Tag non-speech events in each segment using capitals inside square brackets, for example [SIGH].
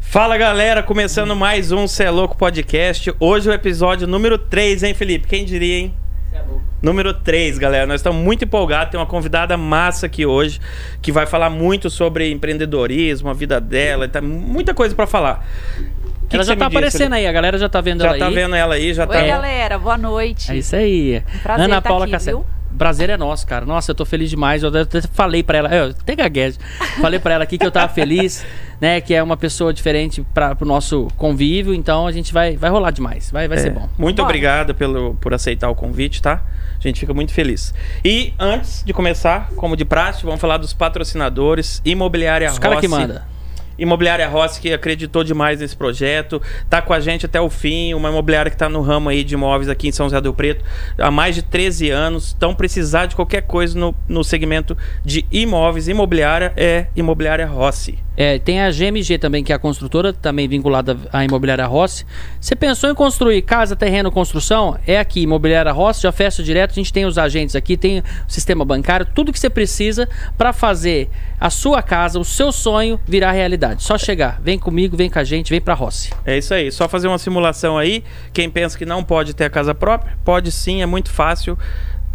Fala galera, começando mais um Cê é Louco Podcast. Hoje é o episódio número 3, hein, Felipe? Quem diria, hein? Cê é louco. Número 3, galera. Nós estamos muito empolgados. Tem uma convidada massa aqui hoje que vai falar muito sobre empreendedorismo, a vida dela, e tá muita coisa pra falar. O que ela que já você tá me diz, aparecendo Felipe? aí, a galera já tá vendo Já ela tá aí. vendo ela aí, já Oi, tá. galera, boa noite. É isso aí. Prazer Ana tá Paula aqui, Cacete. viu? Prazer é nosso, cara. Nossa, eu tô feliz demais. Eu até falei pra ela, eu até gaguejo. Falei pra ela aqui que eu tava [LAUGHS] feliz, né? Que é uma pessoa diferente para pro nosso convívio. Então a gente vai, vai rolar demais. Vai, É. vai ser bom. Muito Bora. obrigado pelo, por aceitar o convite, tá? A gente fica muito feliz. E antes de começar, como de praxe, vamos falar dos patrocinadores. Imobiliária Os caras que Rossi. manda. Imobiliária Rossi, que acreditou demais nesse projeto, tá com a gente até o fim, uma imobiliária que tá no ramo aí de imóveis aqui em São José do Preto há mais de 13 anos. Então, precisar de qualquer coisa no, no segmento de imóveis, imobiliária é Imobiliária Rossi. É, tem a GMG também, que é a construtora, também vinculada à Imobiliária Rossi. Você pensou em construir casa, terreno, construção? É aqui, Imobiliária Rossi, já fecha direto. A gente tem os agentes aqui, tem o sistema bancário, tudo que você precisa para fazer a sua casa, o seu sonho virar realidade. Só chegar. Vem comigo, vem com a gente, vem para Rossi. É isso aí, só fazer uma simulação aí. Quem pensa que não pode ter a casa própria, pode sim, é muito fácil.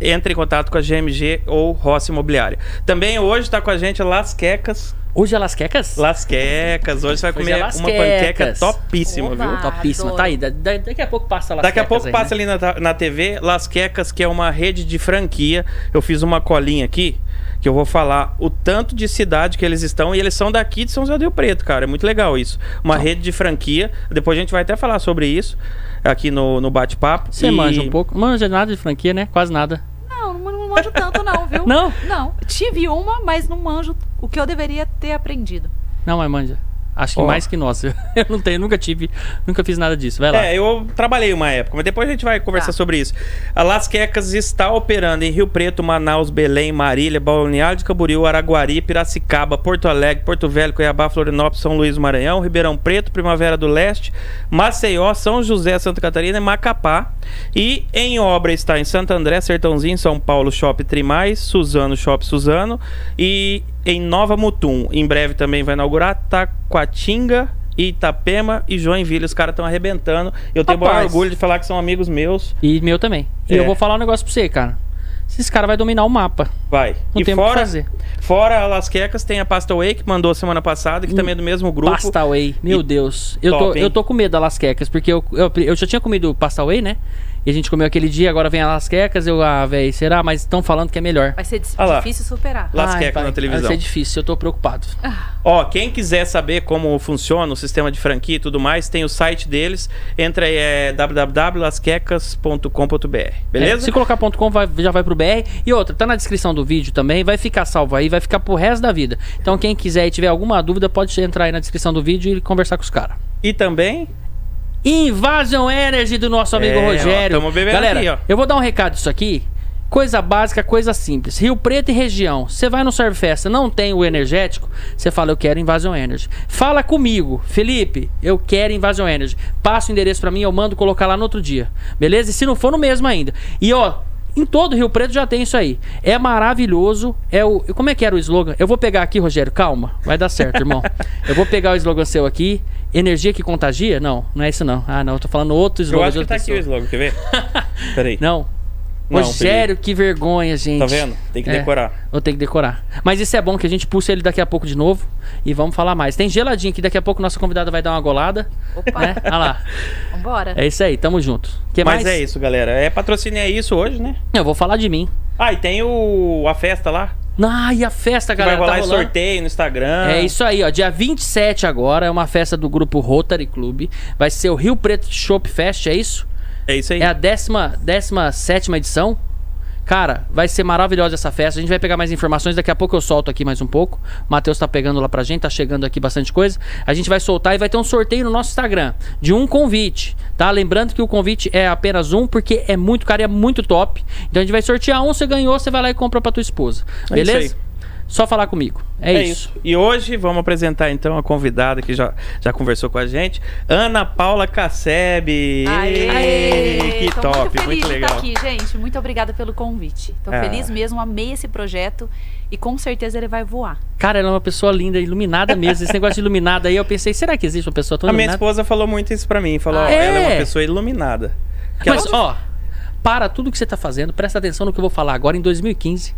Entre em contato com a GMG ou Rossi Imobiliária. Também hoje está com a gente a Las Quecas. Hoje é Las Quecas? Las Quecas, hoje você vai Hoje comer é Las uma panqueca Quecas. topíssima, Oba! viu? Topíssima. adoro. Tá aí, da- da- daqui a pouco passa Las Daqui a Quecas pouco aí, passa né? ali na, ta- na TV, Las Quecas, que é uma rede de franquia. Eu fiz uma colinha aqui, que eu vou falar o tanto de cidade que eles estão, e eles são daqui de São José do Preto, cara. É muito legal isso. Uma Então. rede de franquia. Depois a gente vai até falar sobre isso aqui no, no bate-papo. Você E- manja um pouco. Manja nada de franquia, né? Quase nada. Não, não não manjo tanto não, viu? Não? Não. Tive uma, mas não manjo o que eu deveria ter aprendido. Não, mas manja. Acho que Ó. mais que nós. [LAUGHS] Eu não tenho, nunca tive, nunca fiz nada disso. Vai lá. É, eu trabalhei uma época, mas depois a gente vai conversar Tá. sobre isso. A Las Quecas está operando em Rio Preto, Manaus, Belém, Marília, Balneário de Camboriú, Araguari, Piracicaba, Porto Alegre, Porto Velho, Cuiabá, Florianópolis, São Luís, do Maranhão, Ribeirão Preto, Primavera do Leste, Maceió, São José, Santa Catarina e Macapá. E em obra está em Santo André, Sertãozinho, São Paulo, Shop Trimais, Suzano, Shop Suzano e em Nova Mutum. Em breve também vai inaugurar Taquatinga. Itapema e Joinville. Os caras estão arrebentando. Eu tenho o maior Rapaz. orgulho de falar que são amigos meus. E meu também. E É. eu vou falar um negócio pra você, cara. Esses caras vão dominar o mapa. Vai. Não e tem o que fora, fazer. fora a Las Quecas, tem a Pasta Way, que mandou semana passada, que também é do mesmo grupo. Pasta Whey. Meu E- Deus. Eu, Top, tô, hein? eu tô com medo da lasquecas, porque eu, eu, eu já tinha comido Pasta Whey, né? E a gente comeu aquele dia, agora vem a lasquecas. Eu, ah, véi, será? Mas estão falando que é melhor. Vai ser dis- Ah lá. difícil superar. Lá- Ai, Lasquecas pai, na televisão. Vai ser difícil, eu tô preocupado. Ó, quem quiser saber como funciona o sistema de franquia e tudo mais, tem o site deles. Entra aí, é www.lasquecas.com.br. É, Beleza? se colocar ponto .com vai- já vai pro BR. E outra, tá na descrição do vídeo também, vai ficar salvo aí, vai ficar pro resto da vida. Então quem quiser e tiver alguma dúvida, pode entrar aí na descrição do vídeo e conversar com os caras. E também Invasion Energy do nosso amigo É, ó, Rogério. tamo bebendo Galera, aqui, ó. eu vou dar um recado disso aqui. Coisa básica, coisa simples. Rio Preto e região. Você vai no Serve Festa, não tem o energético, você fala, eu quero Invasion Energy. Fala comigo, Felipe, eu quero Invasion Energy. Passa o endereço pra mim, eu mando colocar lá no outro dia. Beleza? E se não for no mesmo ainda. E ó, em todo Rio Preto já tem isso aí. É maravilhoso. É o. Como é que era o slogan? Eu vou pegar aqui, Rogério, calma. Vai dar certo, [LAUGHS] irmão. eu vou pegar o slogan seu aqui. Energia que contagia? Não, não é isso não. Ah, não, eu tô falando outro Eu slogan. acho de que tá outra aqui o pessoa. slogan, quer [LAUGHS] ver? Peraí. Não. Não, Rogério, que vergonha, gente. Tá vendo? Tem que É, decorar. Eu tenho que decorar. Mas isso é bom que a gente pulsa ele daqui a pouco de novo e vamos falar mais. Tem geladinho que daqui a pouco nossa convidada vai dar uma golada. Opa, Né? Olha lá. vambora. É isso aí, tamo junto. Que Mas mais? é isso, galera. É patrocínio é isso hoje, né? Eu vou falar de mim. Ah, e tem o, a festa lá. Ah, e a festa, Que vai galera. rolar tá esse rolando. sorteio Ah. no Instagram. É isso aí, ó. Dia 27 agora é uma festa do grupo Rotary Clube. Vai ser o Rio Preto Shop Fest, é isso? É isso aí. É a décima, décima sétima edição. Cara, vai ser maravilhosa essa festa. A gente vai pegar mais informações. Daqui a pouco eu solto aqui mais um pouco. O Matheus tá pegando lá pra gente, tá chegando aqui bastante coisa. A gente vai soltar e vai ter um sorteio no nosso Instagram de um convite, tá? Lembrando que o convite é apenas um, porque é muito caro e é muito top. Então a gente vai sortear um, você ganhou, você vai lá e compra pra tua esposa. É Beleza? isso aí. Só falar comigo. É, isso. E hoje vamos apresentar então a convidada que já, já conversou com a gente, Ana Paula Casseb. Aê! Que Tô top, muito muito, feliz de legal. estar aqui, gente. Muito obrigada pelo convite. Tô Ah. feliz mesmo, amei esse projeto e com certeza ele vai voar. Cara, ela é uma pessoa linda, iluminada mesmo. Esse negócio de iluminada aí, eu pensei, será que existe uma pessoa tão A minha iluminada? esposa falou muito isso pra mim. Falou, ó, Ah, ela é uma é? pessoa iluminada. Que Mas, ela- ó, para tudo que você tá fazendo, presta atenção no que eu vou falar agora em [LAUGHS] 2015.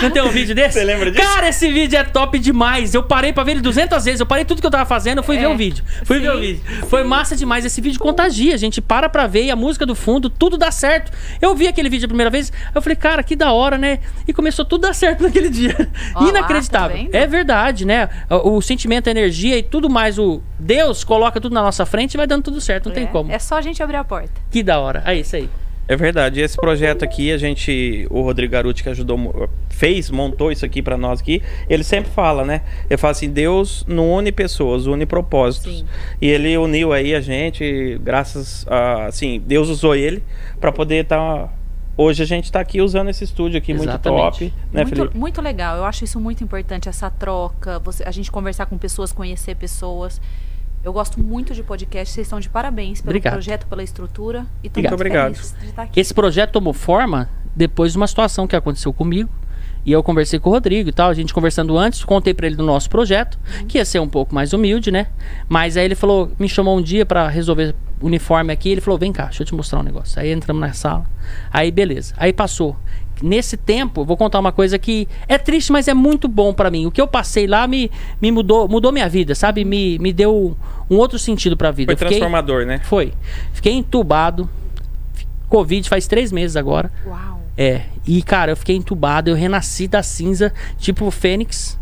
Não tem um vídeo desse? Você lembra disso? Cara, esse vídeo é top demais. Eu parei pra ver ele 200 vezes. Eu parei tudo que eu tava fazendo, eu fui É. ver o vídeo. Fui Sim, ver o vídeo. Foi massa demais. Esse vídeo contagia. A gente para pra ver e a música do fundo, tudo dá certo. Eu vi aquele vídeo a primeira vez, eu falei, cara, que da hora, né? E começou tudo a dar certo [LAUGHS] naquele dia. Ó lá, Inacreditável. tá vendo? é verdade, né? O, o sentimento, a energia e tudo mais. O Deus coloca tudo na nossa frente e vai dando tudo certo. Não tem é, como. É só a gente abrir a porta. Que da hora. É isso aí. É verdade. Esse projeto aqui, a gente, o Rodrigo Garuti que ajudou, mo- fez, montou isso aqui pra nós aqui. Ele sempre fala, né? Ele fala assim: Deus não une pessoas, une propósitos. Sim. E ele uniu aí a gente, graças a, assim, Deus usou ele pra poder estar. Hoje a gente tá aqui usando esse estúdio aqui Exatamente. muito top, né, muito, Felipe? muito legal. Eu acho isso muito importante, essa troca, você- a gente conversar com pessoas, conhecer pessoas. Eu gosto muito de podcast. Vocês estão de parabéns pelo Obrigado. projeto, pela estrutura. E Obrigado. tô muito Obrigado. feliz de estar aqui. Esse projeto tomou forma depois de uma situação que aconteceu comigo. E eu conversei com o Rodrigo e tal, a gente conversando antes, contei pra ele do nosso projeto, que ia ser um pouco mais humilde, né? Mas aí ele falou, me chamou um dia pra resolver uniforme aqui, ele falou: "Vem cá, deixa eu te mostrar um negócio". Aí entramos na sala. Aí beleza. Aí passou. Nesse tempo, eu vou contar uma coisa que é triste, mas é muito bom pra mim. O que eu passei lá me, me mudou, mudou minha vida, sabe? Me, me deu um outro sentido pra vida. Foi Eu fiquei- transformador, né? Foi. Fiquei entubado. Fi- Covid faz três meses agora. Uau. É. E, cara, eu fiquei entubado, eu renasci da cinza, tipo o Fênix.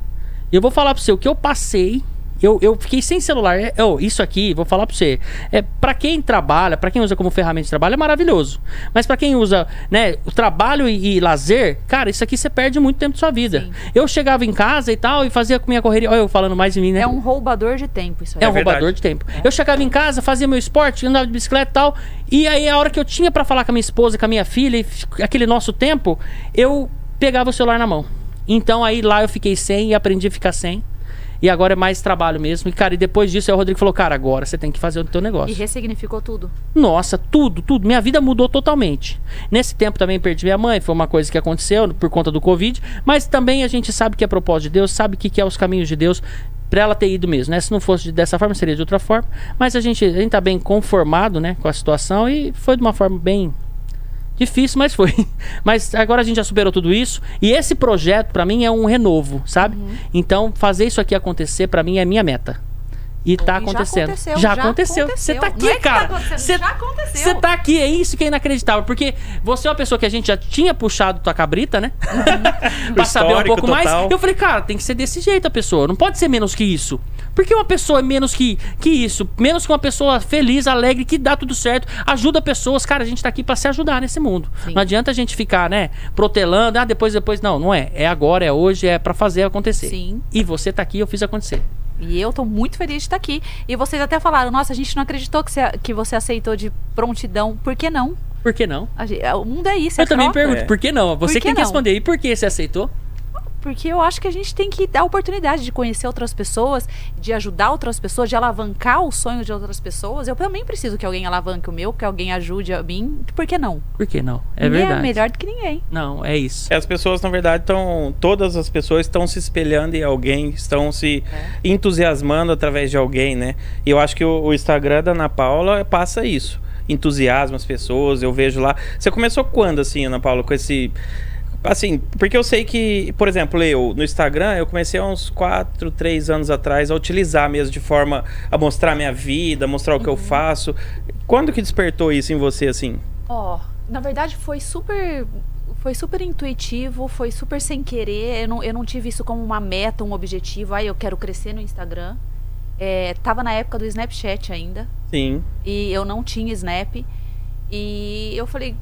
E Eu vou falar pra você, o que eu passei. Eu, eu fiquei sem celular. É, eu- isso aqui, vou falar pra você. É, para quem trabalha, pra quem usa como ferramenta de trabalho, é maravilhoso. Mas pra quem usa, né, o trabalho e, e lazer, cara, isso aqui você perde muito tempo da sua vida. Sim. Eu chegava em casa e tal, e fazia com minha correria. Olha, eu falando mais de mim, né? É um roubador de tempo isso aí. É um verdade. roubador de tempo. Eu chegava em casa, fazia meu esporte, andava de bicicleta e tal. E aí, a hora que eu tinha pra falar com a minha esposa, com a minha filha, e f- aquele nosso tempo, eu pegava o celular na mão. Então aí lá eu fiquei sem e aprendi a ficar sem. E agora é mais trabalho mesmo. E, cara, e depois disso aí o Rodrigo falou: Cara, agora você tem que fazer o teu negócio. E ressignificou tudo. Nossa, tudo, tudo. Minha vida mudou totalmente. Nesse tempo também perdi minha mãe, foi uma coisa que aconteceu por conta do Covid, mas também a gente sabe que é propósito de Deus, sabe que, que é os caminhos de Deus pra ela ter ido mesmo, né? Se não fosse dessa forma, seria de outra forma. Mas a gente, a gente tá bem conformado, né, com a situação e foi de uma forma bem Difícil, mas foi. [LAUGHS] Mas agora a gente já superou tudo isso. E esse projeto, pra mim, é um renovo, sabe? Uhum. Então, fazer isso aqui acontecer, pra mim, é minha meta. E tá E já acontecendo. aconteceu, Já já aconteceu. Você tá aconteceu. aqui, Não é que tá cara. acontecendo, Você- já aconteceu. Você tá aqui, é isso que é inacreditável. Porque você é uma pessoa que a gente já tinha puxado tua cabrita, né? [LAUGHS] pra O saber um Uhum. histórico pouco mais. total. Eu falei, cara, tem que ser desse jeito a pessoa. Não pode ser menos que isso. Por que uma pessoa é menos que, que isso? Menos que uma pessoa feliz, alegre, que dá tudo certo, ajuda pessoas. Cara, a gente tá aqui pra se ajudar nesse mundo. Sim. Não adianta a gente ficar, né, protelando, ah, depois, depois. Não, não é. É agora, é hoje, é pra fazer acontecer. Sim. E você tá aqui, eu fiz acontecer. E eu tô muito feliz de estar aqui. E vocês até falaram, nossa, a gente não acreditou que você, que você aceitou de prontidão. Por que não? Por que não? A gente- o mundo é isso, é eu também troca. pergunto, É. por que não? Você que tem que não? responder. E por que você aceitou? Porque eu acho que a gente tem que dar oportunidade de conhecer outras pessoas, de ajudar outras pessoas, de alavancar o sonho de outras pessoas. Eu também preciso que alguém alavanque o meu, que alguém ajude a mim. Por que não? Por que não? É Ninguém verdade. é melhor do que ninguém. Não, é isso. As pessoas, na verdade, estão. Todas as pessoas estão se espelhando em alguém, estão se entusiasmando através de alguém, né? E eu acho que o, o Instagram da Ana Paula passa isso. Entusiasma as pessoas, eu vejo lá. Você começou quando, assim, Ana Paula, com esse. Assim, porque eu sei que, por exemplo, eu no Instagram, eu comecei há uns 4, 3 anos atrás a utilizar mesmo de forma a mostrar minha vida, mostrar o que eu faço. Quando que despertou isso em você, assim? Ó, na verdade foi super. Foi super intuitivo, foi super sem querer. Eu não, eu não tive isso como uma meta, um objetivo. Aí eu quero crescer no Instagram. É, tava na época do Snapchat ainda. Sim. e eu não tinha Snap. E eu falei,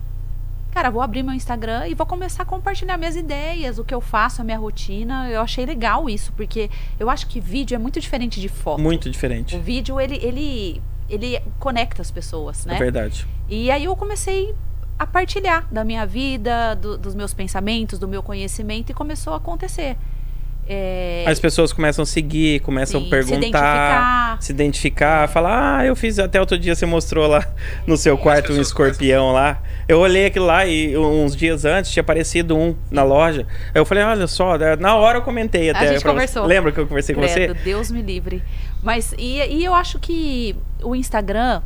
cara, vou abrir meu Instagram e vou começar a compartilhar minhas ideias, o que eu faço, a minha rotina. Eu achei legal isso, porque eu acho que vídeo é muito diferente de foto. Muito diferente. O vídeo, ele, ele, ele conecta as pessoas, né? É verdade. E aí eu comecei a partilhar da minha vida, do- dos meus pensamentos, do meu conhecimento e começou a acontecer. é, As pessoas começam a seguir, começam a Sim, se perguntar, identificar. se identificar, falar: Ah, eu fiz até outro dia, você mostrou lá no seu quarto um pessoas escorpião lá. Eu olhei aquilo lá e uns dias antes tinha aparecido um na loja. Aí eu falei: Olha só, né, na hora eu comentei até. gente pra você. conversou. Lembra que eu conversei com Credo, você? Deus me livre. Mas, e, e eu acho que o Instagram,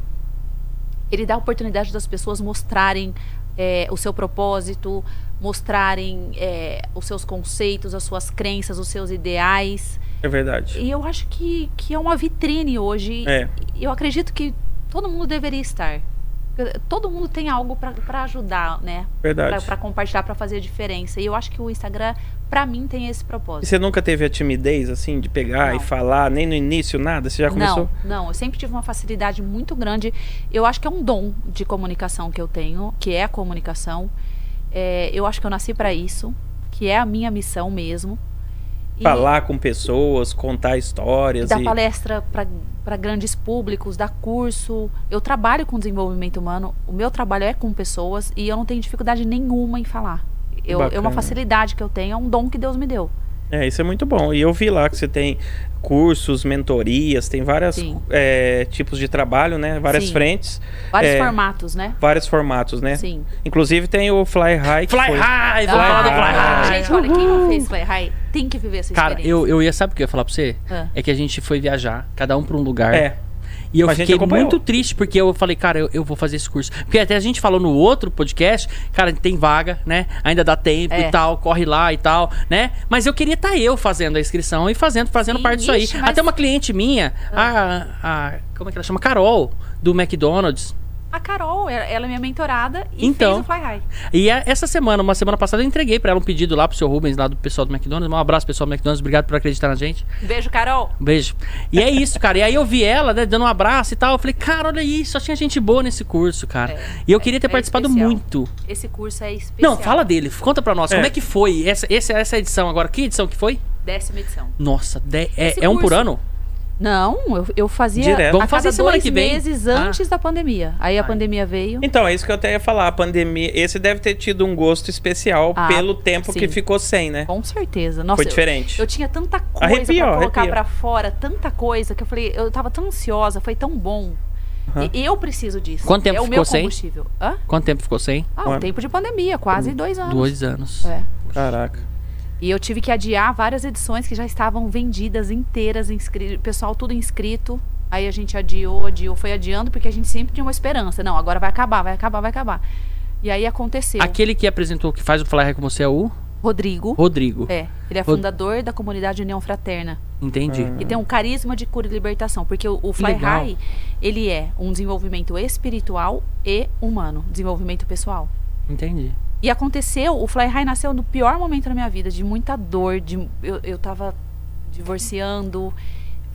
ele dá a oportunidade das pessoas mostrarem é, o seu propósito, mostrarem é, os seus conceitos, as suas crenças, os seus ideais. É verdade. E eu acho que, que é uma vitrine hoje. É. E Eu acredito que todo mundo deveria estar. Porque Todo mundo tem algo para ajudar, né? Verdade. Para compartilhar, para fazer a diferença. E eu acho que o Instagram, para mim, tem esse E propósito. você nunca teve a timidez, assim, de pegar Não. e falar, nem no início, nada? Você já começou? Não, não, eu sempre tive uma facilidade muito grande. Eu acho que é um dom de comunicação que eu tenho, que é a comunicação. É, eu acho que eu nasci para isso, que é a minha missão mesmo. E Falar assim. com pessoas, contar histórias. dar e... palestra para grandes públicos, dar curso. Eu trabalho com desenvolvimento humano, o meu trabalho é com pessoas e eu não tenho dificuldade nenhuma em falar. Eu, é Bacana. uma facilidade que eu tenho, é um dom que Deus me deu. É, isso é muito bom. E eu vi lá que você tem cursos, mentorias, tem vários Sim. tipos de trabalho, né? Várias Sim. frentes, Vários É. formatos, né? vários formatos, né? Sim. Inclusive tem o Fly High. que Fly foi- High! Fly Vamos falar do high. Fly High! Ah, Gente, olha, quem não fez Fly High tem que viver essa Cara, experiência. eu, eu ia, sabe o que eu ia falar pra você? Ah. É que a gente foi viajar, cada um pra um lugar. É, E eu Mas a gente fiquei acompanhou. muito triste, porque eu falei, cara, eu, eu vou fazer esse curso. Porque até a gente falou no outro podcast, cara, tem vaga, né? Ainda dá tempo É. e tal, corre lá e tal, né? Mas eu queria estar eu fazendo a inscrição e fazendo, fazendo Sim, parte disso aí. ixi, mas- Ah. Até uma cliente minha, a, a- Como é que ela chama? Carol, do McDonald's. A Carol, ela ela é minha mentorada e Então. fez o Fly High. E a- essa semana, uma semana passada, eu entreguei pra ela um pedido lá pro seu Rubens, lá do pessoal do McDonald's. Um abraço, pessoal do McDonald's. Obrigado por acreditar na gente. Beijo, Carol. Um beijo. E é isso, cara. E aí eu vi ela, né, dando um abraço e tal. Eu falei, cara, olha aí, só tinha gente boa nesse curso, cara. É, e eu queria ter é participado especial. muito. Esse curso é especial. Não, fala dele. Conta pra nós, É. como é que foi essa, essa, essa edição agora? Que edição que foi? Décima edição. Nossa, de- é, Esse é um por curso- ano? Não, eu, eu fazia Direto. a Vamos cada fazer semana dois que vem. meses Ah. antes da pandemia. Aí a Ai. pandemia veio. Então, é isso que eu até ia falar. A pandemia. Esse deve ter tido um gosto especial Ah, pelo tempo sim. que ficou sem, né? Com certeza. Nossa, Foi diferente. Eu, eu tinha tanta coisa Arrepia, ó, pra colocar arrepia. pra fora, tanta coisa, que eu falei, eu tava tão ansiosa, foi tão bom. Aham. E, e eu preciso disso. Quanto tempo é o ficou meu sem? combustível. Hã? Quanto tempo ficou sem? Ah, Um um ano. tempo de pandemia, quase dois anos. Dois anos. É. Caraca. E eu tive que adiar várias edições que já estavam vendidas inteiras, inscri... pessoal tudo inscrito. Aí a gente adiou, adiou, foi adiando, porque a gente sempre tinha uma esperança. Não, agora vai acabar, vai acabar, vai acabar. E aí aconteceu. Aquele que apresentou, que faz o Flyer com você é o Rodrigo. Rodrigo. É, ele é Rod- fundador da comunidade União Fraterna. Entendi. E tem um carisma de cura e libertação, porque o, o Fly legal. High, ele é um desenvolvimento espiritual e humano, desenvolvimento pessoal. Entendi. E aconteceu, o Fly High nasceu no pior momento da minha vida, de muita dor, de, eu, eu tava divorciando.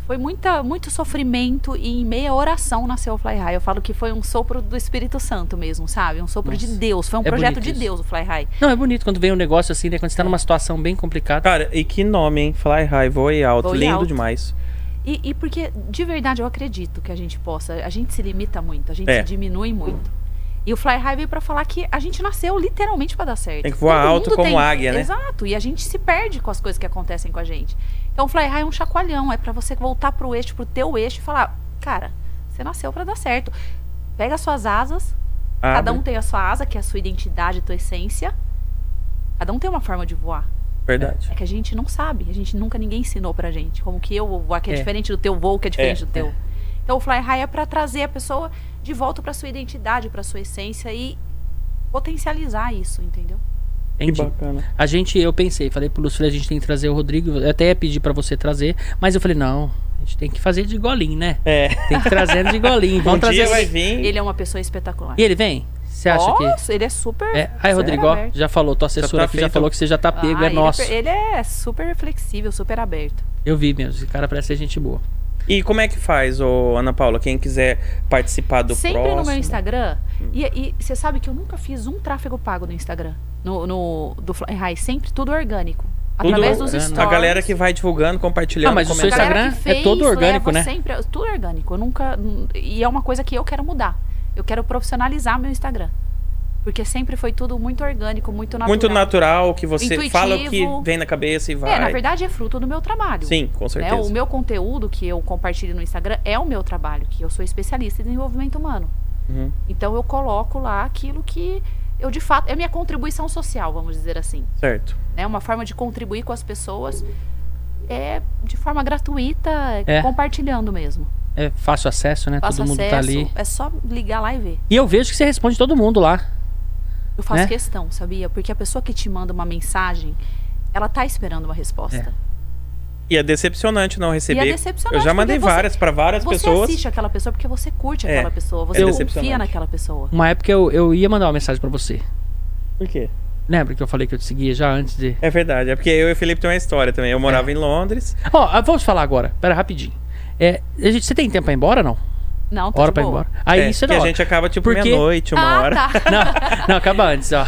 Foi muita, muito sofrimento e em meia oração nasceu o Fly High. Eu falo que foi um sopro do Espírito Santo mesmo, sabe? Um sopro de Nossa. Deus. Foi um É projeto bonito de isso. Deus o Fly High. Não, é bonito quando vem um negócio assim, né? Quando você tá numa situação bem complicada. Cara, e que nome, hein? Fly High, voe alto. Voe Lindo alto. demais. E, e porque, de verdade, eu acredito que a gente possa. A gente se limita muito, a gente É. se diminui muito. E o Fly High veio pra falar que a gente nasceu literalmente pra dar certo. Tem que voar Todo alto mundo como águia, né? Exato. E a gente se perde com as coisas que acontecem com a gente. Então o Fly High é um chacoalhão, é pra você voltar pro eixo, pro teu eixo e falar, cara, você nasceu pra dar certo. Pega as suas asas, cada Abre. um tem a sua asa, que é a sua identidade, a tua essência. Cada um tem uma forma de voar. Verdade. É que a gente não sabe, a gente nunca ninguém ensinou pra gente. Como que eu vou voar, que é, É. diferente do teu voo, que é diferente É, do teu. Então o Fly High é pra trazer a pessoa de volta pra sua identidade, pra sua essência e potencializar isso, entendeu? Que Entendi. bacana. A gente, eu pensei, falei pro Lúcio, falei, a gente tem que trazer o Rodrigo. Eu até ia pedir pra você trazer, mas eu falei, não, a gente tem que fazer de golim, né? É. Tem que trazer de [LAUGHS] golim. Um Vamos trazer. dia vai esse- vir. Ele é uma pessoa espetacular. E ele vem? Você acha que. Nossa, ele é super. É. Aí, Rodrigo, ó, aberto. já falou, tua assessora tá aqui já feito. falou que você já tá pego, Ah, é ele nosso. per- Ele é super flexível, super aberto. Eu vi mesmo, esse cara parece ser gente boa. E como é que faz, ô, Ana Paula? Quem quiser participar do Sempre próximo. no meu Instagram. E você sabe que eu nunca fiz um tráfego pago no Instagram. No, no- do Fly High, sempre tudo orgânico. Tudo é através dos orgânico. stories. A galera que vai divulgando, compartilhando, Ah, mas o seu A comentando. Instagram- galera que é todo orgânico, leva né? Sempre, tudo orgânico. Eu nunca. E é uma coisa que eu quero mudar. Eu quero profissionalizar meu Instagram. Porque sempre foi tudo muito orgânico, muito é natural. Muito natural, que você Intuitivo. fala o que vem na cabeça e vai. É, na verdade é fruto do meu trabalho. Sim, com né? certeza. O meu conteúdo que eu compartilho no Instagram é o meu trabalho, que eu sou especialista em desenvolvimento humano. Uhum. Então eu coloco lá aquilo que eu de fato. É minha contribuição social, vamos dizer assim. Certo. né? Uma forma de contribuir com as pessoas é de forma gratuita, É. compartilhando mesmo. É fácil acesso, né? Faço Todo mundo acesso, tá ali. é só ligar lá e ver. E eu vejo que você responde todo mundo lá. Eu faço Né? questão, sabia? Porque a pessoa que te manda uma mensagem, ela tá esperando uma resposta. E é decepcionante não receber. é decepcionante, Eu já mandei porque você- várias pra várias Você pessoas. assiste aquela pessoa porque você curte É, aquela pessoa, você confia decepcionante. naquela pessoa. Uma época eu, eu ia mandar uma mensagem pra você. Por quê? Lembra que eu falei que eu te seguia já antes de. É verdade. É porque eu e o Felipe tem uma história também. É. Eu morava em Londres. Ó, ah, vamos falar agora. Pera, rapidinho. É, a gente, você tem tempo pra ir embora não? Não, tá Hora de pra ir boa. embora. Aí é, isso é que da a hora. gente acaba tipo Porque- meia-noite, uma ah, hora. tá. [LAUGHS] Não, não, acaba antes, ó.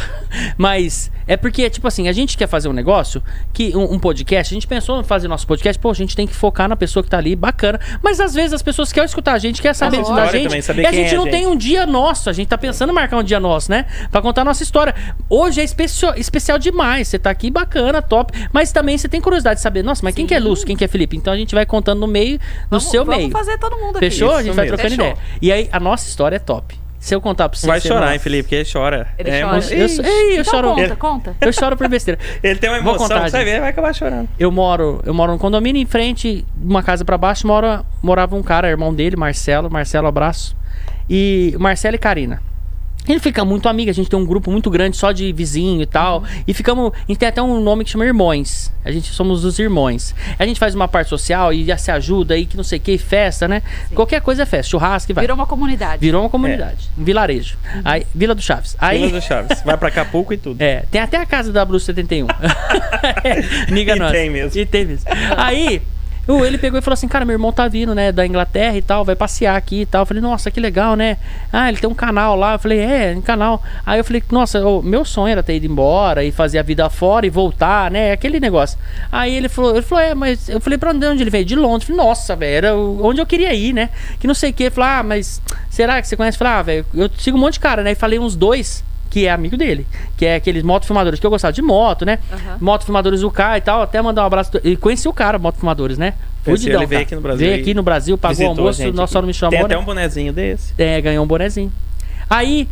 Mas é porque, tipo assim, a gente quer fazer um negócio, que um, um podcast, a gente pensou em fazer nosso podcast, pô, a gente tem que focar na pessoa que tá ali, bacana. Mas às vezes as pessoas querem escutar a gente, querem saber lógico. da História gente. também, saber e a quem gente é a não gente. tem um dia nosso, a gente tá pensando em marcar um dia nosso, né? Pra contar a nossa história. Hoje é especio- especial demais, você tá aqui, bacana, top. Mas também você tem curiosidade de saber, nossa, mas quem que é Lúcio, quem que é Felipe? Então a gente vai contando no meio, no Vamos- seu vamos meio. fazer todo mundo aqui. Fechou? a gente Isso vai mesmo. trocando Fechou. ideia. E aí, a nossa história é top. Se eu contar pra você. [LAUGHS] Vai você chorar, não- hein, Felipe? Porque ele chora. Ele É, chora. emo- é Eu, sou- ei, eu então choro. conta, conta. Eu choro por besteira. Ele tem uma Vou emoção, contar, você gente. vê, vai acabar chorando. Eu moro, eu moro num condomínio em frente, uma casa pra baixo, mora, morava um cara, irmão dele, Marcelo, Marcelo abraço. E Marcelo e Karina. Ele fica muito amigo, a gente tem um grupo muito grande só de vizinho e tal. Uhum. E ficamos. E tem até um nome que chama Irmões. A gente somos os irmãos. A gente faz uma parte social e já se ajuda aí, que não sei o que, festa, né? Qualquer coisa é festa, churrasco e vai. Virou, Virou uma comunidade. uma comunidade, um vilarejo. Aí, Vila do Chaves. Aí... Aí. É. Uhum. do Chaves. Vai pra Acapulco e tudo. É, tem até a casa [LAUGHS] da [LAUGHS] W71. É, Amiga E nossa. tem mesmo. E tem mesmo. Aí, o- ele pegou e falou assim: Cara, meu irmão tá vindo, né, da Inglaterra e tal, vai passear aqui e tal. Eu falei: Nossa, que legal, né? Ah, ele tem um canal lá. Eu falei: É, um canal. Aí eu falei: Nossa, o meu sonho era ter ido embora e fazer a vida fora e voltar, né? Aquele negócio. Aí ele falou: Ele falou, é, mas. Eu falei: Pra onde onde ele veio? De Londres. Eu falei: Nossa, velho, era o- onde eu queria ir, né? Que não sei o que. Ele falou: Ah, mas será que você conhece? Eu falei: Ah, velho, eu sigo um monte de cara, né? E falei uns dois que é amigo dele, que é aqueles motofilmadores que eu gostava de moto, né? Aham. Motofilmadores UK e tal, até mandar um abraço. do- E conheci o cara, motofilmadores, né? Conheci, Fudidão, ele veio cara. aqui no Brasil Veio e aqui no Brasil, pagou o Visitou a almoço, gente nossa aqui. só não me Tem chamou, até né? um bonezinho desse. É, ganhou um bonezinho. Aí,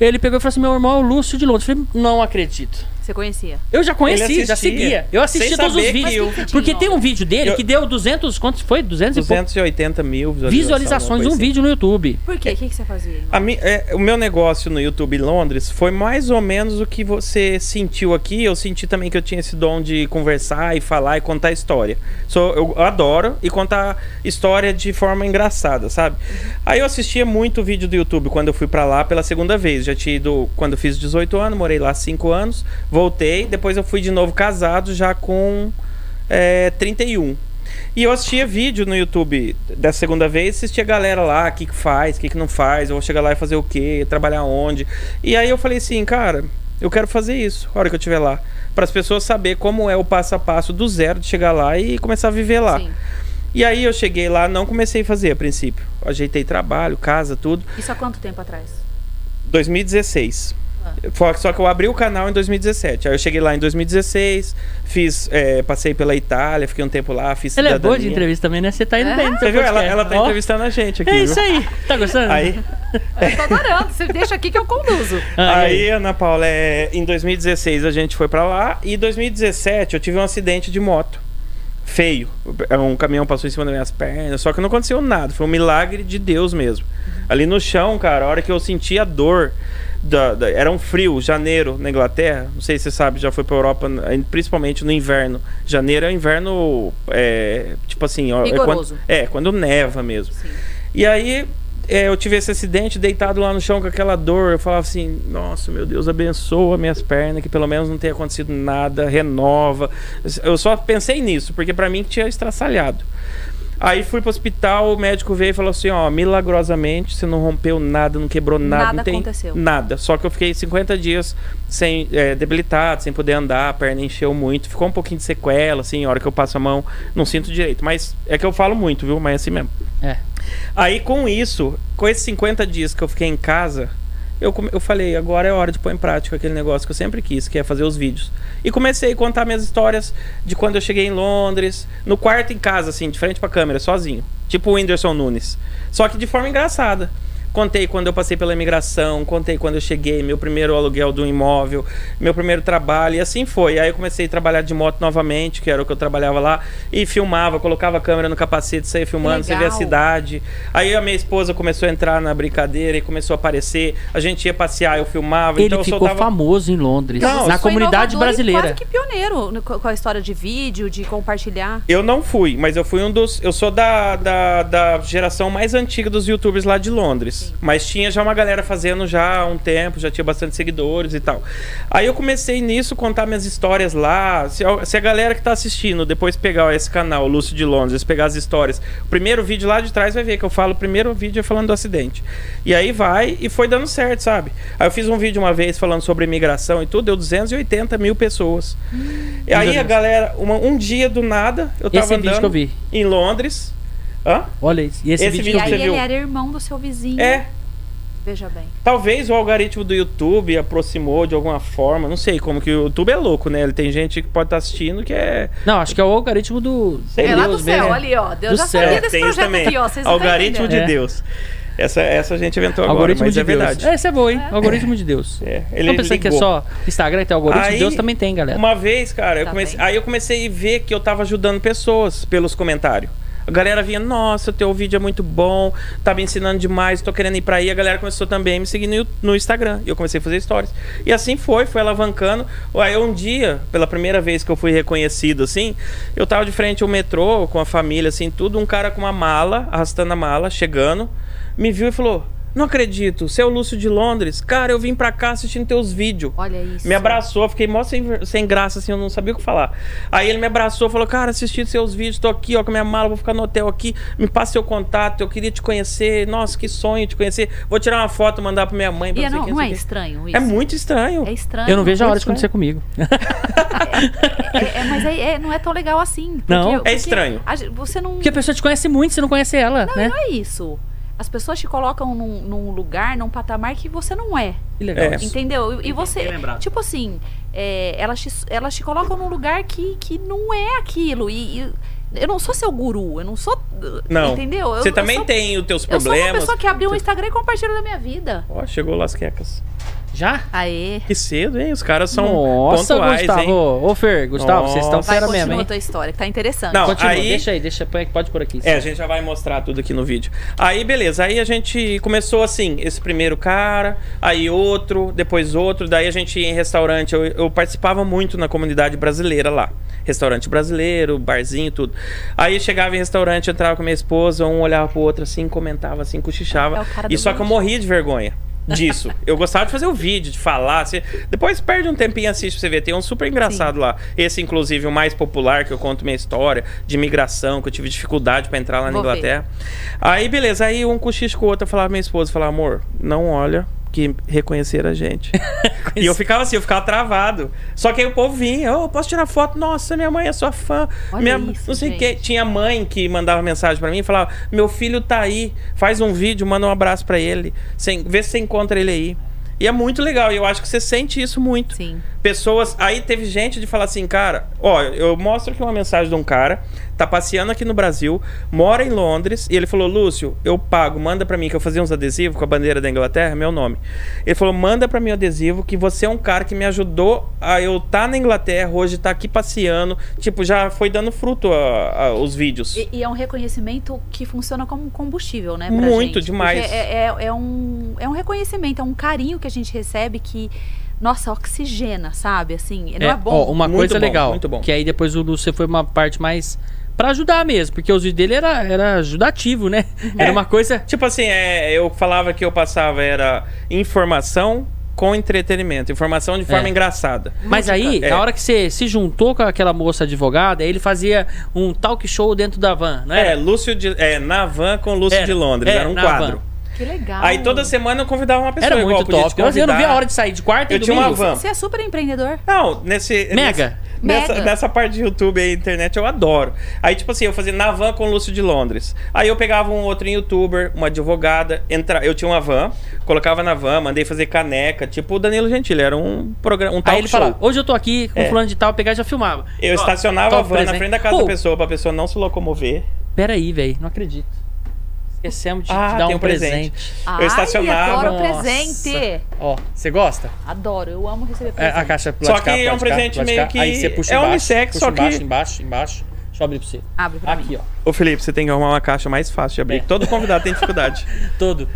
ele pegou e falou assim: meu irmão é o Lúcio de Londres. Eu falei, não acredito. Você conhecia. Eu já conheci, Ele já assistia, seguia. Eu assisti sem todos os saber que vídeos. eu- Mas quem que Porque tinha, tem um vídeo dele Eu- que deu 200, quantos foi? 200, e pouco 280 mil Tipo, visualizações de um vídeo no YouTube. Por É. quê? O que, que você fazia? irmão? assim. A mi- é, o meu negócio no YouTube em Londres foi mais ou menos o que você sentiu aqui. Eu senti também que eu tinha esse dom de conversar e falar e contar história. Sou, eu adoro e contar história de forma engraçada, sabe? Aí eu assistia muito vídeo do YouTube quando eu fui pra lá pela segunda vez. Já tinha ido quando eu fiz 18 anos, morei lá 5 anos, voltei. Depois eu fui de novo casado, já com é, 31. E eu assistia vídeo no YouTube da segunda vez, assistia a galera lá, o que, que faz, o que, que não faz, eu vou chegar lá e fazer o quê, trabalhar onde. E aí eu falei assim, cara, eu quero fazer isso, a hora que eu estiver lá. Para as pessoas saber como é o passo a passo do zero de chegar lá e começar a viver lá. Sim. E aí eu cheguei lá, não comecei a fazer a princípio. Ajeitei trabalho, casa, tudo. Isso há quanto tempo atrás? 2016. Ah. Fo- Só que eu abri o canal em 2017. Aí eu cheguei lá em 2016, fiz, eh, passei pela Itália, fiquei um tempo lá, fiz Ela é cidadania. boa de entrevista também, né? Você tá indo É? bem no seu Você viu? Ela, podcast. ela tá Ó, entrevistando a gente aqui. É viu? isso aí. Tá gostando? Aí, Eu tô adorando. Você deixa aqui que eu conduzo. Ah, e aí, Ana Paula, é, em 2016 a gente foi pra lá e em 2017 eu tive um acidente de moto. Feio. Um caminhão passou em cima das minhas pernas, só que não aconteceu nada. Foi um milagre de Deus mesmo. Uhum. Ali no chão, cara, a hora que eu senti a dor. Da, da- era um frio, janeiro na Inglaterra. Não sei se você sabe, já foi pra Europa, n- principalmente no inverno. Janeiro é inverno, é, tipo assim, ó, é Rigoroso. quando, é, quando neva mesmo. Sim. E aí é, eu tive esse acidente deitado lá no chão com aquela dor. Eu falava assim: Nossa, meu Deus, abençoa minhas pernas, que pelo menos não tenha acontecido nada, renova. Eu só pensei nisso, porque pra mim tinha estraçalhado. Aí fui pro hospital, o médico veio e falou assim: Ó, milagrosamente você não rompeu nada, não quebrou nada. Nada não tem aconteceu. Nada. Só que eu fiquei 50 dias sem é, debilitado, sem poder andar, a perna encheu muito, ficou um pouquinho de sequela, assim, a hora que eu passo a mão, não sinto direito. Mas é que eu falo muito, viu? Mas é assim mesmo. É. Aí com isso, com esses 50 dias que eu fiquei em casa, eu, come- eu falei, agora é hora de pôr em prática aquele negócio que eu sempre quis, que é fazer os vídeos. E comecei a contar minhas histórias de quando eu cheguei em Londres, no quarto em casa, assim, de frente pra câmera, sozinho. Tipo o Whindersson Nunes. Só que de forma engraçada. Contei quando eu passei pela imigração, contei quando eu cheguei, meu primeiro aluguel do imóvel, meu primeiro trabalho, e assim foi. Aí eu comecei a trabalhar de moto novamente, que era o que eu trabalhava lá, e filmava, colocava a câmera no capacete, saía filmando, você vê a legal. cidade cidade. Aí a minha esposa começou a entrar na brincadeira e começou a aparecer. A gente ia passear, eu filmava, Ele então eu ficou soltava. famoso em Londres, Não, na isso Foi comunidade inovador e brasileira. Quase que pioneiro no- com a história de vídeo, de compartilhar. Eu não fui, mas eu fui um dos. Eu sou da, da, da geração mais antiga dos youtubers lá de Londres. Mas tinha já uma galera fazendo já há um tempo, já tinha bastante seguidores e tal. Aí eu comecei nisso, contar minhas histórias lá. Se, a- se a galera que tá assistindo depois pegar esse canal, Lúcio de Londres, pegar as histórias, o primeiro vídeo lá de trás vai ver que eu falo, o primeiro vídeo é falando do acidente. E aí vai e foi dando certo, sabe? Aí eu fiz um vídeo uma vez falando sobre imigração e tudo, deu 280 mil pessoas. E aí a galera, uma- um dia do nada, eu Esse tava vídeo andando que eu vi. em Londres. Hã? Olha isso. E esse, Esse vídeo, vídeo que E eu aí você vi. ele viu? era irmão do seu vizinho. É, Veja bem. talvez o algoritmo do YouTube aproximou de alguma forma, não sei como que o YouTube é louco, né? Ele tem gente que pode estar assistindo que é Não, acho que é o algoritmo do. Sei é lá Deus do céu, mesmo. ali, ó. Deus Do já céu. sabia É, desse né? tem isso projeto também. aqui, ó. Vocês não estão algoritmo de entendendo. É. Deus. Essa essa a gente inventou agora, Algoritmo mas de é Deus. verdade. Essa é boa, hein? Algoritmo de Deus. É, ele Não pensei que é ligou. só Instagram que tem algoritmo de Aí, Deus, também tem, galera. Uma vez, cara, eu Tá comecei- bem. aí eu comecei a ver que eu tava ajudando pessoas pelos comentários. A galera vinha, nossa, teu vídeo é muito bom, tá me ensinando demais, tô querendo ir pra aí. A galera começou também a me seguir no, Yu- no Instagram. E eu comecei a fazer stories. E assim foi, foi alavancando. Aí um dia, pela primeira vez que eu fui reconhecido, assim, eu tava de frente ao metrô, com a família, assim, tudo. Um cara com uma mala, arrastando a mala, chegando, me viu e falou: Não acredito, você é o Lúcio de Londres? Cara, eu vim pra cá assistindo teus vídeos. Olha isso. Me abraçou, fiquei mó sem, ver- sem graça, assim, eu não sabia o que falar. Aí ele me abraçou, falou, cara, assisti seus vídeos, tô aqui, ó, com a minha mala, vou ficar no hotel aqui, me passa seu contato, eu queria te conhecer, nossa, que sonho te conhecer. Vou tirar uma foto, mandar pra minha mãe, pra E não, sei não, quem, não sei é quem. estranho isso? É muito estranho. É estranho. Eu não vejo a hora de Pois é. acontecer comigo. É, é, mas é- é- não é tão legal assim. porque- Não. É porque estranho. a gen- você não. Porque a pessoa te conhece muito, você não conhece ela, né? Não é isso. As pessoas te colocam num, num lugar, num patamar que você não é. Que legal. É. isso. Entendeu? E- E, Bem você. lembrado. Tipo assim, é, elas, te, elas te colocam num lugar que, que não é aquilo. E, e eu não sou seu guru, eu não sou. Não. Entendeu? Eu- Você eu também sou- tem os teus Eu sou uma problemas. pessoa que abriu o Instagram e compartilhou da minha vida. Ó, chegou Las Quecas. Já? Aê. Que cedo, hein? Os caras são Nossa, pontuais, Gustavo. hein? Ô, Fer, Gustavo, vocês estão Nossa. Vai, fera continua mesmo, hein? a tua história, que tá interessante. Não, Continua, aí- deixa aí, deixa, põe- pode por aqui. É, a gente já vai mostrar tudo aqui no vídeo. Aí, beleza. Aí a gente começou assim, esse primeiro cara, aí outro, depois outro. Daí a gente ia em restaurante. Eu, eu participava muito na comunidade brasileira lá. Restaurante brasileiro, barzinho, tudo. Aí eu chegava em restaurante, entrava com minha esposa, um olhava pro outro assim, comentava assim, cochichava. É o cara e do só que eu vídeo. morria de vergonha [LAUGHS] disso. eu gostava de fazer o vídeo, de falar. Você... Depois perde um tempinho e assiste pra você ver. Tem um super engraçado lá. Esse, inclusive, o mais popular, que eu conto minha história de imigração, que eu tive dificuldade pra entrar lá na Vou ver. Inglaterra. Aí, beleza. Aí um cochicha com o outro, eu falava pra minha esposa, eu falava, amor, não olha que reconhecer a [LAUGHS] gente. e eu ficava assim, eu ficava travado. Só que aí o povo vinha, ô, posso tirar foto? Nossa, minha mãe é sua fã. Olha minha, isso, não sei o gente. quê. Tinha mãe que mandava mensagem pra mim e falava: Meu filho tá aí, faz um vídeo, manda um abraço pra ele. Sem, vê se você encontra ele aí. E é muito legal, e eu acho que você sente isso muito. Sim. Pessoas. Aí teve gente de falar assim, cara, ó, eu mostro aqui uma mensagem de um cara, tá passeando aqui no Brasil, mora em Londres, e ele falou: Lúcio, eu pago, manda pra mim, que eu fazia uns adesivos com a bandeira da Inglaterra, meu nome. Ele falou: manda pra mim o adesivo, que você é um cara que me ajudou a eu estar tá na Inglaterra, hoje tá aqui passeando. Tipo, já foi dando fruto a- a- os vídeos. E, e é um reconhecimento que funciona como combustível, né? pra Muito gente. demais. Porque É, é- é um, é um reconhecimento, é um carinho que a gente recebe que, nossa, oxigena, sabe? Assim, não é, ó, bom. uma Muito coisa bom, legal. muito bom. Que aí depois o Lúcio foi uma parte mais. Pra ajudar mesmo, porque os vídeos dele era, era ajudativo, né? Era É. uma coisa. Tipo assim, é, eu falava que eu passava era informação com entretenimento, informação de forma É. engraçada. Mas aí, É. na hora que você se juntou com aquela moça advogada, aí ele fazia um talk show dentro da van, né? É, Lúcio de, é, na van com Lúcio Era. de Londres, É, era um na quadro. van. Que legal. Aí toda semana eu convidava uma pessoa Era igual muito eu podia te top. Eu, eu não vi a convidar. hora de sair de quarta e Eu tinha uma domingo. van. Você é super empreendedor. Não, nesse Mega. nesse- Nessa, Mega. nessa parte de YouTube e internet eu adoro. Aí, tipo assim, eu fazia na van com o Lúcio de Londres. Aí eu pegava um outro youtuber, uma advogada, entra... eu tinha uma van, colocava na van, mandei fazer caneca, tipo o Danilo Gentili, era um programa, um talk Aí ele show. fala, hoje eu tô aqui com É. fulano de tal, pegar e já filmava. Eu Ó, estacionava tá a o van na presente. frente da casa Pô, da pessoa pra pessoa não se locomover. Peraí, velho, não acredito. Esquecemos de te Ah, dar tem um um presente. presente. Eu estacionava. Ai, adoro Nossa. presente. Ó, você gosta? Adoro, eu amo receber É, presente. a caixa pro Só lado de cá, que é pro um lado de cá, presente pro lado de meio cá. que- Aí você puxa é embaixo, unissex, puxa só que- embaixo, embaixo, embaixo. Deixa eu abrir pra você. Abre pra mim. Aqui, ó. Ô Felipe, você tem que arrumar uma caixa mais fácil de abrir. É. que Todo convidado tem [LAUGHS] dificuldade. Todo.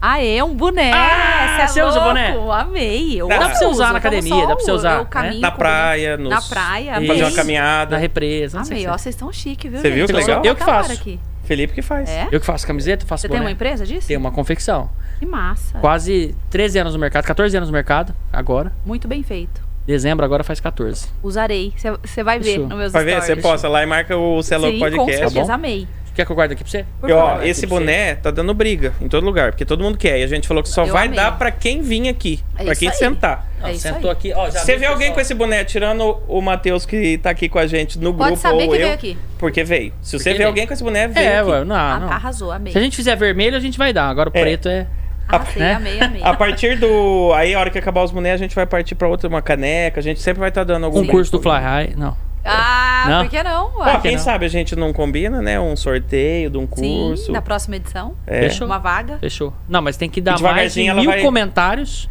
Ah, é um boné. Ah, Você você é usa louco? boné? Amei. Eu Dá pra amo, você usar na eu como academia, só dá pra você o- usar, né? o caminho na com- praia, nos... Na praia, fazer uma amei. Na caminhada. represa, não sei Amei, se- ó, vocês estão chique, viu? Você viu gente? que Eu legal? sou Eu que bacanara faço. Aqui. Felipe que faz. É? Eu que faço camiseta, faço Você tem boné. uma empresa disso? Tem uma confecção. Que massa. Quase 13 anos no mercado, 14 anos no mercado, agora. Muito bem feito. Dezembro agora faz 14. Usarei. Você vai ver Fechou. nos meus Vai ver, você stories. posta lá e marca o Celo Sim, com Podcast. certeza, Tá bom? amei. Quer que eu guarde aqui pra você? Por E ó, favor. esse boné tá dando briga em todo lugar, porque todo mundo quer. E a gente falou que só Eu vai amei. dar pra quem vir aqui, É pra isso quem aí. sentar. Não, É isso sentou aí. aqui, ó. já Você vi vê o alguém com pessoal. esse boné, tirando o Matheus que tá aqui com a gente no Pode grupo saber ou que eu, veio aqui. porque veio. Se você Porque vê veio. alguém com esse boné, veio. É, aqui. ué, Ah, não, não. Arrasou, amei. Se a gente fizer vermelho, a gente vai dar. Agora o É. preto é. Arrasei, né? amei, amei. A partir do. Aí, a hora que acabar os bonés, a gente vai partir pra outra, uma caneca. A gente sempre vai estar dando algum. Concurso Um do Fly High. Não. Ah, Não? por que não? Ó, uai? quem não. sabe a gente não combina, né? Um sorteio de um Sim, curso. na próxima edição. É. Fechou. Uma vaga. Fechou. Não, mas tem que dar mais de devagarzinho ela mil vai- comentários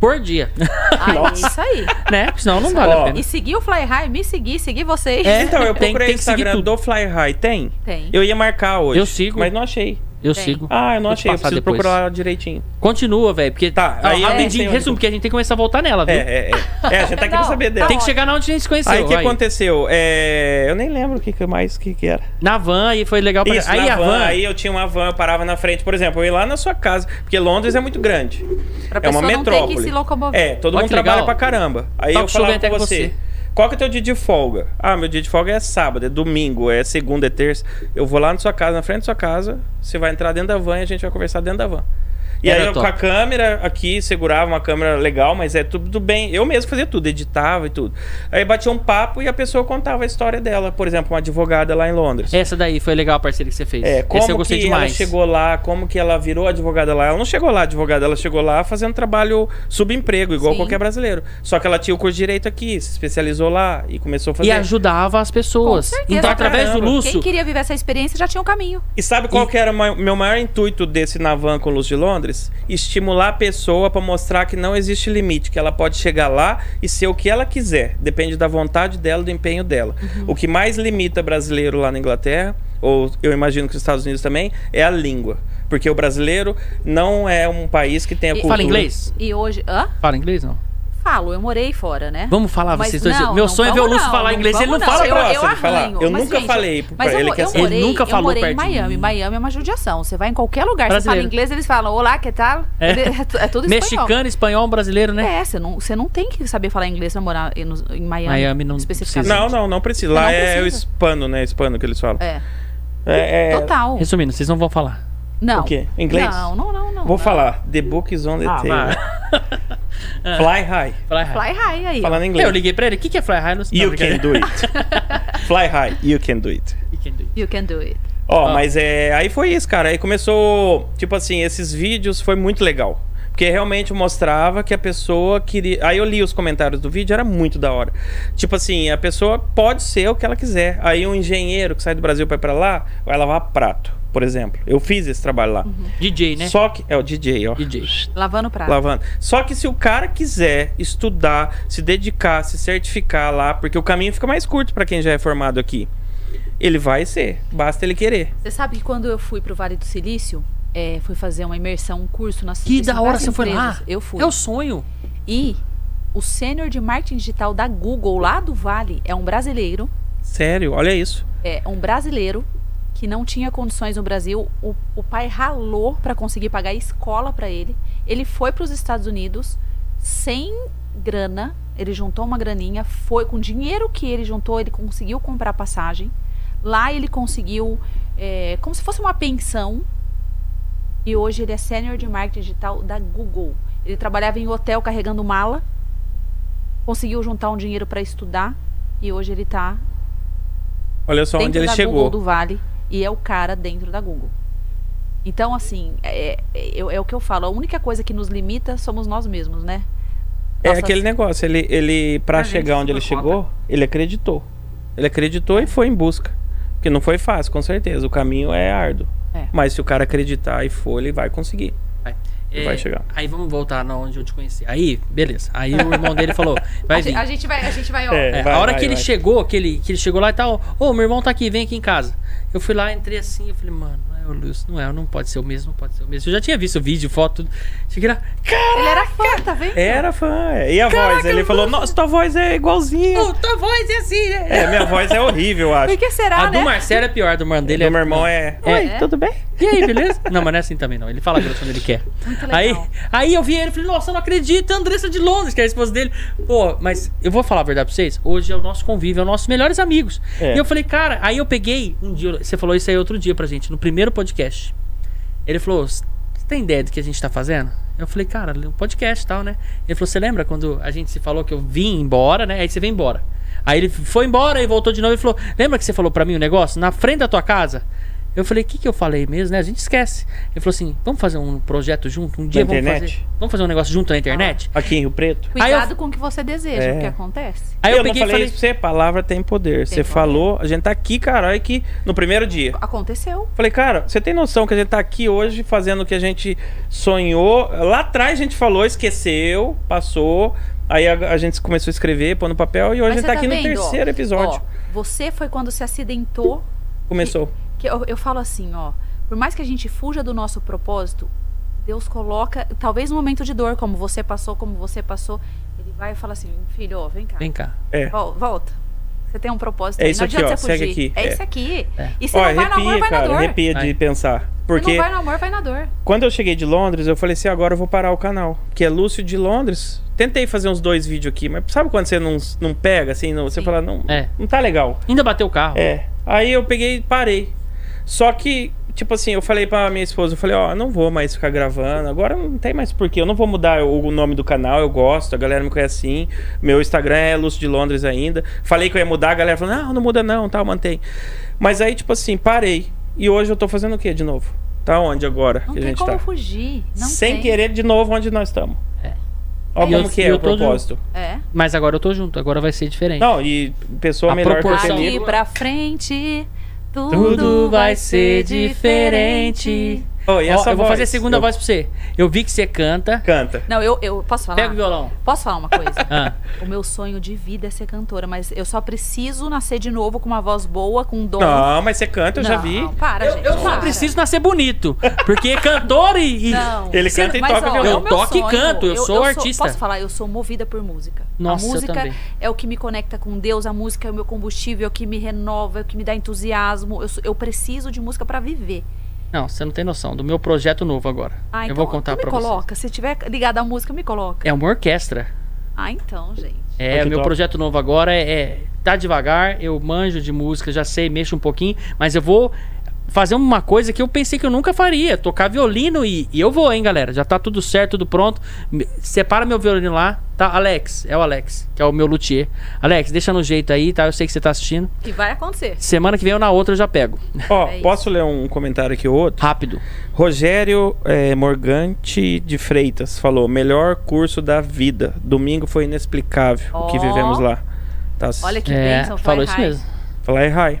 por dia. [LAUGHS] Ah, é isso aí. né? Porque senão não vale Ó. a pena. E seguir o Fly High, me seguir, seguir vocês. É. Então, eu Tem- procurei o tem que seguir Instagram tudo. do Fly High. Tem? Tem. Eu ia marcar hoje. Eu sigo. Mas não achei. Eu Tem. sigo. Ah, eu não Vou te achei. Eu passar preciso depois. procurar direitinho. Continua, velho. Porque. Tá, Ó, aí eu nem sei rapidinho, onde resumo, que- porque a gente tem que começar a voltar nela, É, viu? é, é. É, a gente tá querendo Não, saber dela. Tem que chegar na onde a gente se conheceu. Aí o que vai. aconteceu? É, Eu nem lembro o que, que mais que, que era. Na van e foi legal pra Isso, Aí na a van, van. aí eu tinha uma van, eu parava na frente. Por exemplo, eu ia lá na sua casa, porque Londres é muito grande. Pra é uma pessoa não ter que metrópole. se locomover. É, todo Olha mundo que trabalha legal. pra caramba. Aí Talk eu show falava vem até com com você. você. Qual que é o teu dia de folga? Ah, meu dia de folga é sábado, é domingo, é segunda, é terça. Eu vou lá na sua casa, na frente da sua casa, você vai entrar dentro da van e a gente vai conversar dentro da van. E Era aí eu top. com a câmera aqui, segurava uma câmera legal, mas é tudo bem. Eu mesmo fazia tudo, editava e tudo. Aí batia um papo e a pessoa contava a história dela. Por exemplo, uma advogada lá em Londres. Essa daí foi legal a parceria que você fez. É, como Esse eu gostei que demais. ela chegou lá, como que ela virou advogada lá. Ela não chegou lá advogada, ela chegou lá fazendo trabalho subemprego, igual Sim. qualquer brasileiro. Só que ela tinha o curso de direito aqui, se especializou lá e começou a fazer. E ajudava as pessoas. Com certeza. Então, através do Caramba. Lúcio. Quem queria viver essa experiência já tinha um caminho. E sabe qual que era o ma- meu maior intuito desse Navan com Luz de Londres? Estimular a pessoa pra mostrar que não existe limite, que ela pode chegar lá e ser o que ela quiser. Depende da vontade dela, do empenho dela. O que mais limita brasileiro lá na Inglaterra, ou eu imagino que nos Estados Unidos também, é a língua. Porque o brasileiro não é um país que tenha E- cultura. Fala inglês? E hoje. Hã? Fala inglês, não? Falo, eu morei fora, né? Vamos falar Mas vocês dois. não, Meu não sonho é ver o vamos Lúcio não, falar não inglês. Ele não vamos fala não. pra pra eu- você de falar. arranho, Eu mas, nunca gente, falei pra mas ele eu, que é eu assim. morei, Ele nunca falou Eu morei em perto de Miami. mim. Miami é uma judiação. Você vai em qualquer lugar, você Brasileiro. fala inglês, eles falam olá, que tal? É. É, é tudo espanhol. Mexicano, espanhol, brasileiro, né? É, você não, você não tem que saber falar inglês pra morar em, nos- em Miami. Miami não especificamente. Não, não, não precisa. Lá Não é o precisa. hispano, né? Hispano que eles falam. É, Então tá. É, é- total. Resumindo, vocês não vão falar. Não. O quê? Inglês? Não, não, não. não Vou não. falar. The book is on the table. É. Fly high. Ah. Fly high. Fly high aí. ó. Falando Ah. Eu inglês. liguei pra ele. O que, que é fly high? Não sei. You Não, can brincadeira. do it. [LAUGHS] Fly high, you can do it. You can do it. You can do it. Ó, Ah. mas é. Aí foi isso, cara. Aí começou. Tipo assim, esses vídeos foi muito legal. Porque realmente mostrava que a pessoa queria. Aí eu li os comentários do vídeo, era muito da hora. Tipo assim, a pessoa pode ser o que ela quiser. Aí um engenheiro que sai do Brasil pra ir pra lá, vai lavar prato, por exemplo. Eu fiz esse trabalho lá. DJ, né? Só que. É o DJ, ó. DJ. Lavando prato. Lavando. Só que se o cara quiser estudar, se dedicar, se certificar lá, porque o caminho fica mais curto pra quem já é formado aqui. Ele vai ser, basta ele querer. Você sabe que quando eu fui pro Vale do Silício, é, fui fazer uma imersão, um curso na Que da hora das você foi lá. empresas. Eu fui. É o sonho. E o sênior de marketing digital da Google, lá do Vale, é um brasileiro. Sério, olha isso. É um brasileiro que não tinha condições no Brasil. O, o pai ralou para conseguir pagar a escola para ele. Ele foi para os Estados Unidos sem grana. Ele juntou uma graninha, foi com o dinheiro que ele juntou, ele conseguiu comprar passagem. Lá ele conseguiu, é, como se fosse uma pensão. E hoje ele é sênior de marketing digital da Google. Ele trabalhava em hotel carregando mala. conseguiu juntar um dinheiro para estudar e hoje ele tá Olha só Então, dentro onde ele da chegou. Google do Vale e é o cara dentro da Google. Então, assim, é, é- eu- é o que eu falo. A única coisa que nos limita somos nós mesmos, né? É Nossa, aquele negócio, ele, ele para A gente chegar onde ele toma chegou, ele acreditou. Ele acreditou e foi em busca. Porque não foi fácil, com certeza. O caminho é árduo. É. Mas se o cara acreditar e for, ele vai conseguir. É, Vai chegar. Aí vamos voltar na onde eu te conheci. Aí, beleza. Aí o irmão dele [LAUGHS] falou: A, vai ge- vir. a gente vai, a gente vai, ó. É. É, vai, a hora vai, que ele vai. chegou, que ele, que ele chegou lá e tal, ô, meu irmão tá aqui, vem aqui em casa. Eu fui lá, entrei assim, eu falei, mano, não é o Lúcio, não é, não pode ser o mesmo, não pode ser o mesmo. Eu já tinha visto o vídeo, foto, tudo. Cheguei lá, cara, Ele era fã, tá vendo? Era fã. é. E a voz? Ele falou, nossa, tua voz é igualzinha. ô, tua voz é assim, né? É, minha voz é horrível, eu acho. Por que será, A [LAUGHS] do né? Marcelo é pior, a do mano dele Ele é. meu irmão é. É. Oi, tudo bem? E aí, beleza? Não, mas não é assim também, não. Ele fala grosso quando ele quer. Muito legal. Aí, aí eu vi ele e falei, nossa, eu não acredito, é a Andressa de Londres, que é a esposa dele. Pô, mas eu vou falar a verdade pra vocês, hoje é o nosso convívio, é os nossos melhores amigos. É. E eu falei, cara, aí eu peguei um dia, você falou isso aí outro dia pra gente, no primeiro podcast. Ele falou, você tem ideia do que a gente tá fazendo? Eu falei, cara, um podcast e tal, né? Ele falou, você lembra quando a gente se falou que eu vim embora, né? Aí você vem embora. Aí ele foi embora e voltou de novo e falou, lembra que você falou pra mim o negócio? Na frente da tua casa? Eu falei, o que, que eu falei mesmo, né? A gente esquece. Ele falou assim, vamos fazer um projeto junto, um dia vamos internet? fazer... Vamos fazer um negócio junto na internet? Aqui em Rio Preto. Cuidado com o que você deseja, É. o que acontece. Aí eu, não peguei falei, e falei, isso pra você, palavra tem poder. você poder. falou, a gente tá aqui, caralho, que no primeiro dia. Aconteceu. Falei, cara, você tem noção que a gente tá aqui hoje fazendo o que a gente sonhou? Lá atrás a gente falou, esqueceu, passou. Aí a, a gente começou a escrever, pôr no papel e hoje a Mas gente você tá aqui no vendo, ó? terceiro episódio. Ó, você foi quando se acidentou Começou. que eu, eu falo assim, ó, por mais que a gente fuja do nosso propósito, Deus coloca, talvez um momento de dor, como você passou, como você passou, ele vai e fala assim, filho, ó, vem cá, vem cá. É. vol- volta. Você tem um propósito, É aí, isso não aqui, adianta ó, você segue fugir. aqui, É, é. isso aqui. É. E se Ó, não vai no amor, arrepia, vai na cara, dor. arrepia de Vai. pensar. Se não Porque vai no amor, vai na dor. quando eu cheguei de Londres, eu falei assim, agora eu vou parar o canal. Que é Lúcio de Londres. Tentei fazer uns dois vídeos aqui, mas sabe quando você não, não pega, assim, não- você Sim. fala, não, É. não tá legal. Ainda bateu o carro. É. Aí eu peguei e parei. Só que, tipo assim, eu falei pra minha esposa, eu falei, ó, eu não vou mais ficar gravando, agora não tem mais porquê, eu não vou mudar o, o nome do canal, eu gosto, a galera me conhece assim, meu Instagram é Lúcio de Londres ainda. Falei que eu ia mudar, a galera falou, não, não muda não, tal, mantém. Mas aí, tipo assim, parei. E hoje eu tô fazendo o quê de novo? Tá onde agora Não que a tem gente como tá? fugir. Não Sem tem. querer de novo onde nós estamos. É. Olha E eu- como que e é eu o tô de- propósito. É. Mas agora eu tô junto, agora vai ser diferente. Não, e pessoa A melhor que eu proporção. tenho. Daqui livro- pra frente, tudo, Tudo vai vai ser ser diferente. diferente. Oh, e Ó, essa eu vou voz? fazer a segunda Eu- voz pra você. Eu vi que você canta. Canta. Não, eu, eu posso falar? Pega o violão. Posso falar [LAUGHS] uma coisa? Ah. O meu sonho de vida é ser cantora, mas eu só preciso nascer de novo com uma voz boa, com um dom. Não, mas você canta, eu já vi. Não, para, Eu, gente. eu só para. preciso nascer bonito. Porque é cantor e. e- Não. Ele canta e Mas, toca ó, violão. é o meu Eu toco e sonho. canto, eu sou artista. Posso falar, eu sou movida por música. Nossa, a eu música também. é o que me conecta com Deus, a música é o meu combustível, é o que me renova, é o que me dá entusiasmo. Eu, sou- eu preciso de música pra viver. Não, você não tem noção do meu projeto novo agora. Ah, eu então vou contar tu me pra vocês. coloca. Se tiver ligado à música, me coloca. É uma orquestra. Ah, então, gente. Olha É, que o meu top. projeto novo agora é, é. Tá devagar, eu manjo de música, já sei, mexo um pouquinho, mas eu vou fazer uma coisa que eu pensei que eu nunca faria: tocar violino e, e eu vou, hein, galera. Já tá tudo certo, tudo pronto. Me- Separa meu violino lá, tá? Alex, é o Alex, que é o meu luthier. Alex, deixa no jeito aí, tá? Eu sei que você tá assistindo. Que vai acontecer. Semana que vem ou na outra eu já pego. [LAUGHS] Ó, É isso. posso ler um comentário aqui outro? Rápido. Rogério eh, Morgante de Freitas falou: melhor curso da vida. Domingo foi inexplicável o que Ó. vivemos lá. Tá, Olha que é, bênção. falou vai, isso vai. mesmo. Fly high.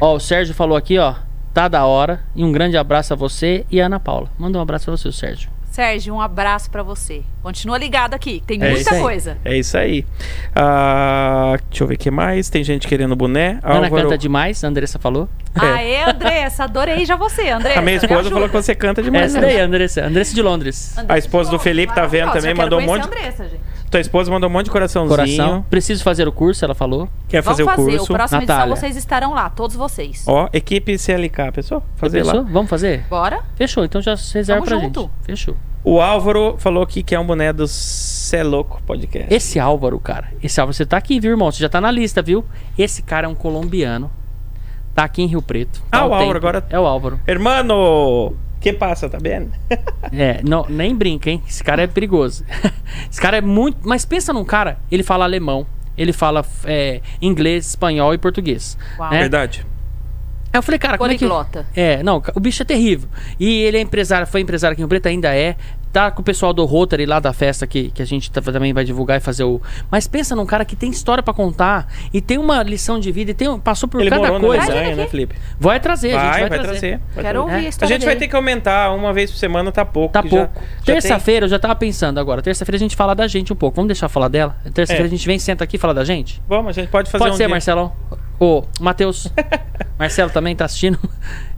Ó, o Sérgio falou aqui, ó. Tá da hora. E um grande abraço a você e a Ana Paula. Manda um abraço pra você, Sérgio. Sérgio, um abraço pra você. Continua ligado aqui, tem É isso muita aí. coisa. É isso aí. Ah, deixa eu ver o que mais. Tem gente querendo boné. Ana canta demais, a Andressa falou. Aê, Andressa, adorei já você, Andressa. É. A minha me esposa ajuda. falou que você canta demais. É, Essa né? daí, a Andressa. Andressa de Londres. Andressa, A esposa do Felipe tá vendo maravilhosa, também, eu quero mandou um conhecer monte- a Andressa, gente. Tua esposa mandou um monte de coraçãozinho. Coração. Preciso fazer o curso, ela falou. Quer fazer Vamos o fazer, curso. o próximo Natália. edição vocês estarão lá, todos vocês. Ó, equipe CLK, pessoal. Fazer lá. Pensou? Vamos fazer? Bora? Fechou, então já se reserva Tamo pra junto. gente. Fechou. O Álvaro falou que quer um boné do Cê é Louco Podcast. Esse Álvaro, cara. Esse Álvaro, você tá aqui, viu, irmão? Você já tá na lista, viu? Esse cara é um colombiano. Tá aqui em Rio Preto. Tá Ah, há um o Álvaro tempo. agora- É o Álvaro. Hermano! Que passa, tá vendo? É, não, nem brinca, hein? Esse cara é perigoso. [LAUGHS] Esse cara é muito. Mas pensa num cara, ele fala alemão, ele fala é, inglês, espanhol e português. Uau. Né? Verdade. Aí eu falei, cara, como é que. Poliglota. É, não, o bicho é terrível. E ele é empresário, foi empresário aqui em Rio Preto, ainda é. Tá com o pessoal do Rotary lá da festa que, que a gente tá- também vai divulgar e fazer o. Mas pensa num cara que tem história pra contar e tem uma lição de vida e tem, um- passou por Ele cada morou na coisa. Alemanha, né, Felipe? Vai trazer, a gente Vai, vai, vai trazer. trazer. vai trazer. Quero ouvir É. a A história gente vai ter dele. que aumentar uma vez por semana, tá pouco. Tá que já- pouco. já tem- Terça-feira eu já tava pensando agora. Terça-feira a gente fala da gente um pouco. Vamos deixar falar dela? Terça-feira É. a gente vem, senta aqui e fala da gente? Vamos, a gente pode fazer Pode um ser, dia. Marcelão. Ô, [LAUGHS] Matheus. Marcelo também tá assistindo.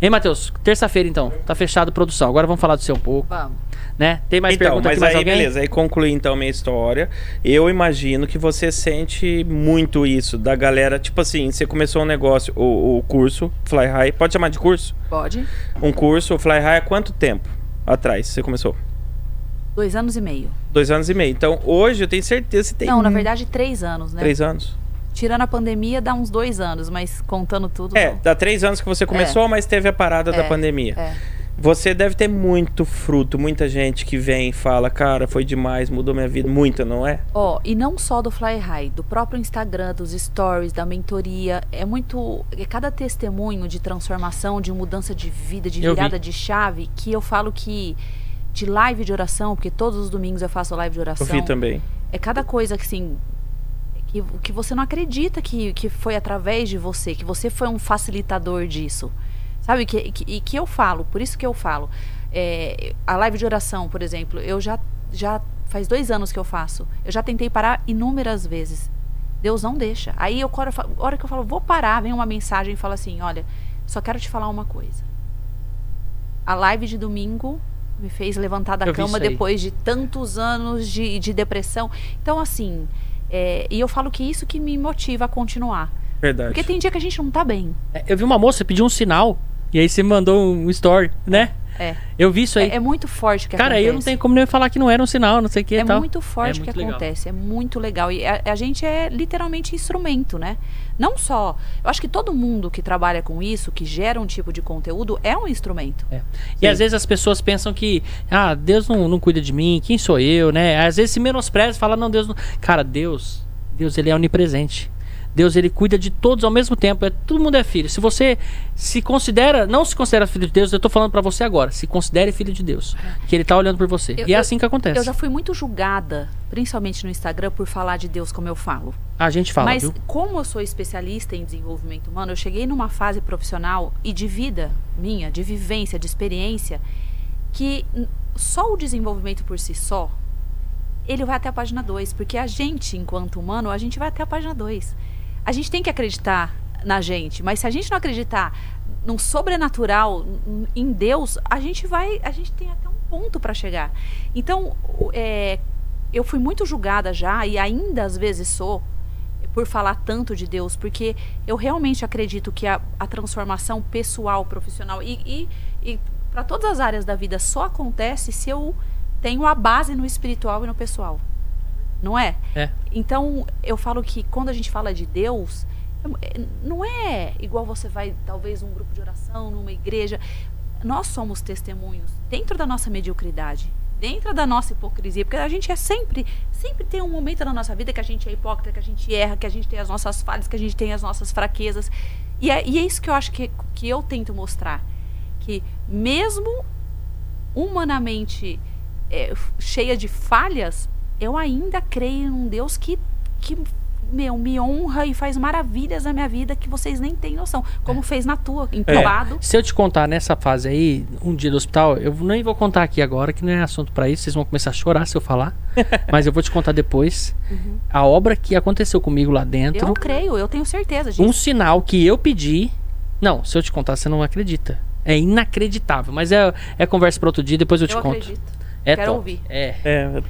Hein, Matheus? Terça-feira então. Tá fechado a produção. Agora vamos falar do seu um pouco, Vamos. né? Tem mais então, pergunta mas aqui, mais aí alguém? beleza, aí concluí então minha história. Eu imagino que você sente muito isso da galera, tipo assim, você começou um negócio, o, o curso Fly High, pode chamar de curso? Pode. Um curso Fly High há quanto tempo atrás você começou? Dois anos e meio. Dois anos e meio. Então hoje eu tenho certeza que tem um- Não, na verdade, três anos, né? três anos. Tirando a pandemia, dá uns dois anos, mas contando tudo. É, não. dá três anos que você começou, mas teve a parada da É, pandemia. é. Você deve ter muito fruto, muita gente que vem e fala, cara, foi demais, mudou minha vida. Muita, não é? Ó, e não só do Fly High, do próprio Instagram, dos stories, da mentoria. É muito. É cada testemunho de transformação, de mudança de vida, de Eu vi. virada de chave, que eu falo que. De live de oração, porque todos os domingos eu faço live de Eu oração. vi também. É cada coisa que assim. Que, que você não acredita que, que foi através de você, que você foi um facilitador disso. Sabe? Que, e que, e que eu falo, por isso que eu falo. É, a live de oração, por exemplo, eu já, já faz dois anos que eu faço. Eu já tentei parar inúmeras vezes. Deus não deixa. Aí eu hora, hora que eu falo, vou parar, vem uma mensagem e fala assim, olha, só quero te falar uma coisa. A live de domingo me fez levantar da Eu vi isso cama aí. depois de tantos anos de, de depressão. Então, assim, é, e eu falo que isso que me motiva a continuar. Verdade. Porque tem dia que a gente não tá bem. É, Eu vi uma moça pedir um sinal e aí você me mandou um story, né? É, Eu vi isso aí. é, é muito forte o que cara, aí acontece. eu não tenho como nem falar que não era um sinal, não sei o que e É tal. muito forte É o que muito legal. acontece, é muito legal. E a, a gente é literalmente instrumento, né? Não só. Eu acho que todo mundo que trabalha com isso, que gera um tipo de conteúdo, é um instrumento. É. E Sim. às vezes as pessoas pensam que, ah, Deus não, não cuida de mim, quem sou eu, né? Às vezes se menospreza e fala, não, Deus não. Cara, Deus, Deus ele é onipresente. Deus ele cuida de todos ao mesmo tempo. É, todo mundo é filho. Se você se considera, não se considera filho de Deus, eu tô falando pra você agora, se considere filho de Deus. Que ele tá olhando por você. É. Eu- e é eu- assim que acontece. Eu já fui muito julgada, principalmente no Instagram, por falar de Deus como eu falo. A gente fala, Mas viu? como eu sou especialista em desenvolvimento humano, eu cheguei numa fase profissional e de vida minha, de vivência, de experiência, que n- só o desenvolvimento por si só, ele vai até a página 2, porque a gente, enquanto humano, a gente vai até a página 2. A gente tem que acreditar na gente, mas se a gente não acreditar num sobrenatural, n- em Deus, a gente vai, a gente tem até um ponto para chegar. Então, o- é, eu fui muito julgada já e ainda às vezes sou por falar tanto de Deus, porque eu realmente acredito que a, a transformação pessoal, profissional e, e, para todas as áreas da vida só acontece se eu tenho a base no espiritual e no pessoal. Não é? É. Então, eu falo que quando a gente fala de Deus, é- não é igual você vai, talvez, num grupo de oração, numa igreja. Nós somos testemunhos dentro da nossa mediocridade, dentro da nossa hipocrisia, porque a gente é sempre, sempre tem um momento na nossa vida que a gente é hipócrita, que a gente erra, que a gente tem as nossas falhas, que a gente tem as nossas fraquezas. E é, e é isso que eu acho que, que eu tento mostrar. Que mesmo humanamente é, f- cheia de falhas, eu ainda creio em um Deus que, que meu, me honra e faz maravilhas na minha vida que vocês nem têm noção. Como É. fez na tua, entubado. Se eu te contar nessa fase aí, um dia do hospital, eu nem vou contar aqui agora, que não é assunto pra isso, vocês vão começar a chorar se eu [LAUGHS] falar. mas eu vou te contar depois. A obra que aconteceu comigo lá dentro, Uhum. Eu creio, eu tenho certeza disso. um sinal que eu pedi. Não, se eu te contar, você não acredita. É inacreditável, mas é, é conversa para outro dia, depois eu te eu conto. acredito. É Quero top. ouvir. É. É,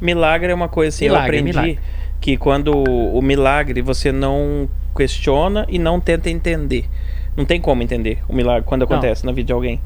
milagre é uma coisa assim, Milagre, eu aprendi milagre. que quando o milagre você não questiona e não tenta entender. Não tem como entender o milagre quando acontece na vida de alguém.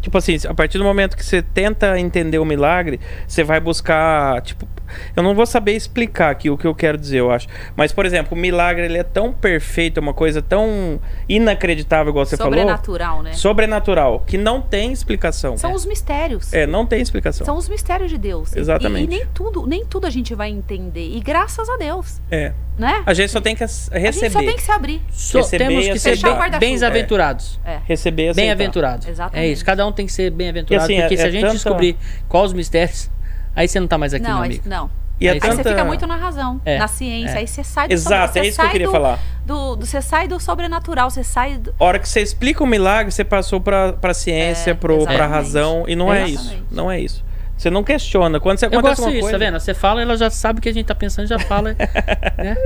Tipo assim, a partir do momento que você tenta entender o milagre, você vai buscar, tipo, Eu não vou saber explicar aqui o que eu quero dizer, eu acho. Mas, por exemplo, o milagre ele é tão perfeito, é uma coisa tão inacreditável, igual você falou. Sobrenatural, né? Sobrenatural, que não tem explicação. São os mistérios. É, não tem explicação. São os mistérios de Deus. E- Exatamente. E, nem tudo, nem tudo a gente vai entender. E graças a Deus, É. né? A gente só tem que ace- A gente receber. só tem que se abrir. É. Só Receber temos e que ser aceitar. bem- bens-aventurados. Receber e aceitar. Bem-aventurados. Exatamente. É isso. Cada um tem que ser bem-aventurado. É. E assim, é- porque se é a gente tanta- descobrir quais os mistérios, aí você não tá mais aqui, não, meu aí, amigo. não. E é Aí Aí tanta... você fica muito na razão, É, na ciência. Aí você sai do Exato, sobre- é você isso que eu sai queria do- falar. do- do- você sai do sobrenatural, você sai do. A hora que você explica o milagre, você passou pra, pra ciência, É, pro, pra exatamente. razão. E não é isso. Exatamente. Não é isso. Você não questiona. Quando você Eu acontece gosto uma disso, coisa... tá vendo? Você fala, ela já sabe o que a gente tá pensando, já [LAUGHS] fala. né?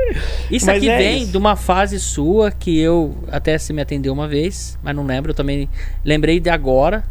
Isso Mas aqui é vem isso. de uma fase sua que eu até se me atendeu uma vez, mas não lembro, eu também lembrei de agora,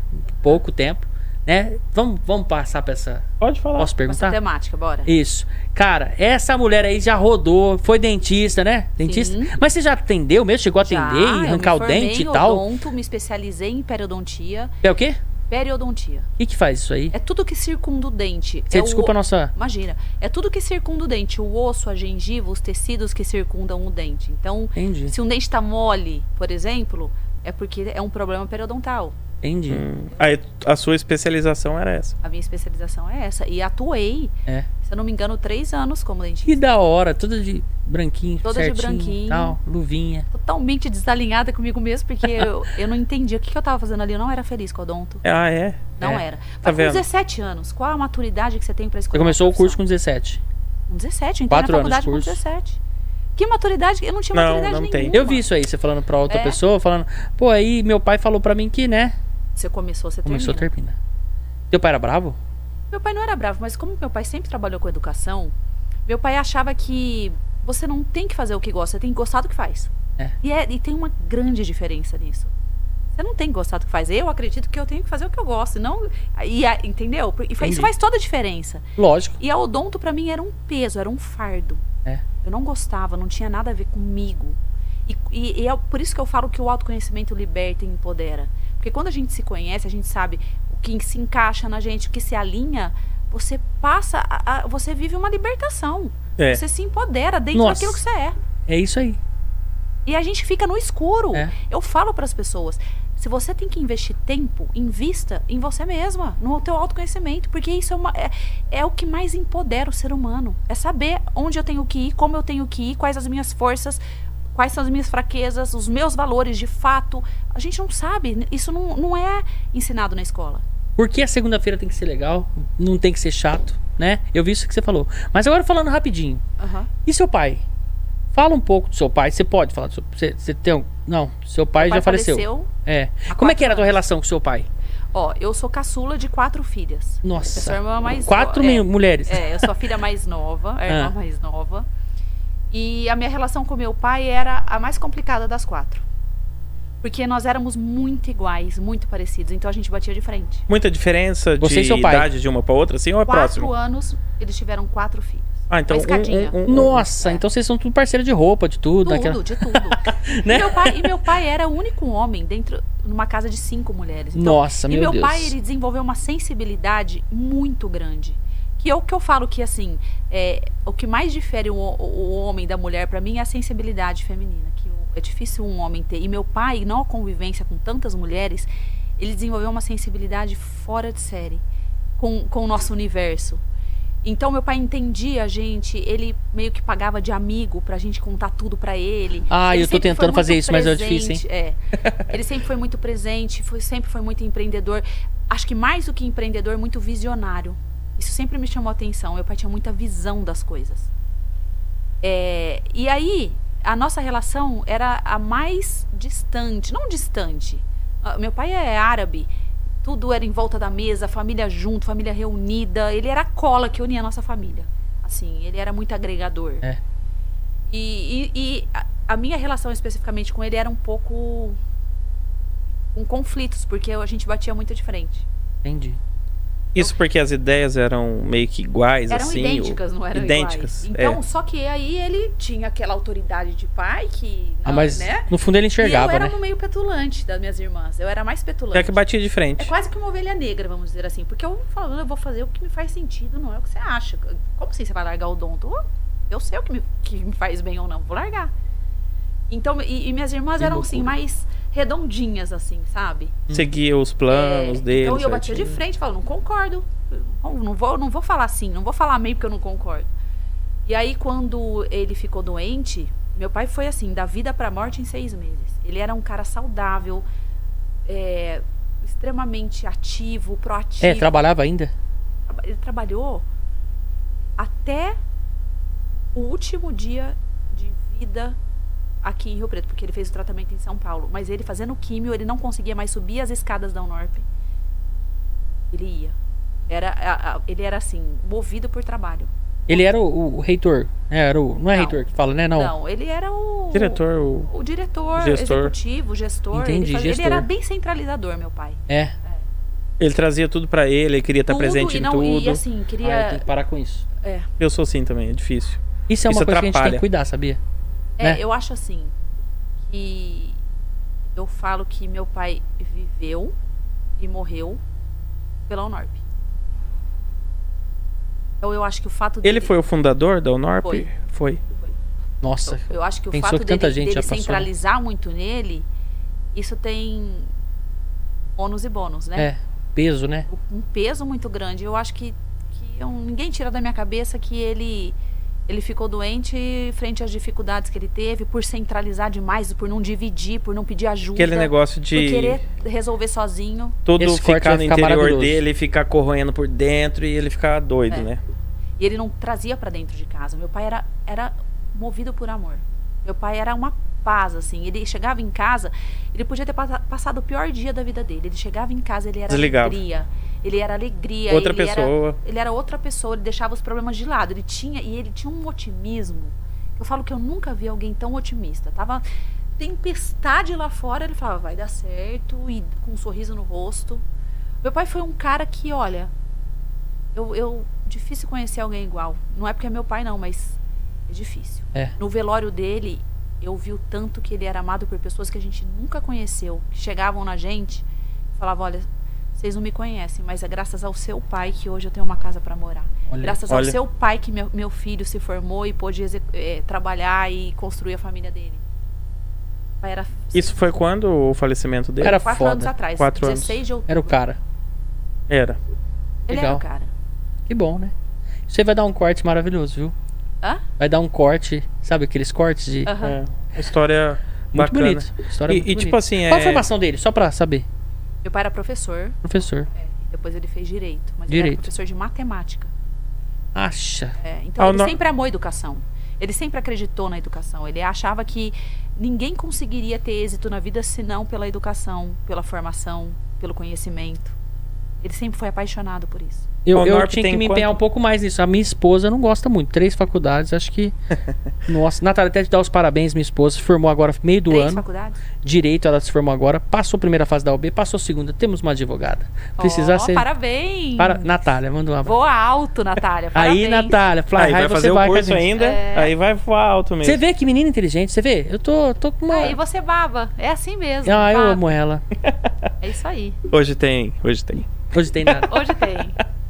pouco tempo, né? Vamos, vamos passar pra essa. Pode falar. Posso Essa perguntar? temática, bora. Isso. Cara, essa mulher aí já rodou, foi dentista, né? Dentista? Sim. Mas você já atendeu mesmo? Chegou a atender, Já, Ah, eu me arrancar o formei dente e em tal? Odonto, me especializei em periodontia. É o quê? Periodontia. O que, que faz isso aí? É tudo que circunda o dente. Você é o- desculpa a nossa. Imagina. É tudo que circunda o dente. O osso, a gengiva, os tecidos que circundam o dente. Então, Entendi, se um dente está mole, por exemplo, é porque é um problema periodontal. entendi. Hum, Aí, a sua especialização era essa. A minha especialização é essa. E atuei, É. se eu não me engano, três anos como dentista. Que da hora, toda de branquinho, Toda de certinho, branquinho. tal, luvinha. Totalmente desalinhada comigo [LAUGHS] mesmo, porque eu, eu não entendia o que, que eu tava fazendo ali. Eu não era feliz com o odonto. Ah, é? Não É. era. Mas com vendo? 17 anos, qual a maturidade que você tem para escolher? Você começou uma o curso profissão? com 17. Com 17, eu entrei na Quatro anos de faculdade com curso. 17. Que maturidade? Eu não tinha Não, maturidade não tem. nenhuma. Eu vi isso aí, você falando pra outra É. pessoa, falando, pô, aí meu pai falou pra mim que, né? Você começou, você Começou, termina. termina. Teu pai era bravo? Meu pai não era bravo, mas como meu pai sempre trabalhou com educação, meu pai achava que você não tem que fazer o que gosta, você tem que gostar do que faz. É. E, é- e tem uma grande diferença nisso. Você não tem que gostar do que faz. Eu acredito que eu tenho que fazer o que eu gosto, e não e a- entendeu? E fa- Entendi. isso faz toda a diferença. Lógico. E a odonto pra mim era um peso, era um fardo. É. Eu não gostava, não tinha nada a ver comigo. E, e- e é por isso que eu falo que o autoconhecimento liberta e empodera. Porque quando a gente se conhece, a gente sabe o que se encaixa na gente, o que se alinha, você passa, a- a- você vive uma libertação. É. Você se empodera dentro Nossa. daquilo que você é. É isso aí. E a gente fica no escuro. É. Eu falo para as pessoas, se você tem que investir tempo, invista em você mesma, no teu autoconhecimento, porque isso é, uma- é- é o que mais empodera o ser humano. É saber onde eu tenho que ir, como eu tenho que ir, quais as minhas forças, quais são as minhas fraquezas, os meus valores de fato. A gente não sabe, isso não, não é ensinado na escola. Por que a segunda-feira tem que ser legal? Não tem que ser chato, né? Eu vi isso que você falou. Mas agora falando rapidinho. E seu pai? Fala um pouco do seu pai. Você pode falar do seu você, você tem um... Não, seu pai, Meu já pai faleceu. faleceu. É. Há Como é quatro que era a tua relação com seu pai? Ó, eu sou caçula de quatro filhas. Nossa. Eu sou a irmã mais Quatro é, mil- mulheres. É, eu sou a filha mais nova, a irmã Ah. mais nova. E a minha relação com meu pai era a mais complicada das quatro. Porque nós éramos muito iguais, muito parecidos. Então a gente batia de frente. Muita diferença Você e de seu pai. idade de uma pra outra, assim, ou é Quatro próximo? anos, eles tiveram quatro filhos. Ah, então Uma escadinha. um, um, um, um. Nossa, então vocês são tudo parceiro de roupa, de tudo. Tudo, daquela- [LAUGHS] de tudo. Né? e, meu pai, e meu pai era o único homem dentro numa casa de cinco mulheres. Então, Nossa, e meu meu Deus. pai, ele desenvolveu uma sensibilidade muito grande. Que é o que eu falo que, assim, é, o que mais difere o, o homem da mulher pra mim é a sensibilidade feminina. Que o- é difícil um homem ter. E meu pai, não a convivência com tantas mulheres, ele desenvolveu uma sensibilidade fora de série com, com o nosso universo. Então, meu pai entendia a gente, ele meio que pagava de amigo pra gente contar tudo pra ele. Ah, Ele eu tô sempre foi tentando muito fazer isso, mas é difícil, hein? presente, é. Ele sempre foi muito presente, foi, sempre foi muito empreendedor. Acho que mais do que empreendedor, muito visionário. Isso sempre me chamou a atenção. Meu pai tinha muita visão das coisas. É, e aí, a nossa relação era a mais distante. Não distante. Ah, Meu pai é árabe. Tudo era em volta da mesa, família junto, família reunida. Ele era a cola que unia a nossa família. Assim, ele era muito agregador. É. E, e- e a, a minha relação especificamente com ele era um pouco com conflitos, porque a gente batia muito de frente. Entendi. Isso porque as ideias eram meio que iguais, eram assim. idênticas, o- não eram idênticas, iguais. Então, é. só que aí ele tinha aquela autoridade de pai que. Ah, não, mas né? no fundo ele enxergava, e eu era né? um meio petulante das minhas irmãs. Eu era mais petulante. É que batia de frente. É quase que uma ovelha negra, vamos dizer assim. Porque eu falando, eu vou fazer o que me faz sentido, não é o que você acha. Como assim você vai largar o donto? Oh, Eu sei o que me, que me faz bem ou não, vou largar. Então, e, e minhas irmãs Que eram assim, loucura. mais redondinhas, assim, sabe? Seguia os planos É, dele. Então eu batia de certinho. frente, falava, não concordo. Não, não vou, não vou falar assim, não vou falar meio porque eu não concordo. E aí, quando ele ficou doente, meu pai foi assim, da vida pra morte em seis meses. Ele era um cara saudável, é, extremamente ativo, proativo. É, trabalhava ainda? Traba- Ele trabalhou até o último dia de vida aqui em Rio Preto, porque ele fez o tratamento em São Paulo. Mas ele fazendo químio, ele não conseguia mais subir as escadas da Unorp. Ele ia. Era, a- a- ele era assim, movido por trabalho. Ele era o, o- o reitor. né? era o, não é Não. reitor que fala, né? Não. Não, ele era o. Diretor, o- O diretor, Gestor. executivo, gestor. Entendi, ele, fazia- gestor. ele era bem centralizador, meu pai. É. ele trazia tudo pra ele, ele queria estar Tudo, Tá presente e em não, tudo. E assim, Ah, eu queria. tenho que parar com isso. é. Eu sou assim também, é difícil. Isso é uma Isso coisa que a gente tem que atrapalha. cuidar, sabia? É, né? eu acho assim que eu falo que meu pai viveu e morreu pela Unorp. Então eu acho que o fato dele, Ele foi o fundador da Unorp? Foi. Nossa. eu acho que o Pensou fato que dele, tanta gente dele já passou, né? centralizar muito nele, isso tem ônus e bônus, né? É. Peso, né? um peso muito grande. Eu acho que, que eu- ninguém tira da minha cabeça que ele ele ficou doente frente às dificuldades que ele teve por centralizar demais, por não dividir, por não pedir ajuda, Aquele negócio por de querer resolver sozinho. tudo Esse corte ficar vai no ficar interior maravilhoso. dele, e ficar corroendo por dentro e ele ficar doido, É. né? E ele não trazia pra dentro de casa. Meu pai era era movido por amor. Meu pai era uma paz assim. Ele chegava em casa, ele podia ter passa- passado o pior dia da vida dele. Ele chegava em casa, ele era Desligava. alegria. Ele era alegria, Outra ele era- pessoa. ele era outra pessoa, ele deixava os problemas de lado. Ele tinha e ele tinha um otimismo. Eu falo que eu nunca vi alguém tão otimista. Tava tempestade lá fora, ele falava, vai dar certo e com um sorriso no rosto. Meu pai foi um cara que, olha, eu, eu difícil conhecer alguém igual. Não é porque é meu pai não, mas é difícil. É. No velório dele, eu vi o tanto que ele era amado por pessoas que a gente nunca conheceu, que chegavam na gente, falavam, olha, vocês não me conhecem, mas é graças ao seu pai que hoje eu tenho uma casa para morar. Olha, graças olha. ao seu pai que meu, meu filho se formou e pôde exec- eh, trabalhar e construir a família dele. O pai era Isso foi quando o falecimento dele? Era quatro foda. anos atrás, Quatro anos. 16 de outubro. Era o cara. Era. Ele Legal. era o cara. Que bom, né? Isso aí vai dar um corte maravilhoso, viu? Hã? Vai dar um corte, sabe aqueles cortes de. Aham. É. Uma História Muito bacana. bonito. História e, muito e, bonita. tipo assim, é... Qual a formação dele? Só pra saber. Meu pai era professor, Professor. É. depois ele fez direito, mas ele Direito. era professor de matemática. Acha. É, então Ah, ele não- sempre amou a educação. Ele sempre acreditou na educação. Ele achava que ninguém conseguiria ter êxito na vida senão pela educação, pela formação, pelo conhecimento. Ele sempre foi apaixonado por isso. Eu, Bom, eu Norp tinha tem que me empenhar quanto? um pouco mais nisso. A minha esposa não gosta muito. Três faculdades, [LAUGHS] acho que. Nossa, Natália, até te dar os parabéns, minha esposa. Se formou agora meio do Três ano. faculdades? Direito, ela se formou agora. Passou a primeira fase da OB, passou a segunda. Temos uma advogada. Precisar Ó, ser. Parabéns! Para... Natália, manda um abraço. Voa alto, Natália. Aí, Parabéns. Natália, Fly Aí High, vai você fazer o vai com a curso gente. ainda, É. aí vai voar alto mesmo. Você vê que menina inteligente, você vê? Eu tô, tô com uma. Aí você baba. É assim mesmo. Ah, eu baba. amo ela. É isso aí. Hoje tem, hoje tem. Hoje tem nada. Hoje tem.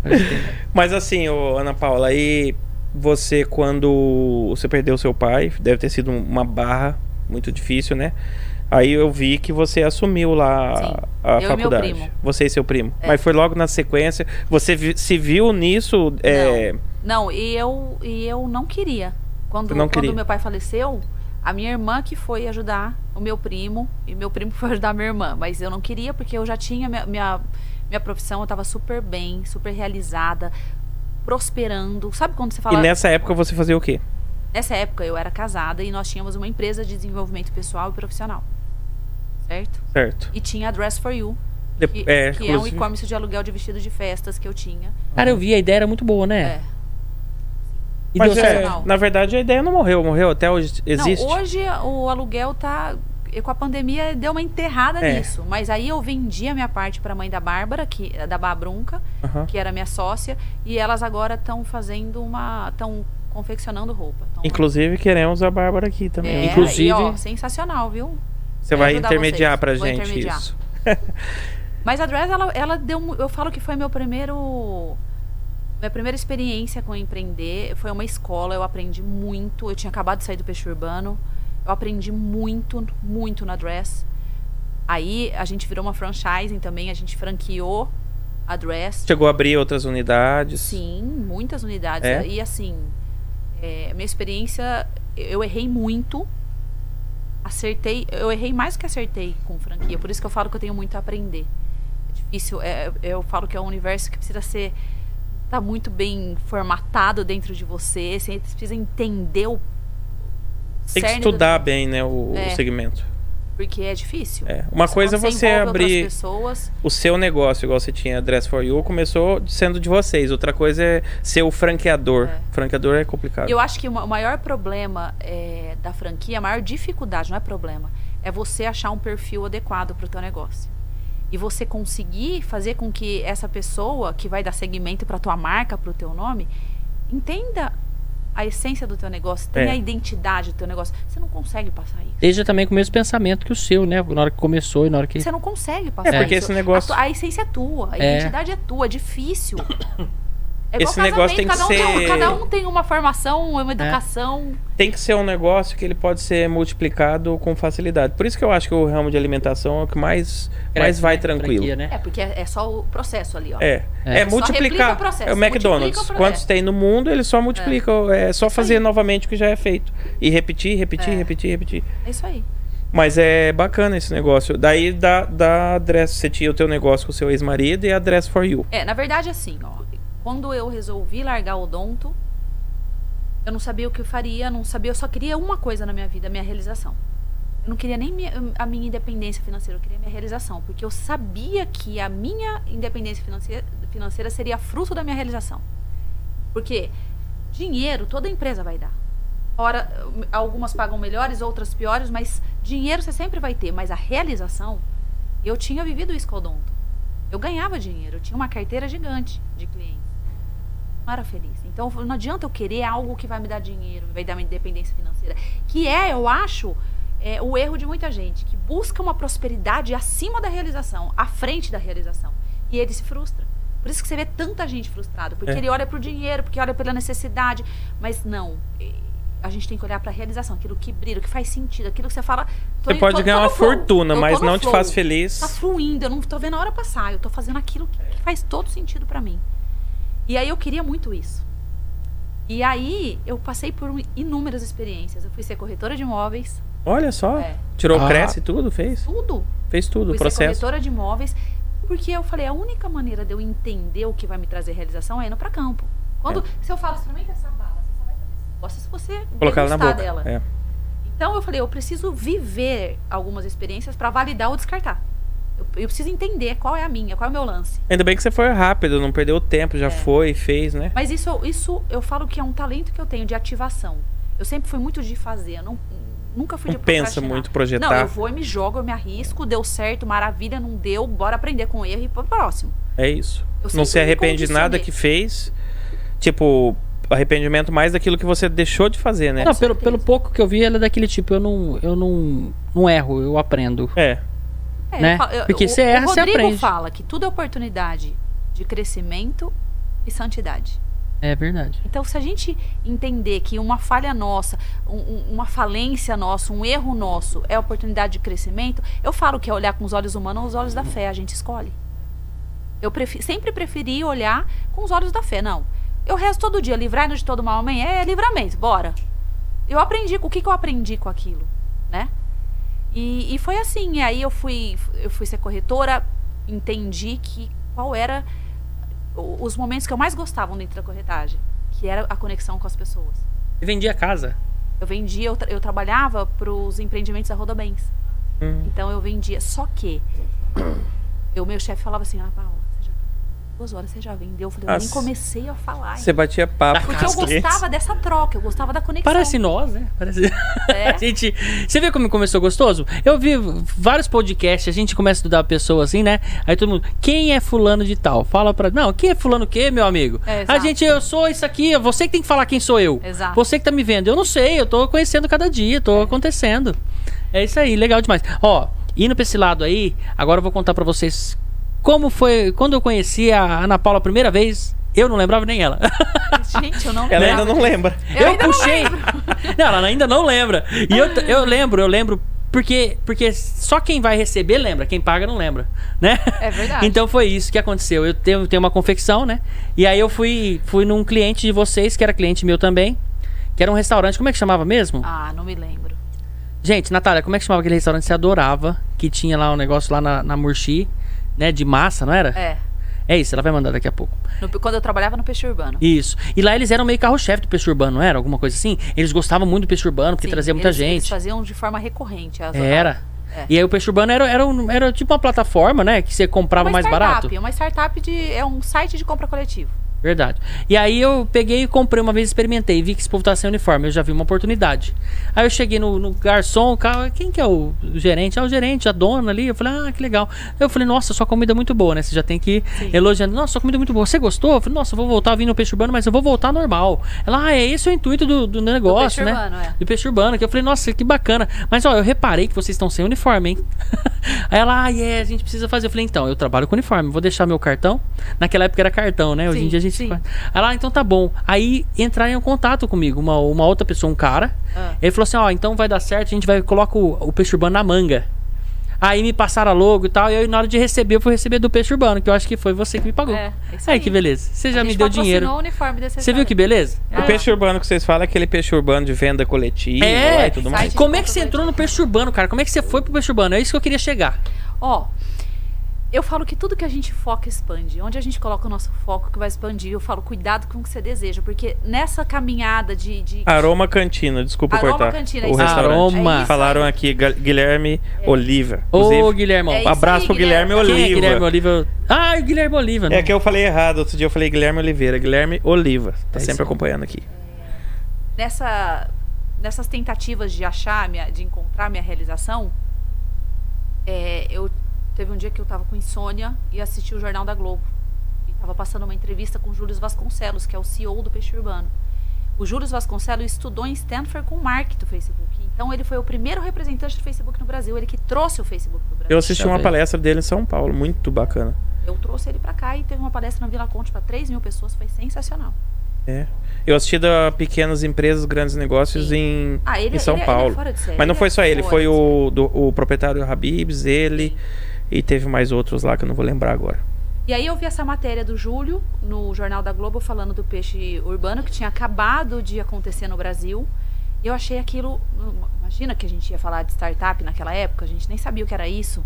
Hoje tem nada. Mas assim, ô, Ana Paula, aí você quando você perdeu seu pai, deve ter sido uma barra muito difícil, né? Aí eu vi que você assumiu lá Sim, a eu e meu faculdade. primo. É. Você e seu primo. Mas foi logo na sequência. Você vi- se viu nisso? É, Não, e eu, e eu não queria. Quando, Eu não quando queria. meu pai faleceu, a minha irmã que foi ajudar o meu primo, e meu primo [LAUGHS] foi ajudar a minha irmã. Mas eu não queria, porque eu já tinha minha, minha, minha profissão, eu estava super bem, super realizada, prosperando. Sabe quando você e fala. nessa época você fazia o quê? Nessa época eu era casada e nós tínhamos uma empresa de desenvolvimento pessoal e profissional. Certo? Certo. E tinha a Dress for You, De- que é, que é um inclusive- e-commerce de aluguel de vestido de festas que eu tinha. Cara, eu vi, a ideia era muito boa, né? É. E Mas deu é, certo. certo. na verdade a ideia não morreu, morreu até hoje existe. Não, hoje o aluguel tá. E com a pandemia deu uma enterrada É. nisso. Mas aí eu vendi a minha parte para a mãe da Bárbara, que da Babrunca, Aham. que era minha sócia, e elas agora estão fazendo uma, estão confeccionando roupa. Tão- Inclusive, queremos a Bárbara aqui também. É, Inclu- Inclusive- e, ó, sensacional, viu? Você vai vai ajudar intermediar vocês. pra Vou gente intermediar. isso. Mas a Dress, ela, ela deu. mu- Eu falo que foi meu primeiro. Minha primeira experiência com empreender foi uma escola, eu aprendi muito. Eu tinha acabado de sair do peixe urbano, eu aprendi muito, muito na Dress. Aí a gente virou uma franchising também, a gente franqueou a Dress. Chegou a abrir outras unidades. Sim, muitas unidades. É? E assim, é, minha experiência, eu errei muito. Acertei, eu errei mais do que acertei com franquia. Por isso que eu falo que eu tenho muito a aprender. É difícil, é, eu falo que é um universo que precisa ser tá muito bem formatado dentro de você, você precisa entender o Tem que cerne do- estudar bem, né, o, o É. segmento. porque é difícil. É. Uma coisa é Quando você envolve outras abrir pessoas, o seu negócio, igual você tinha a Dress for You, começou sendo de vocês. Outra coisa é ser o franqueador. É. Franqueador é complicado. Eu acho que o ma- o maior problema é, da franquia, a maior dificuldade, não é problema, é você achar um perfil adequado para o teu negócio. E você conseguir fazer com que essa pessoa que vai dar segmento para tua marca, para o teu nome, entenda a essência do teu negócio, tenha É. a identidade do teu negócio. Você não consegue passar isso. Esteja também com o mesmo pensamento que o seu, né? Na hora que começou e na hora que. Você não consegue É passar porque isso. esse negócio, A, tu- a essência é tua, a É. identidade é tua, é [COUGHS] difícil. É Esse negócio tem que cada um, ser- É. um, cada um tem uma formação, uma educação. tem que ser um negócio que ele pode ser multiplicado com facilidade. Por isso que eu acho que o ramo de alimentação é o que mais, mais Cresce, vai né? tranquilo. Franquia, É, né? porque é, é só o processo ali, ó. É. É, É. Só replica multiplicar. o processo, é o multiplica o McDonald's. processo. Quantos tem no mundo, ele só multiplica. É, só Isso fazer aí. novamente o que já é feito. E repetir, repetir, É. repetir, repetir. É isso aí. Mas é bacana esse negócio. Daí da, da Dress, você tinha o teu negócio com o seu ex-marido e a Dress for You. É, na verdade, assim, ó. Quando eu resolvi largar o odonto, eu não sabia o que eu faria, não sabia, eu só queria uma coisa na minha vida, minha realização. Eu não queria nem minha- a minha independência financeira, eu queria minha realização, porque eu sabia que a minha independência financeira, financeira seria fruto da minha realização. Porque dinheiro toda empresa vai dar. Ora, algumas pagam melhores, outras piores, mas dinheiro você sempre vai ter. Mas a realização, eu tinha vivido isso com o Odonto. Eu ganhava dinheiro, eu tinha uma carteira gigante de clientes. Não era feliz. Então eu falei, não adianta eu querer algo que vai me dar dinheiro, vai dar minha independência financeira. Que é, eu acho, é, o erro de muita gente, que busca uma prosperidade acima da realização, à frente da realização. E ele se frustra. Por isso que você vê tanta gente frustrada, porque É. ele olha para o dinheiro, porque olha pela necessidade. Mas não, e- a gente tem que olhar para a realização, aquilo que brilha, o que faz sentido, aquilo que você fala. tô Você em- pode tô- tô ganhar no uma flow, fortuna, eu tô mas no não te flow faz tá feliz. fluindo, eu não tô vendo a hora passar, eu tô fazendo aquilo que que faz todo sentido pra mim. E aí eu queria muito isso. E aí eu passei por um inúmeras experiências. Eu fui ser corretora de imóveis, Olha só. É. Tirou Ah. cresce tudo, fez? tudo. Fez tudo, o fui ser processo. corretora de imóveis, porque eu falei, a única maneira de eu entender o que vai me trazer realização é indo pra campo. Quando É. se eu falo, experimenta essa bala, você só vai saber se gosta se você Colocar ela na degustar boca. dela. É. Então eu falei, eu preciso viver algumas experiências pra validar ou descartar. Eu, eu preciso entender qual é a minha, qual é o meu lance. Ainda bem que você foi rápido, não perdeu tempo, É. já foi, fez, né? Mas isso, isso eu falo que é um talento que eu tenho de ativação. Eu sempre fui muito de fazer, eu não, nunca fui Não de pensa procrastinar. muito, Não, projetar. eu vou e me jogo, eu me arrisco, deu certo, maravilha, não deu, bora aprender com o erro e pro próximo. É isso. Eu não sempre se me arrepende de nada condicionei. que fez. Tipo, arrependimento mais daquilo que você deixou de fazer, né? Não, pelo, pelo pouco que eu vi, ela é daquele tipo, eu não, eu não, não erro, eu aprendo. É. É, Né? eu falo- eu- Porque o, você erra, o você Rodrigo aprende. fala que tudo é oportunidade de crescimento e santidade. É verdade. Então, se a gente entender que uma falha nossa, um- um- uma falência nossa, um erro nosso é oportunidade de crescimento, eu falo que é olhar com os olhos humanos ou os olhos da fé, a gente escolhe. Eu prefi- sempre preferi olhar com os olhos da fé, não. Eu rezo todo dia, livrai-nos de todo mal, amém? É livramento, bora. Eu aprendi, com- o que, que eu aprendi com aquilo, né? E, e foi assim, e aí eu fui, eu fui ser corretora, entendi que qual era o- os momentos que eu mais gostava dentro da corretagem, que era a conexão com as pessoas. Eu vendi a casa. Eu vendia, eu, tra- eu trabalhava para os empreendimentos da Rodobens. Hum. Então eu vendia, só que o meu chefe falava assim, Ana Paula, "Ah, você já duas horas, você já vendeu. Eu falei, eu Ah, nem c- comecei a falar. Você hein? batia papo. Porque eu com os clientes. gostava dessa troca, eu gostava da conexão. Parece nós, né? Parece... [LAUGHS] É. A gente... Você viu como começou gostoso? Eu vi vários podcasts, a gente começa a estudar a pessoa assim, né? Aí todo mundo, quem é fulano de tal? Fala pra... Não, quem é fulano o quê, meu amigo? É, a exato. gente, eu sou isso aqui, é você que tem que falar quem sou eu. Exato. Você que tá me vendo. Eu não sei, eu tô conhecendo cada dia, tô acontecendo. É isso aí, legal demais. Ó, indo pra esse lado aí, agora eu vou contar pra vocês como foi... Quando eu conheci a Ana Paula a primeira vez, eu não lembrava nem ela. [LAUGHS] Gente, eu não Ela lembrava ainda não disso. lembra. Eu Eu ainda não puxei. [LAUGHS] Não, ela ainda não lembra. E eu, t- eu lembro, eu lembro. Porque, porque só quem vai receber lembra, quem paga não lembra, né? É verdade. Então foi isso que aconteceu. Eu tenho, tenho uma confecção, né? E aí eu fui, fui num cliente de vocês, que era cliente meu também, que era um restaurante, como é que chamava mesmo? Ah, não me lembro. Gente, Natália, como é que chamava aquele restaurante que você adorava, que tinha lá um negócio lá na, na Murchi, né? De massa, não era? É. É isso, ela vai mandar daqui a pouco. no- quando eu trabalhava no peixe urbano. Isso. E lá eles eram meio carro-chefe do peixe urbano, não era? Alguma coisa assim? Eles gostavam muito do peixe urbano, porque Sim, trazia muita eles- Eles gente. faziam de forma recorrente. as- Era. É. E aí o peixe urbano era, era, um- era tipo uma plataforma, né? Que você comprava mais startup, barato. É uma startup de. É um site de compra coletivo. Verdade. E aí eu peguei e comprei uma vez, experimentei, vi que esse povo tá sem uniforme, eu já vi uma oportunidade. Aí eu cheguei no, no garçom, o cara, quem que é o o gerente? Ah, o gerente, a dona ali. Eu falei, ah, que legal. Eu falei, nossa, sua comida é muito boa, né? Você já tem que ir elogiando. Nossa, sua comida é muito boa. Você gostou? Eu falei, nossa, eu vou voltar, eu vim no peixe urbano, mas eu vou voltar normal. Ela, ah, é esse o intuito do, do negócio, peixe né? urbano, é. Do peixe urbano. Que eu falei, nossa, que bacana. Mas ó, eu reparei que vocês estão sem uniforme, hein? [LAUGHS] Aí ela, ah, é, a gente precisa fazer. Eu falei, então, eu trabalho com uniforme, vou deixar meu cartão. Naquela época era cartão, né? Hoje em Sim, dia a gente. sim. faz. Aí lá, então tá bom. Aí entraram em contato comigo, uma, uma outra pessoa, um cara. Ah. Ele falou assim: ó, então vai dar certo, a gente vai coloca o, o peixe urbano na manga. Aí me passaram a logo e tal, e aí na hora de receber, eu fui receber do peixe urbano, que eu acho que foi você que me pagou. É, é isso aí aí. que beleza. Você já A me gente deu patrocinou dinheiro. o uniforme desse Você viu que beleza? restaurante. O peixe urbano que vocês falam é aquele peixe urbano de venda coletiva lá É, e tudo Site mais. de como é que compra você entrou no peixe urbano, cara? Como é que você foi pro peixe urbano? É isso que eu queria chegar. Ó, eu falo que tudo que a gente foca expande. Onde a gente coloca o nosso foco que vai expandir, eu falo cuidado com o que você deseja. Porque nessa caminhada de. de- Aroma Cantina, desculpa Aroma cortar. Cantina, o isso. restaurante. Aroma. É isso. Falaram aqui, Gal- Guilherme Oliva. Ô, Inclusive, Guilherme. É um abraço aí, pro Guilherme, Guilherme. Quem Oliva. é Guilherme Oliva? Ah, o Guilherme Oliva. É né? que eu falei errado, outro dia eu falei Guilherme Oliveira, Guilherme Oliva. Tá É isso sempre aí. acompanhando aqui. nessa, nessas tentativas de achar, minha, de encontrar minha realização, é, eu teve um dia que eu tava com insônia e assisti o Jornal da Globo. E tava passando uma entrevista com o Júlio Vasconcelos, que é o CEO do Peixe Urbano. O Júlio Vasconcelos estudou em Stanford com o Mark do Facebook. Então ele foi o primeiro representante do Facebook no Brasil, ele que trouxe o Facebook pro Brasil. Eu assisti Tá uma bem. palestra dele em São Paulo, muito bacana. Eu trouxe ele pra cá e teve uma palestra na Vila Conte pra 3 mil pessoas, foi sensacional. É. Eu assisti da Pequenas Empresas, Grandes Negócios Sim. em, Ah, ele- em São ele é- ele é Paulo. fora de série, Mas não ele foi é só ele, fora foi de o, do- o proprietário Habibs, ele e teve mais outros lá que eu não vou lembrar agora. E aí eu vi essa matéria do Júlio no Jornal da Globo falando do peixe urbano que tinha acabado de acontecer no Brasil. E eu achei aquilo. Imagina que a gente ia falar de startup naquela época, a gente nem sabia o que era isso.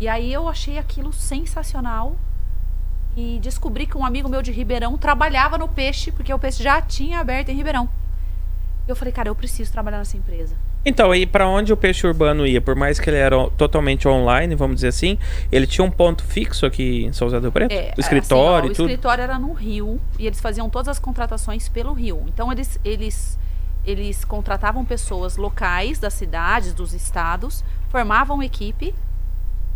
E aí eu achei aquilo sensacional e descobri que um amigo meu de Ribeirão trabalhava no peixe, porque o peixe já tinha aberto em Ribeirão. Eu falei, cara, eu preciso trabalhar nessa empresa. Então, aí para onde o peixe urbano ia? Por mais que ele era o- totalmente online, vamos dizer assim, ele tinha um ponto fixo aqui em São José do Preto? É, o escritório assim, ó, e tudo? O escritório era no Rio e eles faziam todas as contratações pelo Rio. Então eles eles eles contratavam pessoas locais das cidades, dos estados, formavam equipe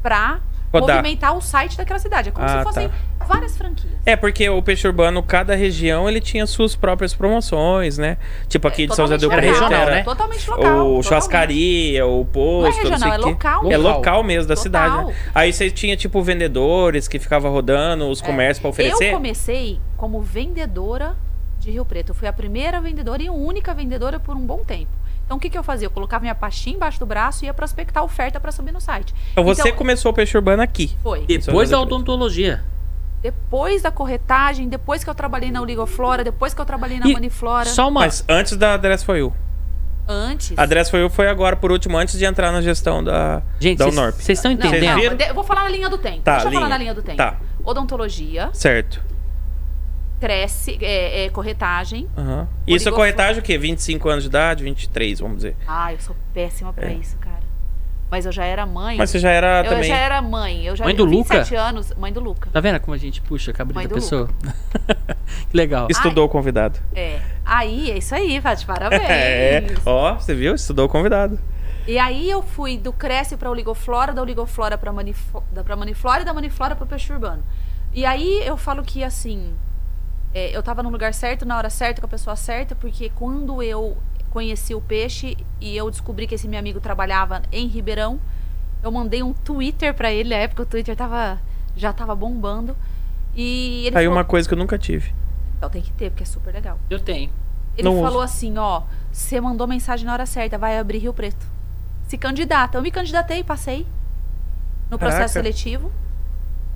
para Rodar. movimentar o site daquela cidade. É como Ah, se fossem várias franquias. É, porque o peixe urbano, cada região, ele tinha suas próprias promoções, né? Tipo aqui de São José do É, Totalmente Preto, local, regional, era né? Totalmente o local. totalmente. churrascaria, o Não é posto, não, regional, é sei o quê. local. É Local. local mesmo da Total. cidade. Né? Aí você tinha, tipo, vendedores que ficavam rodando os comércios pra oferecer. É. Eu comecei como vendedora de Rio Preto. Eu fui a primeira vendedora e única vendedora por um bom tempo. Então o que, que eu fazia? Eu colocava minha pastinha embaixo do braço e ia prospectar oferta para subir no site. Então você Então- é começou o peixe urbano aqui. Foi. Depois da odontologia. Depois da corretagem, depois que eu trabalhei na Oligoflora, depois que eu trabalhei na E Maniflora. Só uma. Mas antes da Dress For You. Antes. A Dress For You foi agora, por último, antes de entrar na gestão da, Gente, da vocês- Unorp. vocês estão Não, Vocês entendendo? viram? calma, de- eu vou falar na linha do tempo. Tá, Deixa eu linha. falar na linha do tempo. Tá. Odontologia, Certo. cresce, é, é, corretagem. Aham. Isso é Oligoflora. corretagem o quê? 25 anos de idade? 23, vamos dizer. Ah, eu sou péssima pra isso, cara. Mas eu já era mãe. É. Mas você já era eu também. já era mãe. Eu já Mãe do 27 anos, mãe do Luca. Tá vendo como a gente puxa a cabeça Mãe da do Ah. pessoa? [LAUGHS] que legal. Estudou o convidado. É. Aí, é isso aí, Vá, de parabéns. [LAUGHS] É, ó, você viu? Estudou o convidado. E aí eu fui do Cresce para Oligoflora, da Oligoflora para manifo... da pra Maniflora e da Maniflora para o Peixe Urbano. E aí eu falo que assim, é, eu tava no lugar certo, na hora certa, com a pessoa certa, porque quando eu conheci o peixe e eu descobri que esse meu amigo trabalhava em Ribeirão, eu mandei um Twitter para ele, na época o Twitter tava já tava bombando. E ele Aí falou, uma coisa que eu nunca tive. então tem que ter, porque é super legal. Eu tenho. Ele Não uso. falou assim, ó, você mandou mensagem na hora certa, vai abrir Rio Preto. Se candidata. Eu me candidatei, passei no processo Caraca. seletivo.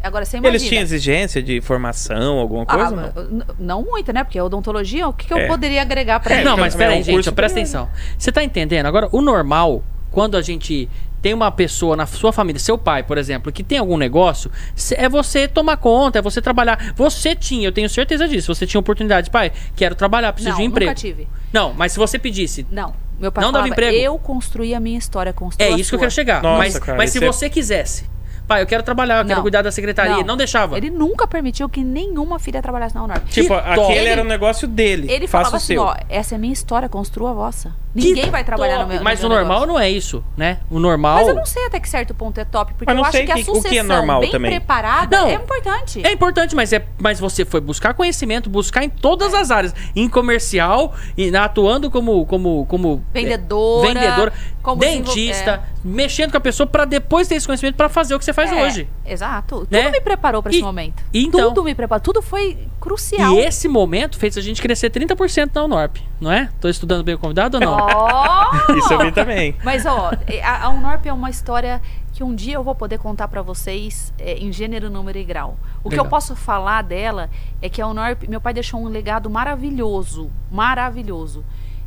Agora sem Eles tinham imagina. exigência de formação, alguma coisa? não? ah, n- não? muita, né? Porque a odontologia, o que, que eu É. poderia agregar pra ele? não, então, mas é peraí, um gente, curso presta pequeno. atenção. Você tá entendendo? Agora, o normal, quando a gente tem uma pessoa na sua família, seu pai, por exemplo, que tem algum negócio, cê- é você tomar conta, é você trabalhar. Você tinha, eu tenho certeza disso, você tinha oportunidade. Pai, quero trabalhar, preciso não, de um nunca emprego. tive. Não, mas se você pedisse. Não, meu pai Não dava falava, emprego? eu construí a minha história, construí É a isso que eu sua." quero chegar. Nossa, mas cara, mas se isso é- você quisesse. Pai, eu quero trabalhar, eu quero Não. cuidar da secretaria. Não, deixava. Ele nunca permitiu que nenhuma filha trabalhasse na Unorte. Tipo, Que top. aquele era um negócio dele. Ele Faça falava o assim, seu. ó, essa é minha história, construa a vossa. Que Ninguém vai trabalhar top. no meu Mas o no meu normal negócio." não é isso, né? O normal. Mas eu não sei até que certo ponto é top, porque Mas não eu acho sei que a que- o que é sucessão normal bem também. preparada Não. é importante. É importante, mas, é, mas você foi buscar conhecimento, buscar em É. todas as áreas. Em comercial, e na- atuando como. como, como é, Vendedora, vendedora, como dentista, mexendo com a pessoa pra depois ter esse conhecimento pra fazer o que você faz É, hoje. Exato. Tudo Né? me preparou pra E- esse momento. e então- Tudo me preparou. Tudo foi crucial. E esse momento fez a gente crescer 30% na Unorp, não é? Tô estudando bem o convidado ou não? Ó! Isso eu vi [LAUGHS] também. Mas, ó, a, a Unorp é uma história que um dia eu vou poder contar pra vocês é, em gênero, número e grau. O que Legal. eu posso falar dela é que a Unorp, meu pai deixou um legado maravilhoso, maravilhoso.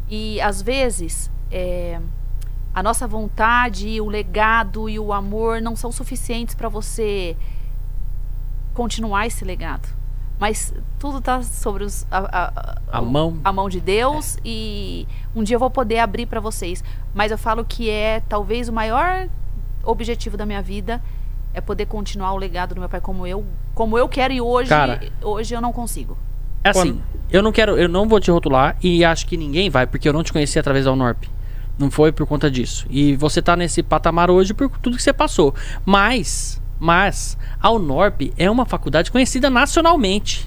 E, às vezes, é, a nossa vontade, o legado e o amor não são suficientes pra você continuar esse legado. Mas tudo tá sobre os, a, A mão. a mão de Deus e um dia eu vou poder abrir pra vocês. Mas eu falo que é talvez o maior objetivo da minha vida é poder continuar o legado do meu pai como eu, como eu quero e hoje, Cara. hoje eu não consigo. É assim, Quando- eu não quero, eu não vou te rotular e acho que ninguém vai, porque eu não te conheci através da Unorp. Não foi por conta disso. E você tá nesse patamar hoje por tudo que você passou. Mas, mas, a Unorp é uma faculdade conhecida nacionalmente.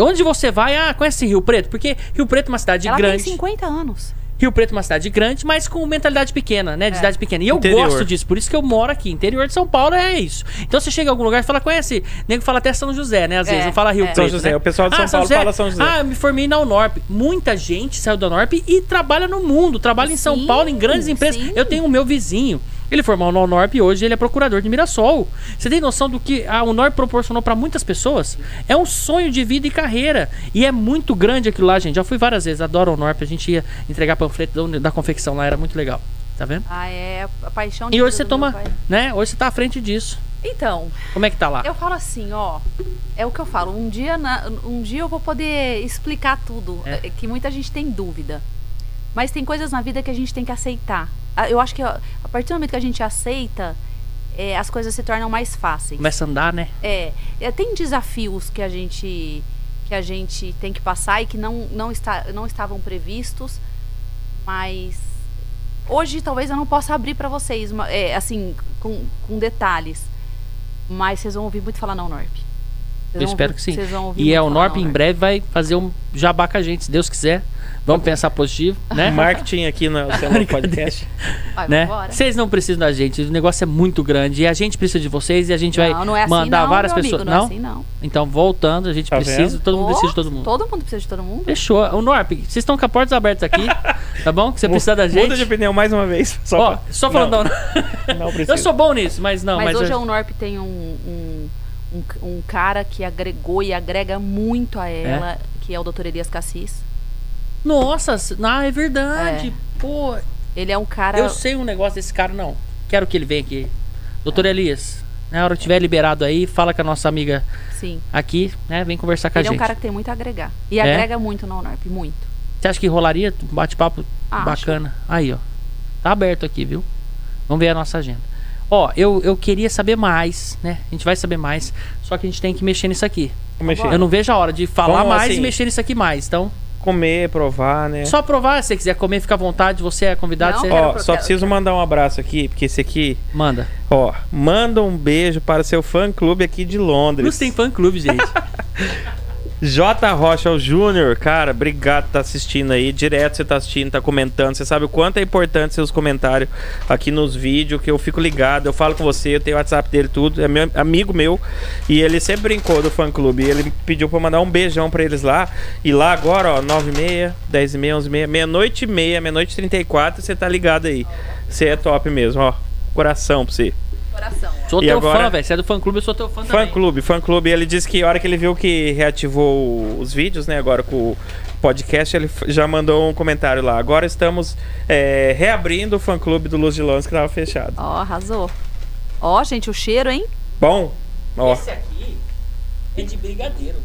Onde você vai, ah, conhece Rio Preto? Porque Rio Preto é uma cidade Ela grande. tem 50 anos. Rio Preto é uma cidade grande, mas com mentalidade pequena, É. né? De cidade pequena. E eu Interior. gosto disso, por isso que eu moro aqui. Interior de São Paulo é isso. Então você chega em algum lugar e fala, conhece. Nego fala até São José, né? Às É, vezes, não fala Rio é. Preto. São José, né? o pessoal de São Paulo fala São José. Ah, eu me formei na Unorp. Muita gente saiu da Unorp e trabalha no mundo, trabalha em São Sim, Paulo, em grandes empresas. sim. Eu tenho o meu vizinho. Ele formou na Unorp e hoje ele é procurador de Mirassol. Você tem noção do que a Unorp proporcionou para muitas pessoas? É um sonho de vida e carreira. E é muito grande aquilo lá, gente. Já fui várias vezes, adoro a Unorp. A gente ia entregar panfleto da, Uni- da confecção lá, era muito legal. Tá vendo? Ah, é a paixão de E hoje vida você do toma, meu pai. né? Hoje você tá à frente disso. Então, Como é que tá lá? eu falo assim, ó, é o que eu falo, um dia na- um dia eu vou poder explicar tudo, É. é que muita gente tem dúvida. Mas tem coisas na vida que a gente tem que aceitar. Ah, Eu acho que ó, a partir do momento que a gente aceita, é, as coisas se tornam mais fáceis. Começa a andar, né? É, é, tem desafios que a gente que a gente tem que passar e que não não está não estavam previstos, mas hoje talvez eu não possa abrir para vocês, uma- é, assim, com, com detalhes. Mas vocês vão ouvir muito falar não Norp. Vocês Eu vão espero ouvir- que sim. vocês vão ouvir E muito é o falar Norp não em breve vai fazer um jabá com a gente, se Deus quiser. Vamos pensar positivo, né? Marketing aqui [LAUGHS] no seu novo podcast. Vai, Né? vambora. Vocês não precisam da gente, o negócio é muito grande e a gente precisa de vocês e a gente vai Não, não é assim, mandar não, várias meu amigo, pessoas. não, é assim, não. Então, voltando, a gente Tá precisa, vendo? todo mundo Oh, precisa de todo mundo. Todo mundo precisa de todo mundo? Fechou. O Norp, vocês estão com a portas [LAUGHS] abertas aqui, tá bom? Que você precisa da Muda de gente. opinião mais uma vez. [LAUGHS] Só, Ó, pra- só falando, Não, não. não precisa. é eu sou bom nisso, mas não, mas, mas, hoje eu- a Unorp tem um, um, um, um cara que agregou e agrega muito a ela, que é o Dr. Elias Cassis. Nossa, c- ah, é verdade. Pô, Ele é um cara. eu sei um negócio desse cara não. Quero que ele venha aqui. Doutor Elias, na hora que tiver liberado aí, fala com a nossa amiga Sim. aqui, né? Vem conversar com a ele é um gente. cara que tem muito a agregar. E É? agrega muito na Unorp, muito. Você acha que rolaria um bate-papo Ah, Acho. bacana? Aí, ó. Tá aberto aqui, viu? Vamos ver a nossa agenda. Ó, eu, eu queria saber mais, né? A gente vai saber mais, só que a gente tem que mexer nisso aqui. Vou mexer. Eu não vejo a hora de falar Vamos, mais assim, e mexer nisso aqui mais. Então, Comer, provar, né? só provar, se você quiser comer, fica à vontade, você é convidado, Não, Ó, você Quero- só quero- preciso mandar um abraço aqui, porque esse aqui, manda. ó, manda um beijo para o seu fã clube aqui de Londres. Não tem fã [LAUGHS] clube, gente. J. Rocha o Júnior, cara, obrigado por tá assistindo aí. Direto você tá assistindo, tá comentando. Você sabe o quanto é importante seus comentários aqui nos vídeos, que eu fico ligado, eu falo com você, eu tenho o WhatsApp dele tudo, é meu amigo meu. E ele sempre brincou do fã clube. E ele pediu pra eu mandar um beijão pra eles lá. E lá agora, ó, 9h30, 10h30, 11h30, meia-noite e meia, meia-noite e 34, você tá ligado aí. Você é top mesmo, ó. Coração pra você. Coração. ó. Sou E teu agora? fã, velho. Você é do fã clube, eu sou teu fã, Fã também. clube, fã clube. Ele disse que a hora que ele viu que reativou os vídeos, né? Agora com o podcast, ele f- já mandou um comentário lá. Agora estamos é, reabrindo o fã clube do Luz de Lons que estava fechado. Ó, arrasou. Ó, gente, o cheiro, hein? Bom, ó. aqui é de brigadeiro.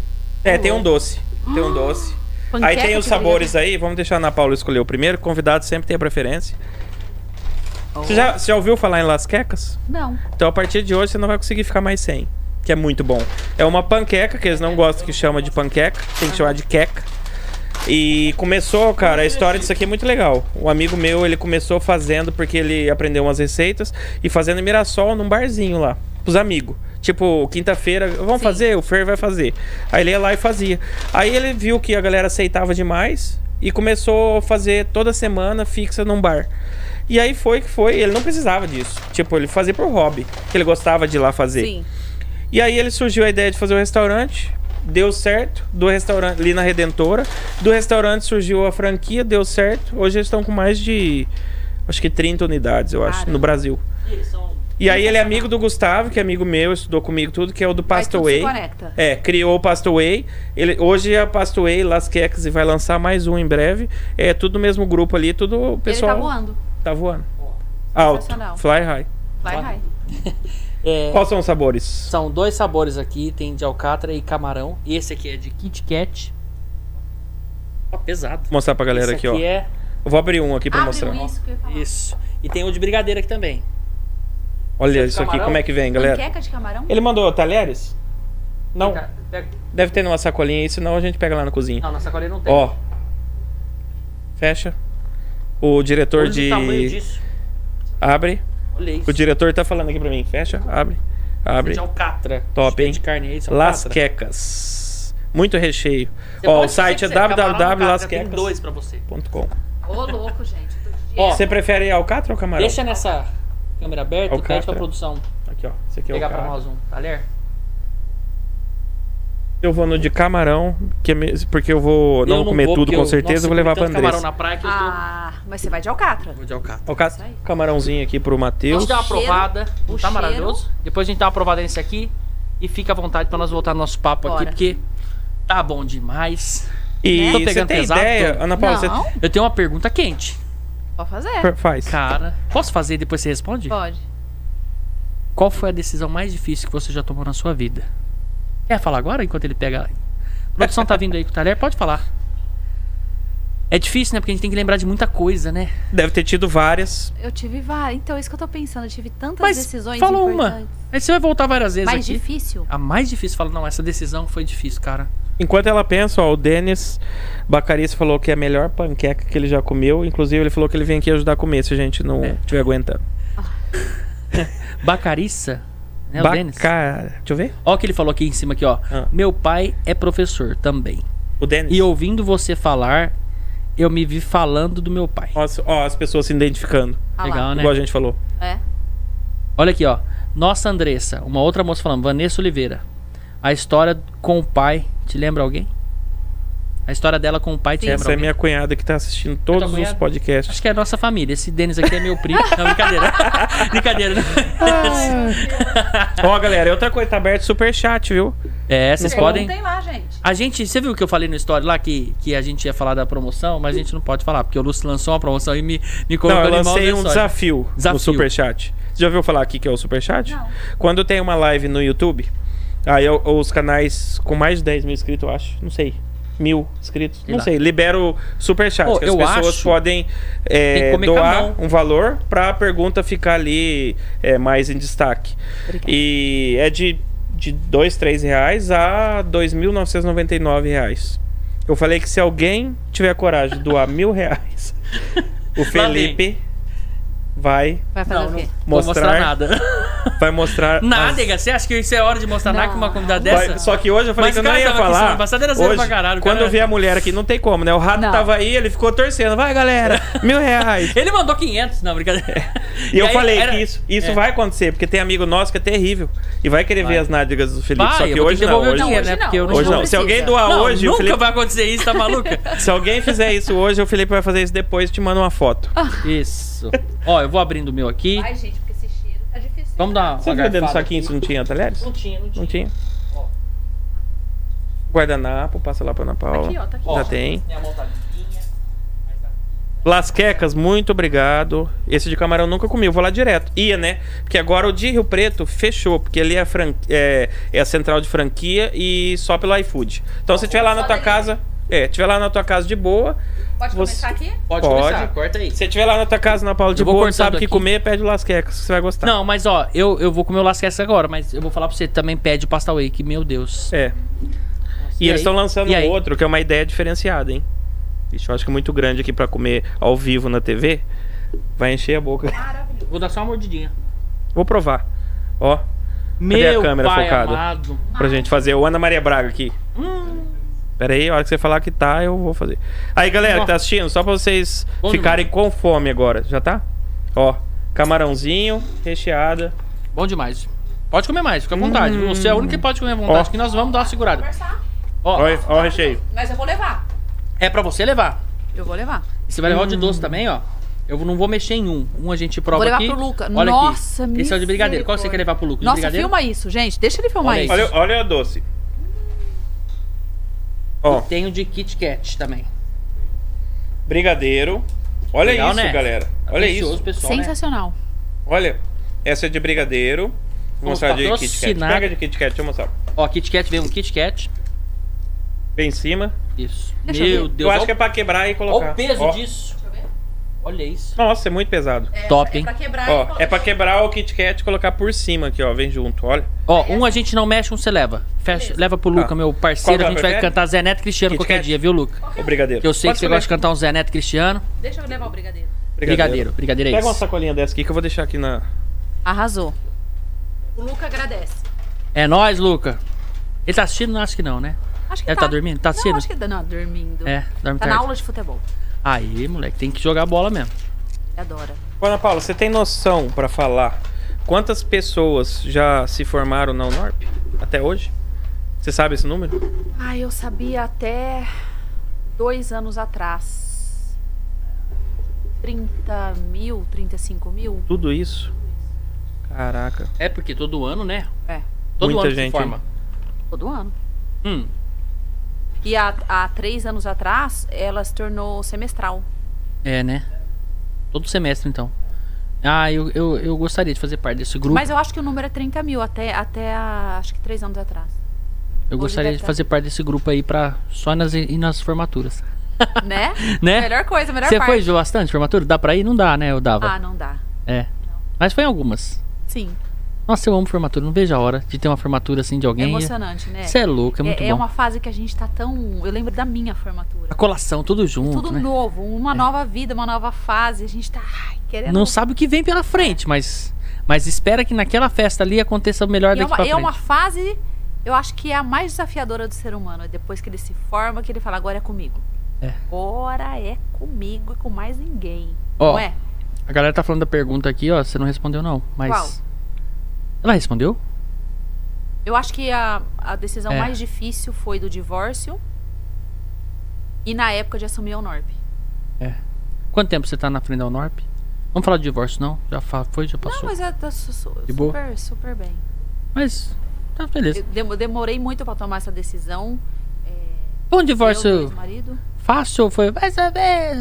É, tem um doce. Tem um doce. Aí Ah, Panqueca tem os de sabores aí, vamos deixar a Ana Paula escolher o primeiro. Convidado sempre tem a preferência. Você já, você já ouviu falar em lasquecas? Não. Então a partir de hoje você não vai conseguir ficar mais sem. Que é muito bom. É uma panqueca, que eles não gostam que chama de panqueca, tem que chamar de queca. E começou, cara, a história disso aqui é muito legal. Um amigo meu, ele começou fazendo porque ele aprendeu umas receitas e fazendo em Mirassol num barzinho lá, pros amigos. Tipo, quinta-feira, vamos fazer? O Fer vai fazer. Aí ele ia lá e fazia. Aí ele viu que a galera aceitava demais e começou a fazer toda semana fixa num bar. E aí foi que foi, ele não precisava disso. Tipo, ele fazia pro hobby, que ele gostava de ir lá fazer. Sim. E aí ele surgiu a ideia de fazer um restaurante, deu certo, do restaurante ali na Redentora. Do restaurante surgiu a franquia, deu certo. Hoje eles estão com mais de acho que 30 unidades, eu acho, Caramba. no Brasil. E aí ele é amigo do Gustavo, que é amigo meu, estudou comigo tudo, que é o do Aí tudo se Pastaway. conecta. É, criou o Pastaway. Ele, hoje é a Pastaway, Las Quecas e vai lançar mais um em breve. É tudo no mesmo grupo ali, tudo o pessoal Ele tá voando. tá voando. Alto, Sensacional. fly high. Vai, vai. Quais são os sabores? São dois sabores aqui, tem de alcatra e camarão. E esse aqui é de Kit Kat. Ó, pesado. Vou mostrar pra galera esse aqui, ó. é Eu vou abrir um aqui pra Abre mostrar. o isso que eu ia falar. isso. E tem o de brigadeiro aqui também. Olha Esse isso aqui, camarão? como é que vem, galera? Panqueca de camarão? é? Ele mandou talheres? Não. Pega- pega- Deve ter numa sacolinha aí, senão a gente pega lá na cozinha. Tá. Não, na sacolinha não tem. Ó. Fecha. O diretor Olha de. o tamanho disso. Abre. Olha isso. O diretor tá falando aqui pra mim. Fecha, abre. Abre. De alcatra. Top, Tem hein? De carne aí, são alcatra. Lasquecas. Muito recheio. Você Ó, pode o se site você é quiser, camarão no alcatra, Tem www.lasquecas.com. dois pra você. Ô, louco, gente. eu tô de Ó, dieta. Você prefere alcatra ou camarão? Deixa nessa câmera aberta e pede Alcatra. pra produção Aqui, ó. Esse aqui é pegar alcatra. pra nós um talher. Eu vou no de camarão, que é me- porque eu vou não, Eu comer vou, tudo, porque com eu- certeza. nossa, eu vou levar comi pra tanto camarão Andressa. na praia que eu tô... Ah, mas você vai de alcatra. Vou de alcatra. Ó, ca- Isso aí. Camarãozinho aqui pro A Matheus. gente dá uma cheiro, aprovada, o tá cheiro. maravilhoso. Depois a gente dá uma aprovada nesse aqui e fica à vontade pra nós voltar no nosso papo aqui, Bora. porque tá bom demais. E Né? Tô você pegando tem pesado, ideia, tô- Ana Paula? Você... um Não, Eu tenho uma pergunta quente. pode fazer. Per- Faz. Cara, posso fazer e depois você responde? Pode. Qual foi a decisão mais difícil que você já tomou na sua vida? Quer falar agora enquanto ele pega? A produção tá vindo aí com o talher, pode falar. É difícil, né? Porque a gente tem que lembrar de muita coisa, né? Deve ter tido várias. Eu tive várias. Então, isso que eu tô pensando. Eu tive tantas Mas decisões fala importantes. uma. Aí você vai voltar várias vezes Mais aqui. difícil. A mais difícil, fala, não, essa decisão foi difícil, cara. Enquanto ela pensa, ó, o Denis Bacaris falou que é a melhor panqueca que ele já comeu. Inclusive, ele falou que ele vem aqui ajudar a comer se a gente não É. estiver aguentando. Bacariça, né, o Denis? Bacar... Deixa eu ver. Ó o que ele falou aqui em cima aqui, ó. Ah. Meu pai é professor também. O Denis. E ouvindo você falar, eu me vi falando do meu pai. Ó, as- ó, as pessoas se identificando. Ah lá. Legal, né? Igual a gente falou. É. Olha aqui, ó. Nossa Andressa, uma outra moça falando, Vanessa Oliveira. A história com o pai, te lembra alguém? A história dela com o pai te lembra Essa é alguém? minha cunhada que tá assistindo todos os cunhada? podcasts. Acho que é a nossa família. Esse Denis aqui é [LAUGHS] meu primo. Não, brincadeira. brincadeira. né? não. Ó, galera, outra coisa, tá aberto super chat, viu? É, vocês podem... Tem lá, gente. A gente, você viu que eu falei no story lá que, que a gente ia falar da promoção, mas a gente não pode falar, porque o Lúcio lançou uma promoção e me, me Não, colocou eu de mal lancei no um story. desafio, no Desafio. Superchat. Você já ouviu falar aqui que é o Superchat? Não. Quando tem uma live no YouTube, aí eu- os canais com mais de 10 mil inscritos, eu acho, não sei. mil inscritos. Sei não lá. sei, libera o superchat. Pô, que as eu pessoas acho- podem é, Tem que comer doar camarão. um valor para a pergunta ficar ali é, mais em destaque. Obrigada. E é de, de dois, três reais a dois mil novecentos e noventa e nove reais. Eu falei que se alguém tiver coragem de doar mil reais, o Felipe vai, Vai fazer não, o quê? não vou mostrar Mostrar- [LAUGHS] nada. vai mostrar... as- [LAUGHS] Nada, você acha que isso é hora de mostrar nada com uma convidada Não. dessa? Vai- só que hoje eu falei que Mas eu o não cara ia tava aqui falar. semana passada, era zero hoje, pra caralho, o quando cara- eu vi a mulher aqui, não tem como, né? O rato Não. tava aí, ele ficou torcendo. Vai, [LAUGHS] galera, mil reais. Ele mandou 500, não, brincadeira. [LAUGHS] E, eu aí falei era- que isso, isso é. vai acontecer, porque tem amigo nosso que é terrível. E vai querer ver as nádegas do Felipe. Vai, só eu que vou ter hoje que não. devolver o Hoje, dinheiro, né? Porque eu hoje não. Se precisa. alguém doar Não, hoje, o nunca Felipe- vai acontecer isso, [LAUGHS] tá maluca? se alguém fizer isso hoje, o Felipe vai fazer isso depois e te manda uma foto. Ah. isso. Ó, eu vou abrindo o meu aqui. Ai, gente, porque esse cheiro tá difícil. Vamos dar uma Você viu dentro do garfada saquinho aqui. se não tinha talheres? Não tinha, não tinha. Não tinha? Ó. Guardanapo, passa lá pra Ana Paula. Aqui, ó, tá aqui. Já Ó, tem. Minha mão tá limpinha. mas tá- Lasquecas, muito obrigado. Esse de camarão eu nunca comi, eu vou lá direto. Ia, né? Porque agora o de Rio Preto fechou, porque ali é, fran- é, é a central de franquia e só pelo iFood. Então se tiver lá na Só tua delivery. casa, é, tiver lá na tua casa de boa, Pode Você- começar aqui? Pode, Pode. começar, corta aí. se tiver lá na tua casa na Paula de Eu vou boa, não cortando sabe o que aqui. comer, pede o lasquecas, que você vai gostar. Não, mas ó, eu, eu vou comer o lasqueca agora, mas eu vou falar pra você, também pede o pasta whey, que meu Deus. É. E, E eles aí? estão lançando E aí? outro, que é uma ideia diferenciada, hein? Ixi, eu acho que é muito grande aqui pra comer ao vivo na TV. Vai encher a boca. [LAUGHS] Maravilhoso. Vou dar só uma mordidinha. Vou provar. Ó, Meu a câmera pai focada? amado. pra gente fazer o Ana Maria Braga aqui. Hum. Pera aí, a hora que você falar que tá, eu vou fazer. Aí, galera que tá assistindo, só pra vocês Bom ficarem com fome agora. Já tá? Ó, camarãozinho, recheada. Bom demais. Pode comer mais, fica à vontade. viu? Você é a única que pode comer à vontade, Hum. Ó. que nós vamos dar uma segurada. Conversar. Ó, Ó, ó o recheio. Mas eu vou levar. é pra você levar. Eu vou levar. E você vai levar o de Hum. doce também, ó. Eu não vou mexer em um. Um a gente prova Vou levar aqui. pro Luca. Olha Nossa, aqui. Esse é o de brigadeiro. Qual que você misericórdia. quer levar pro Luca? De Nossa, brigadeiro? filma isso, gente. Deixa ele filmar Olha isso. Olha, olha o doce. Ó, Tem o de Kit Kat também. brigadeiro. Olha Legal, isso, né? galera. Olha Delicioso, isso. pessoal, né? Sensacional. Olha, essa é de brigadeiro. Vou Vamos mostrar de Kit Kat. patrocinar. Pega de Kit Kat, deixa eu mostrar. Ó, Kit Kat veio um Kit Kat. Bem em cima. Isso. Deixa eu Meu ver. Deus. eu acho que olha é pra quebrar e o- colocar. olha o peso Ó. disso. Olha isso. Nossa, é muito pesado. Top, hein? quebrar. Ó, é pra quebrar o Kit Kat e colocar por cima aqui, ó. Vem junto, olha. Ó, um a gente não mexe, um você leva. Fecha, leva pro Luca, Tá. meu Qual parceiro. que A ela gente vai prefere? cantar Zé Neto e Cristiano Kit qualquer Kat? dia, viu, Luca? O brigadeiro. Que eu sei Pode que você escolher. gosta de cantar um Zé Neto e Cristiano. Deixa eu levar o brigadeiro. Brigadeiro, brigadeiro é Pega uma isso. sacolinha dessa aqui que eu vou deixar aqui na. Arrasou. O Luca agradece. É nóis, Luca. Ele tá assistindo? Não, acho que não, né? Acho que Ele tá dormindo? Tá assistindo? Não, acho que tá não, dormindo. É, dorme Tá tarde. na aula de futebol. Aí, moleque, tem que jogar bola mesmo. Ele adora. Ô, Ana Paula, você tem noção pra falar quantas pessoas já se formaram na Unorp até hoje? Você sabe esse número? Ah, eu sabia até dois anos atrás. 30 mil, 35 mil? Tudo isso? Caraca. É porque todo ano, né? É, Todo Muita ano se gente, forma. todo ano. Hum. E há, há três anos atrás, ela se tornou semestral. É, né? Todo semestre, então. Ah, eu, eu, eu gostaria de fazer parte desse grupo. Mas eu acho que o número é 30 mil, até, até a- acho que três anos [LAUGHS] atrás. eu hoje gostaria deve de tá. fazer parte desse grupo aí pra, só nas, e nas formaturas. Né? Né? Melhor coisa, melhor Você parte. foi de bastante formatura? Dá pra ir? Não dá, né? Eu dava. Ah, não dá. é. Mas foi em algumas. Sim. Nossa, eu amo formatura. Não vejo a hora de ter uma formatura assim de É alguém. emocionante, né? Você é louco, é muito bom. Tá uma fase que a gente tá tão. Eu lembro da minha formatura. A colação, tudo junto, Tudo né? novo, uma nova vida, uma nova fase. A gente tá ai, querendo. Não sabe o que vem pela É. frente, mas, mas espera que naquela festa ali aconteça o melhor E é daqui uma, pra é frente. uma fase, eu acho que é a mais desafiadora do ser humano. É depois que ele se forma, que ele fala, agora é comigo. É. Agora é comigo e com mais ninguém. Ó, não é? A galera tá falando da pergunta aqui, ó. Você não respondeu, não. Mas. Qual? Ela respondeu? Eu acho que a, a decisão É. mais difícil foi do divórcio e na época de assumir a Unorp. Quanto tempo você tá na frente da Unorp? Vamos falar de divórcio, não? Já fa- foi, já Não, passou. mas é, tá su- su- De boa? super, super bem. mas... Tá, beleza. Eu demo- demorei muito pra tomar essa decisão. Bom Eu, meu um divórcio é. marido. fácil ou foi. Vai saber.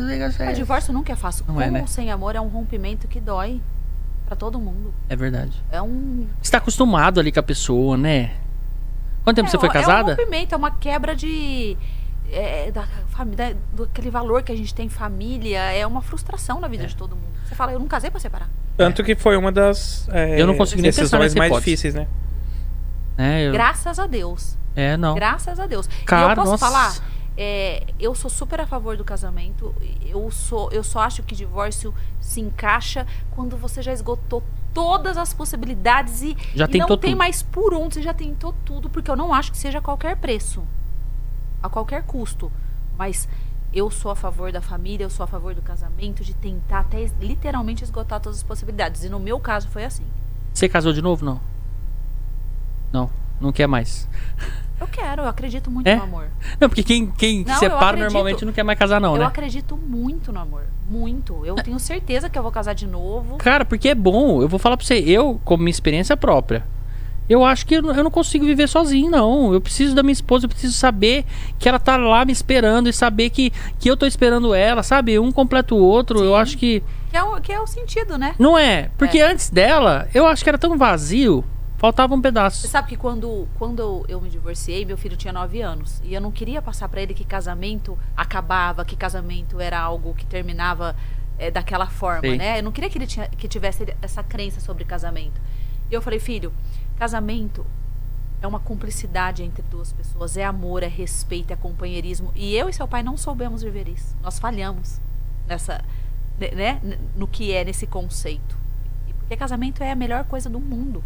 O divórcio nunca é fácil. Não Com é, né? ou sem amor é um rompimento que dói pra todo mundo. É verdade. É um Você tá acostumado ali com a pessoa, né? Quanto tempo É, você foi é um casada? rompimento, é uma quebra de. é, da família, do aquele valor que a gente tem em família, é uma frustração na vida de todo mundo. Você fala, eu não casei pra separar. Tanto que foi uma das é, Eu não consigo nem pensar decisões nessa mais hipótese. difíceis, né? É, eu- Graças a Deus. é, não. Graças a Deus. e Cara, eu posso nossa. falar, é, eu sou super a favor do casamento. Eu, sou, eu só acho que divórcio se encaixa quando você já esgotou todas as possibilidades e, Já e não tentou tem tudo. mais por onde, você já tentou tudo, porque eu não acho que seja a qualquer preço. A qualquer custo. Mas eu sou a favor da família, eu sou a favor do casamento, de tentar até es- literalmente esgotar todas as possibilidades. E no meu caso foi assim. Você casou de novo? Não. Não, não quer mais. Eu quero, eu acredito muito É? no amor. Não, porque quem, quem Não, eu separa acredito. normalmente não quer mais casar, não, eu né? É. acredito muito no amor. Muito. Eu tenho certeza que eu vou casar de novo. Cara, porque é bom. Eu vou falar pra você, eu, como minha experiência própria, eu acho que eu não eu não consigo viver sozinho, não. Eu preciso da minha esposa, eu preciso saber que ela tá lá me esperando e saber que, que eu tô esperando ela, sabe? Um completa o outro. Eu acho que. Que é, o, que é o sentido, né? Não é? Porque antes dela, eu acho que era tão vazio, faltava um Você pedaço. sabe que quando, quando eu, eu me divorciei, meu filho tinha 9 anos. E eu não queria passar pra ele que casamento acabava, que casamento era algo que terminava é, daquela forma, Sim. né? Eu não queria que ele tinha- que tivesse essa crença sobre casamento. E eu falei, filho, casamento é uma cumplicidade entre duas pessoas. É amor, é respeito, é companheirismo. E eu e seu pai não soubemos viver isso. Nós falhamos nessa, ne- né? N- No que é nesse conceito. Porque casamento é a melhor coisa do mundo.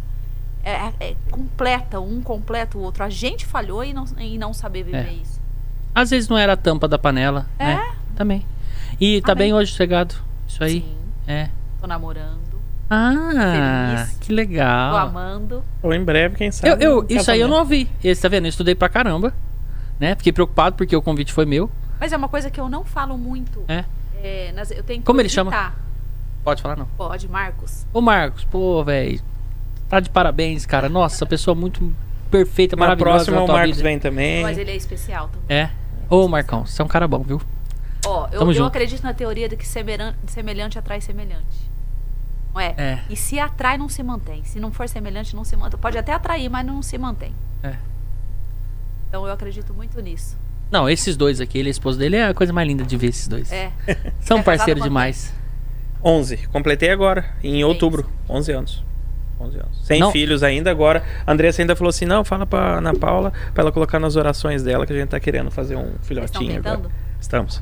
É, é- é completa, um completa o outro. A gente falhou em não, em não saber viver É. isso. Às vezes não era a tampa da panela, né? Também. E tá É? Amém. bem hoje, chegado. Isso aí. Sim, É. tô namorando, Ah, Feliz. que tô legal. amando. Ou em breve, quem Eu, sabe. eu, um isso aí eu casamento. né? não ouvi. Esse, tá vendo? Eu estudei pra caramba. Né? Fiquei preocupado porque o convite foi meu. Mas é uma coisa que eu não falo muito. É? É, nas- eu tento Como ele chama? evitar. Pode falar, não. Pode, Marcos. Ô, Marcos, pô, velho. Tá de parabéns, cara. Nossa, pessoa muito perfeita, Na maravilhosa. próxima na o tua Marcos vida. vem também. Mas ele é especial também. É. Ô, Marcão, você é um cara bom, viu? Ó, eu, Tamo eu junto. acredito na teoria de que semelhan- semelhante atrai semelhante. Não é? É. E se atrai, não se mantém. Se não for semelhante, não se mantém. Pode até atrair, mas não se mantém. É. Então eu acredito muito nisso. Não, esses dois aqui, ele e a esposa dele, é a coisa mais linda de ver esses dois. [LAUGHS] É. São É casado parceiros quanto demais. 11. Completei agora, em outubro. 11 anos. 11 anos. Sem Não. filhos ainda agora. A Andressa ainda falou assim: não, fala pra Ana Paula pra ela colocar nas orações dela que a gente tá querendo fazer um estão filhotinho agora. tentando? Estamos.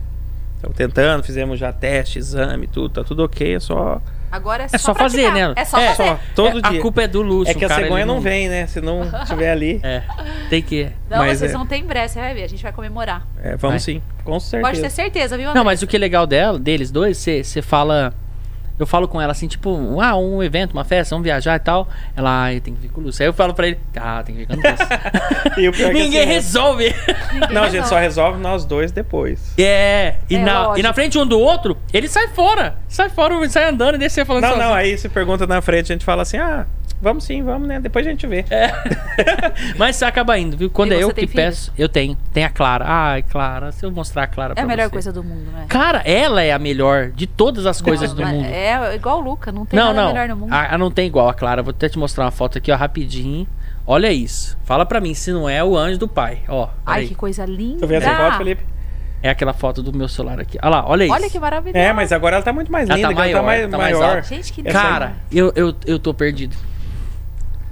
Estamos tentando, fizemos já teste, exame, tudo, tá tudo ok, é só. Agora é só, É só fazer, praticar. né? É só É, fazer. Só, todo É, dia. A culpa é do Lúcio. é que a cara, ele cegonha não... vem, né? Se não [LAUGHS] tiver ali. É, tem que... Não, Mas vocês é. vão ter em breve, você vai ver. A gente vai comemorar. É, vamos Vai. sim, com Pode ter certeza. certeza, viu, Não, André? mas o que é legal dela, deles dois, você fala. Eu falo com ela assim, tipo, ah, um evento, uma festa, vamos viajar e tal. Ela, ah, tem que vir com o Lúcio. Aí eu falo pra ele, ah, tem que vir com o Lúcio. [LAUGHS] E o pior é que Ninguém assim, né? resolve. [LAUGHS] Não, a gente só resolve nós dois depois. [LAUGHS] É, e, É, na, e lógico. na frente um do outro, ele sai fora. Sai fora, sai andando e deixa você falando Não, sozinho. não, aí se pergunta na frente, a gente fala assim: ah, vamos sim, vamos, né? Depois a gente vê. É. é. Mas você acaba indo, viu? Quando E é você eu tem que filho? peço, eu tenho. Tem a Clara. Ai, Clara, se eu mostrar a Clara É pra a melhor você. coisa do mundo, né? Cara, ela é a melhor de todas as coisas Não, do mas mundo. É igual o Luca, não tem não, nada não. melhor no mundo. Ah, não tem igual a Clara. Vou até te mostrar uma foto aqui, ó, rapidinho. Olha isso. Fala pra mim se não é o anjo do pai. Ó, olha Ai, aí. que coisa linda. Tu vê essa Ah, foto, assim, Felipe? É aquela foto do meu celular aqui. Olha lá, olha isso. Olha que maravilhoso. É, mas agora ela tá muito mais Ela linda, tá que ela tá maior, mais, tá mais maior. alta. Gente, que Cara, eu, eu, eu tô perdido.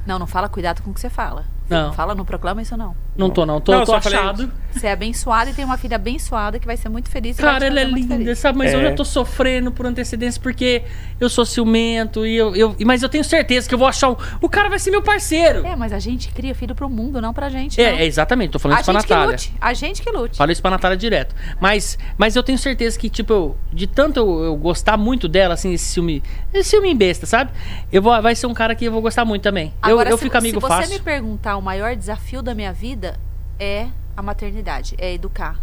Não, não fala, cuidado com o que você fala. Não. Não fala, não proclama isso não. Não tô, não. Tô, Não, eu tô só falei achado. Você é abençoada e tem uma filha abençoada que vai ser muito feliz. e vai te Cara, ela é fazer muito linda, feliz. sabe? Mas É. hoje eu tô sofrendo por antecedência porque eu sou ciumento e eu, eu- Mas eu tenho certeza que eu vou achar. O, o cara vai ser meu parceiro. É, mas a gente cria filho pro mundo, não pra gente. É, não. é, exatamente. Tô falando a isso pra gente que Natália. lute. A gente que lute. Falo isso pra Natália direto. Mas, mas eu tenho certeza que, tipo, eu, de tanto eu, eu gostar muito dela, assim, esse filme. Esse filme besta, sabe? Eu vou, vai ser um cara que eu vou gostar muito também. eu eu se, fico amigo se você fácil. me perguntar o maior desafio da minha vida é a maternidade, é educar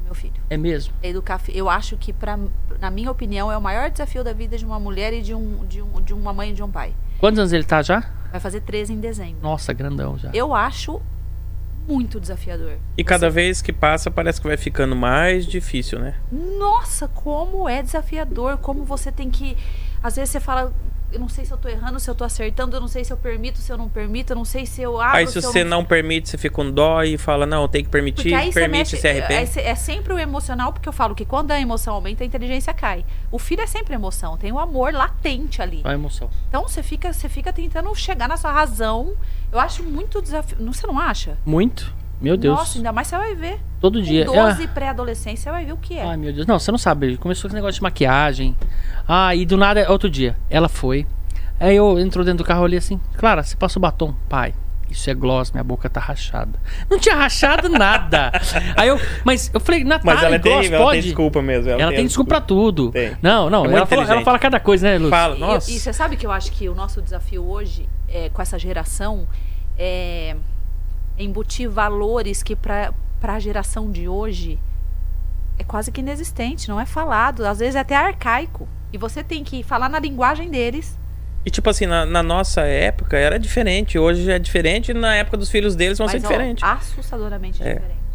o meu filho. É mesmo. É educar, fi- eu acho que pra, na minha opinião é o maior desafio da vida de uma mulher e de um de, um, de uma mãe e de um pai. Quantos anos ele tá já? Vai fazer 13 em dezembro. Nossa, grandão já. Eu acho muito desafiador. E cada vez que passa, parece que vai ficando mais difícil, né? Nossa, como é desafiador, como você tem que. Às vezes você fala, eu não sei se eu tô errando, se eu tô acertando, eu não sei se eu permito, se eu não permito, eu não sei se eu abro, Aí se eu você não não permite, você fica um dó e fala, não, tem que Porque permitir, aí você permite, mexe- se arrepende. aí cê- É sempre o emocional, porque eu falo que quando a emoção aumenta, a inteligência cai. O filho é sempre emoção, tem o amor latente ali. Olha a emoção. Então você fica, você fica tentando chegar na sua razão. Eu acho muito desafio. Não, você não acha? Muito? Meu Deus. Nossa, ainda mais você vai ver. Todo dia. Com Ah. 12 É. pré-adolescência, você vai ver o que é. Ai, meu Deus. Não, você não sabe. Começou com esse negócio de maquiagem. Ah, e do nada, outro dia, ela foi. Aí eu entrou dentro do carro ali assim, Clara, você passa o batom? Pai, isso é gloss, minha boca tá rachada. Não tinha rachado nada. Aí eu, mas eu falei, Natália, Mas ela, é gloss terrível, ela pode? tem desculpa mesmo. Ela, Ela tem desculpa pra tudo. Tem. Não, não, É muito ela, fala, ela inteligente. fala cada coisa, né, Luz? Fala, E- é nossa. E você sabe que eu acho que o nosso desafio hoje, é, com essa geração, é embutir valores que para a geração de hoje é quase que inexistente, não é falado, às vezes é até arcaico. E você tem que falar na linguagem deles. E tipo assim, na, na nossa época era diferente. Hoje é diferente e na época dos filhos deles vão mas, ser ó, diferente. assustadoramente É. diferente.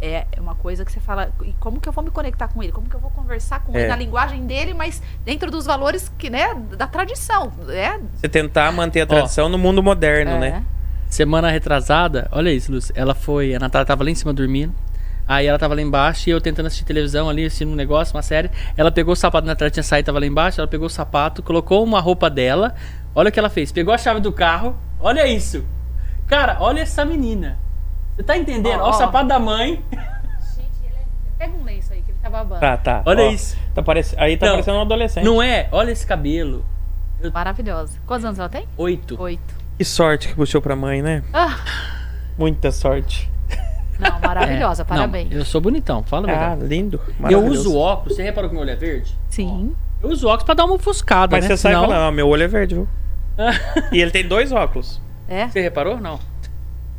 É uma coisa que você fala, e como que eu vou me conectar com ele? Como que eu vou conversar com É. ele na linguagem dele, mas dentro dos valores que, né, da tradição, né? Você tentar manter a tradição no mundo moderno, É. né? Semana retrasada, olha isso, Luz. Ela foi. A Natália tava lá em cima dormindo. Aí ela tava lá embaixo e eu tentando assistir televisão ali, assistindo um negócio, uma série. Ela pegou o sapato, a Natália tinha saído, tava lá embaixo. Ela pegou o sapato, colocou uma roupa dela. Olha o que ela fez. Pegou a chave do carro. Olha isso. Cara, olha essa menina. Você tá entendendo? Ó, olha o ó. sapato da mãe. Pega um lenço aí que ele tá babando. Tá, tá. Olha Ó, isso. Tá parece... Aí tá Não. parecendo um adolescente. Não é? Olha esse cabelo. Maravilhosa. Quantos anos ela tem? Oito. Oito. Que sorte que puxou pra mãe, né? Ah, Muita sorte. não, É. maravilhosa, Não, parabéns. eu sou bonitão, fala a Ah, verdade. lindo. eu maravilhoso. uso óculos. Você reparou que meu olho é verde? Sim. Eu uso óculos pra dar uma ofuscada, Mas né? você sai Senão- [LAUGHS] falando, ó, meu olho é verde, viu? e ele tem dois óculos. É. Você reparou? Não.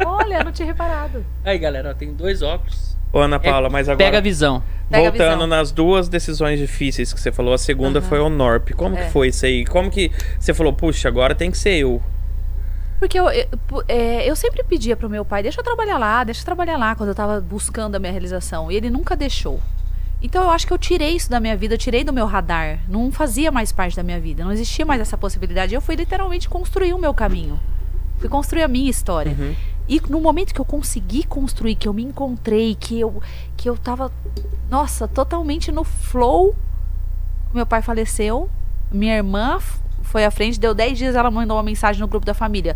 Olha, eu não tinha reparado. Aí, galera, ó, tem dois óculos. Ô, Ana Paula, mas agora. Pega a visão. Pega a Voltando visão. nas duas decisões difíceis que você falou, a segunda foi o Norp. Como É. que foi isso aí? Como que você falou, puxa, agora tem que ser eu? Porque eu, eu, pu- é, eu sempre pedia pro meu pai, deixa eu trabalhar lá, deixa eu trabalhar lá, quando eu tava buscando a minha realização. E ele nunca deixou. Então eu acho que eu tirei isso da minha vida, eu tirei do meu radar. Não fazia mais parte da minha vida, não existia mais essa possibilidade. Eu fui literalmente construir o meu caminho. Fui construir a minha história. Uhum. E no momento que eu consegui construir, que eu me encontrei, que eu, que eu tava, nossa, totalmente no flow. Meu pai faleceu, minha irmã f- foi à frente, deu 10 dias, ela mandou uma mensagem no grupo da família.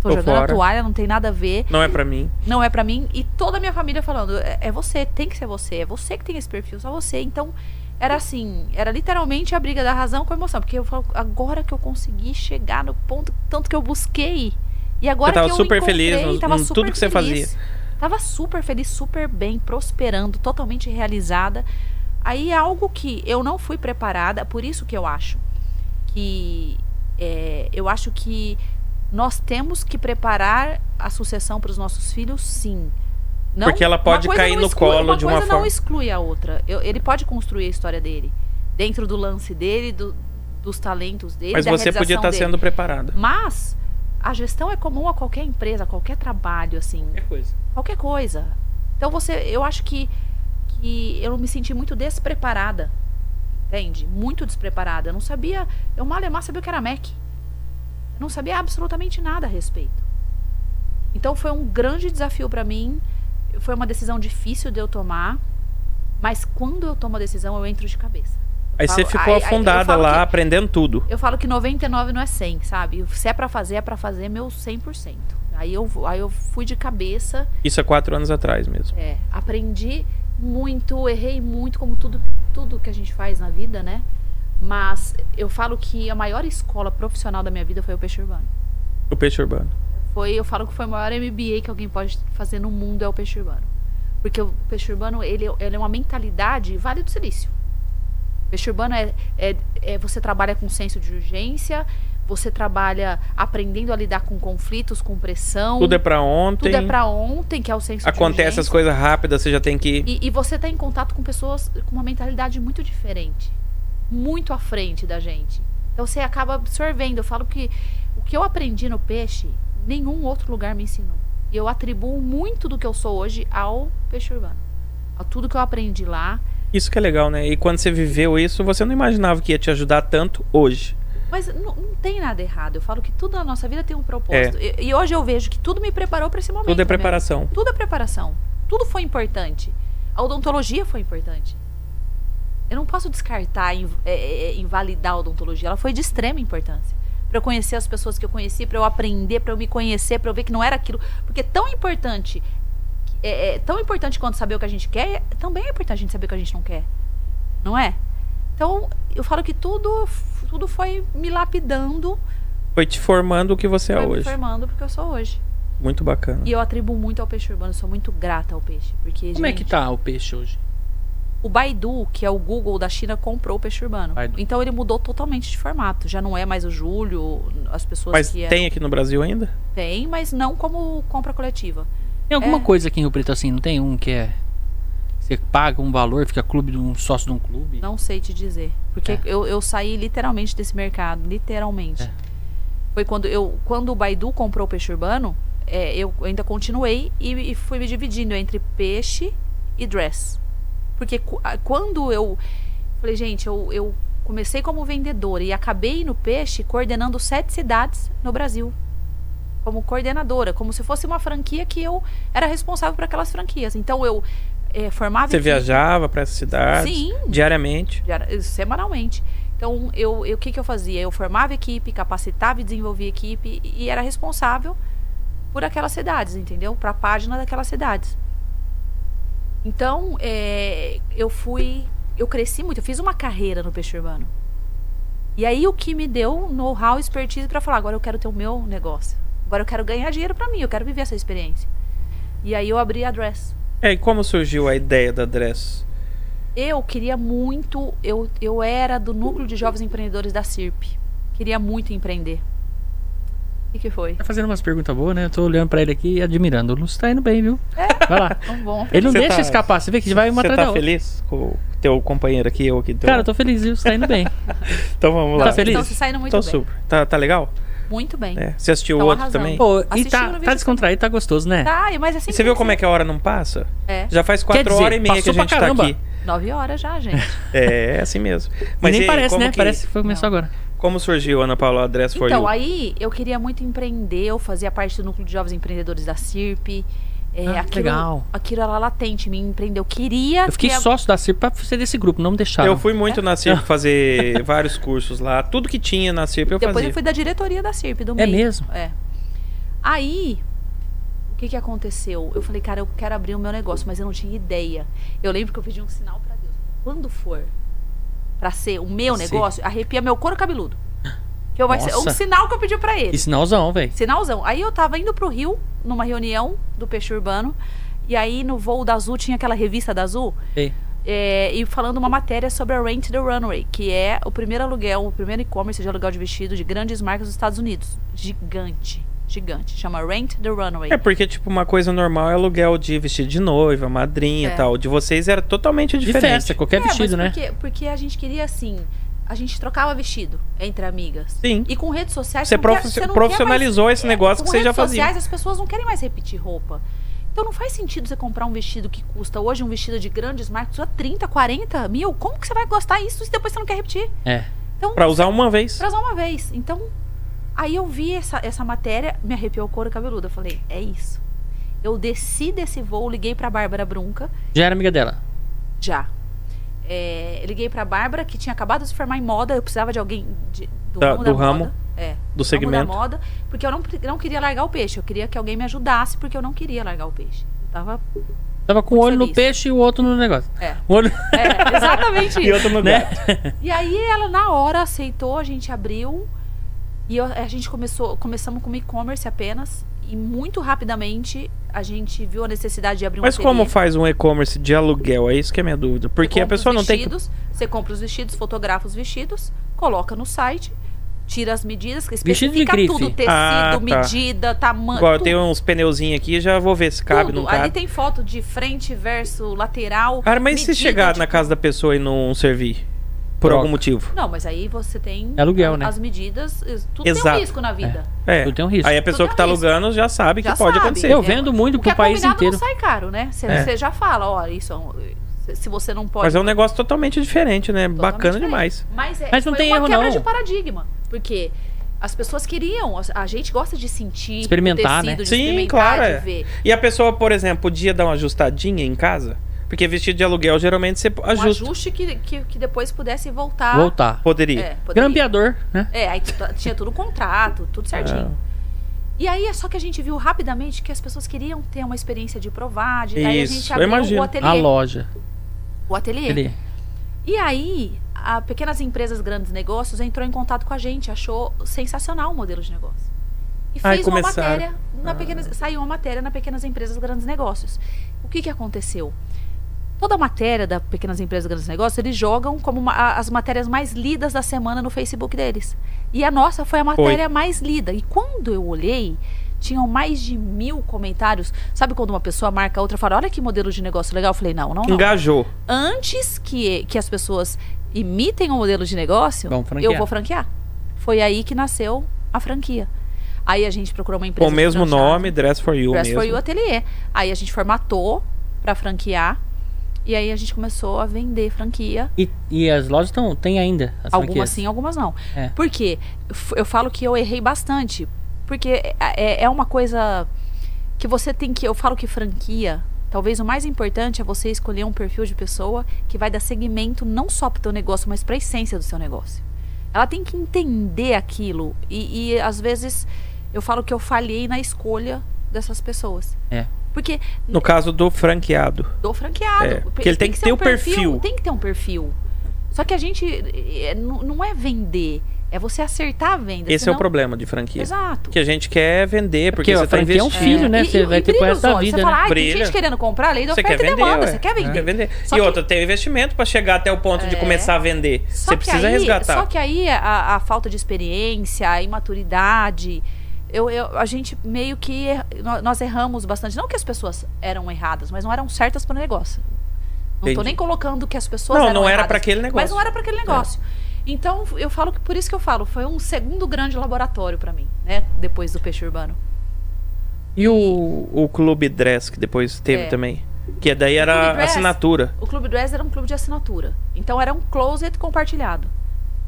Tô, Tô jogando fora. a toalha, não tem nada a ver, Não é pra mim. não é pra mim. E toda a minha família falando, é, é você, tem que ser você, é você que tem esse perfil, só você. Então, era assim, era literalmente a briga da razão com a emoção. Porque eu falo, agora que eu consegui chegar no ponto, tanto que eu busquei. E agora Você tava que eu super encontrei, feliz no- tava em super tudo que você feliz. fazia. Tava super feliz, super bem, prosperando, totalmente realizada. Aí algo que eu não fui preparada, por isso que eu acho que é, eu acho que nós temos que preparar a sucessão para os nossos filhos, sim. Não- Porque ela uma pode coisa cair não no colo uma de uma coisa não forma. exclui a outra. Eu- ele pode construir a história dele dentro do lance dele, do- dos talentos dele. Mas da você podia realização estar dele. sendo preparado. Mas a gestão é comum a qualquer empresa, a qualquer trabalho, assim Qualquer coisa. qualquer coisa. Então você, eu acho que, que eu me senti muito despreparada, entende? Muito despreparada. Eu não sabia, eu mal e mal sabia o que era Mac. Eu não sabia absolutamente nada a respeito. Então foi um grande desafio para mim. Foi uma decisão difícil de eu tomar, mas quando eu tomo a decisão eu entro de cabeça. Aí você falo- ficou aí- aí eu afundada falo lá, que- aprendendo tudo. Eu falo que 99 não é 100, sabe? Se é pra fazer, é pra fazer meu 100%. Aí eu, aí eu fui de cabeça Isso há quatro anos atrás mesmo. É, aprendi muito, errei muito, como tudo, tudo que a gente faz na vida, né? Mas eu falo que a maior escola profissional da minha vida foi o peixe urbano. O peixe urbano. Foi, eu falo que foi o maior MBA que alguém pode fazer no mundo é o peixe urbano. Porque o peixe urbano, ele, ele é uma mentalidade Vale do Silício. Peixe urbano é, é, é você trabalha com senso de urgência, você trabalha aprendendo a lidar com conflitos, com pressão. Tudo é pra tudo ontem. é pra ontem, que é o senso de Acontece urgência. as coisas rápidas, você já tem que. E, e você está em contato com pessoas com uma mentalidade muito diferente, muito à frente da gente. Então você acaba absorvendo. Eu falo que o que eu aprendi no peixe, nenhum outro lugar me ensinou. E eu atribuo muito do que eu sou hoje ao peixe urbano. A tudo que eu aprendi lá. Isso que é legal, né? E quando você viveu isso, você não imaginava que ia te ajudar tanto hoje. Mas não, não tem nada errado. Eu falo que tudo na nossa vida tem um propósito. E, e hoje eu vejo que tudo me preparou para esse momento. É. Tudo é também. preparação. Tudo é preparação. Tudo foi importante. A odontologia foi importante. Eu não posso descartar, inv- é, é, é, invalidar a odontologia. Ela foi de extrema importância. Para eu conhecer as pessoas que eu conheci, para eu aprender, para eu me conhecer, para eu ver que não era aquilo. Porque é tão importante, que- é, é tão importante quanto saber o que a gente quer, também é importante a gente saber o que a gente não quer. Não é? Então, eu falo que tudo, tudo foi me lapidando, Foi te formando o que você é foi me hoje. formando porque eu sou hoje. Muito bacana. E eu atribuo muito ao peixe urbano, eu sou muito grata ao peixe. Porque, Como é gente, que tá o peixe hoje? O Baidu, que é o Google da China, comprou o peixe urbano. Baidu. Então ele mudou totalmente de formato. Já não é mais o Júlio, as pessoas Mas que tem aqui no Brasil ainda? É, tem, mas não como compra coletiva. Tem alguma É. coisa aqui em Rio Preto assim, não tem um que é. Você paga um valor, fica clube de um sócio de um clube. Não sei te dizer. Porque É. eu, eu saí literalmente desse mercado. Literalmente. É. Foi quando eu. Quando o Baidu comprou o peixe urbano, é, eu ainda continuei e, e fui me dividindo entre peixe e dress. Porque cu- a- quando eu. Falei, gente, eu, eu comecei como vendedora e acabei no peixe coordenando sete cidades no Brasil. Como coordenadora, como se fosse uma franquia que eu era responsável por aquelas franquias. Então eu eh, formava. Você equipe- viajava pra essa cidade? Sim, Diariamente? diária- semanalmente. Então, eu, eu- o que, que eu fazia? Eu formava equipe, capacitava e desenvolvia equipe e era responsável por aquelas cidades, entendeu? Para a página daquelas cidades. Então, é, eu fui. Eu cresci muito, eu fiz uma carreira no peixe urbano. E aí, o que me deu know-how, expertise para falar: agora eu quero ter o meu negócio. Agora eu quero ganhar dinheiro para mim, eu quero viver essa experiência. E aí, eu abri a Dress. É, e como surgiu a ideia da Dress? Eu queria muito, eu, eu era do núcleo de jovens empreendedores da CIRP. Queria muito empreender. O que, que foi? Tá fazendo umas perguntas boas, né? Eu tô olhando pra ele aqui e admirando. O Lúcio tá indo bem, viu? É. Vai lá. Tão bom. Ele não Você deixa tá- escapar, você vê que vai uma Você atrás tá da outra. feliz então. com o teu companheiro aqui, eu aqui? Teu... Cara, eu tô feliz, viu? Você tá indo [LAUGHS] bem. Então vamos Tá lá. feliz? Então, vocês saíram muito Tô bem. Então super. Tá, tá legal? Muito bem. É. Você assistiu o Tão outro arrasando. também? Pô, e Assistindo o tá, vídeo tá descontraído, tá gostoso, né? Tá, e- mas assim. E você viu como é que a hora não passa? É. Já faz quatro dizer, horas e meia que a passou pra gente tá caramba. aqui. Nove horas [LAUGHS] já, gente. É, é assim mesmo. Mas Mas nem e aí, parece, como né? que- Parece que foi começou agora. Como surgiu, Ana Paula, a Dress for então, You? aí eu queria muito empreender, eu fazia parte do núcleo de jovens empreendedores da CIRP. É, Ah, aquilo, legal. Aquilo era latente, me empreendeu. Queria. Eu fiquei ter a- sócio da CIRP pra ser desse grupo, não me deixaram. Eu fui muito na Ah. CIRP [LAUGHS] fazer vários cursos lá. Tudo que tinha na CIRP eu Depois fazia. eu fui da diretoria da CIRP, do É MEI. mesmo? É. Aí, o que que aconteceu? Eu falei, cara, eu quero abrir o meu negócio, mas eu não tinha ideia. Eu lembro que eu pedi um sinal pra Deus. Quando for pra ser o meu Sim. negócio, arrepia meu couro cabeludo. Que eu vai ser Nossa. um sinal que eu pedi pra ele. E sinalzão, velho. Sinalzão. Aí eu tava indo pro Rio, numa reunião do Peixe Urbano, e aí no voo da Azul tinha aquela revista da Azul, Ei, é, e falando uma matéria sobre a Rent the Runway, que é o primeiro aluguel, o primeiro e-commerce de aluguel de vestido de grandes marcas dos Estados Unidos. Gigante, gigante. Chama Rent the Runway. É porque, tipo, uma coisa normal é aluguel de vestido de noiva, madrinha e É. tal. De vocês era totalmente De diferente. festa, qualquer mas vestido, né? Porque, porque a gente queria assim, a gente trocava vestido entre amigas. Sim. E com redes sociais Você não quer- prof- É, você não quer profissionalizou mais- é, esse negócio que com você já redes fazia. sociais as pessoas não querem mais repetir roupa. Então não faz sentido você comprar um vestido que custa hoje um vestido de grandes marcas, custa 30, 40 mil. Como que você vai gostar isso se depois você não quer repetir? É. Então Pra usar uma vez. Pra usar uma vez. Então, aí eu vi essa, essa matéria, me arrepiou o couro cabeludo. Eu falei, é isso. Eu desci desse voo, liguei pra Bárbara Brunca, Já era amiga dela. já. É, eu liguei pra Bárbara, que tinha acabado de se formar em moda, eu precisava de alguém de- do Da- ramo Tá, do da ramo, moda. É, do ramo da segmento. moda, porque eu não, pre- não queria largar o peixe. Eu queria que alguém me ajudasse, porque eu não queria largar o peixe. Eu tava... Tava com um Muito olho no feliz. peixe e o outro no negócio. É. O olho... [LAUGHS] É, exatamente E isso. outra no Né? gato. E aí ela na hora aceitou, a gente abriu e eu- a gente começou, começamos com e-commerce apenas e muito rapidamente a gente viu a necessidade de abrir um Mas como ateliê. faz um e-commerce de aluguel? É isso que é minha dúvida. Porque Você a compra os pessoa não tem que. vestidos, Você compra os vestidos, fotografa os vestidos, coloca no site, tira as medidas, que Vestido de especifica grife. tudo, tecido, Ah, tá. medida, tamanho, Igual, eu tudo, tenho um uns pneuzinhos aqui já vou ver se cabe, tudo. não Ali cabe. tem foto de frente, verso, lateral. Cara, mas e se medida chegar de- na casa da pessoa e não servir? Por Troca. algum motivo. Não, mas aí você tem É aluguel, né? as medidas, isso- tudo tem Exato. um risco na vida. É. Tudo tem um risco. Aí a pessoa Tudo que tá é um risco. alugando já sabe que Já pode sabe. acontecer. Eu vendo muito O que pro é país combinado inteiro. não sai caro, né? Você É. já fala, ó, isso é um- se- se você não pode. Mas é um negócio totalmente diferente, né? Totalmente Bacana diferente. demais. Mas, é, Mas não foi tem uma erro, quebra não. de paradigma. Porque Porque as pessoas queriam, a- a gente gosta de sentir, Experimentar, do tecido, né? de Sim, experimentar, claro, é. de ver. E a pessoa, por exemplo, podia dar uma ajustadinha em casa? Porque vestido de aluguel, geralmente você Um ajusta. ajuste que, que, que depois pudesse voltar. Voltar. Poderia. É, Ah, poderia. Grampeador, né? É, aí tu- tinha todo o contrato, É. tudo certinho. E aí é só que a gente viu rapidamente que as pessoas queriam ter uma experiência de provar, de daí Isso, a gente eu abriu imagino. o A ateliê. loja. O ateliê. Ele. E aí, a pequenas empresas, grandes negócios entrou em contato com a gente, achou sensacional o modelo de negócio. E Aí fez uma começaram. matéria na pequenas, saiu uma matéria na pequenas empresas, grandes negócios. O que que aconteceu? Toda a matéria da pequenas empresas, grandes negócios, eles jogam como uma- a- as matérias mais lidas da semana no Facebook deles. E a nossa foi a matéria mais lida. E quando eu olhei, tinham mais de mil comentários. Sabe quando uma pessoa marca a outra e fala, olha que modelo de negócio legal? Eu falei, não, não, não Engajou. antes que, que as pessoas imitem o modelo de negócio, Vão franquear. eu vou franquear. Foi aí que nasceu a franquia. Aí a gente procurou uma Com empresa. o de mesmo franchise, nome, Dress for You Dress mesmo. for You é Atelier. Aí a gente formatou para franquear. E aí a gente começou a vender franquia. E, e as lojas estão tem ainda. As Algumas franquias. sim, algumas não. É. Por quê? Eu f- Eu falo que eu errei bastante. Porque é- é, é uma coisa que você tem que. Eu falo que franquia. Talvez o mais importante é você escolher um perfil de pessoa que vai dar segmento não só para o teu negócio, mas para a essência do seu negócio. Ela tem que entender aquilo. E, e às vezes eu falo que eu falhei na escolha dessas pessoas. É. Porque No caso do franqueado. do franqueado. É, Pe- porque ele tem que ser ter o perfil. Tem que ter um perfil. Só que a gente eh, eh, nu- não é vender, é você acertar a venda. Esse é o senão- problema de franquia. Exato. Que a gente quer vender, porque, Porque, ó, você tá franquia é um investindo. filho, né? Você vai ter pro brilha resto os da olhos. vida, Você né? fala, ah, tem Brilha. gente querendo comprar, lei da Você oferta quer vender, e demanda, ué. É. você quer vender. Quer vender. Só e que- outra, tem investimento pra chegar até o ponto de É. começar a vender. você Só que precisa aí- resgatar. Só que aí a, a falta de experiência, a imaturidade, eu, eu- a gente meio que er- nó- nós erramos bastante. Não que as pessoas eram erradas, mas não eram certas para o negócio. Não Entendi. estou nem colocando que as pessoas Não, eram não era erradas, pra aquele Mas negócio. É. não era para aquele negócio. Então, eu falo que por isso que eu falo, foi um segundo grande laboratório para mim, né? Depois do peixe urbano. E o, o Clube Dress, que depois teve É. também. Que daí Clube era Dress? assinatura. O Clube Dress era um clube de assinatura. Então era um closet compartilhado.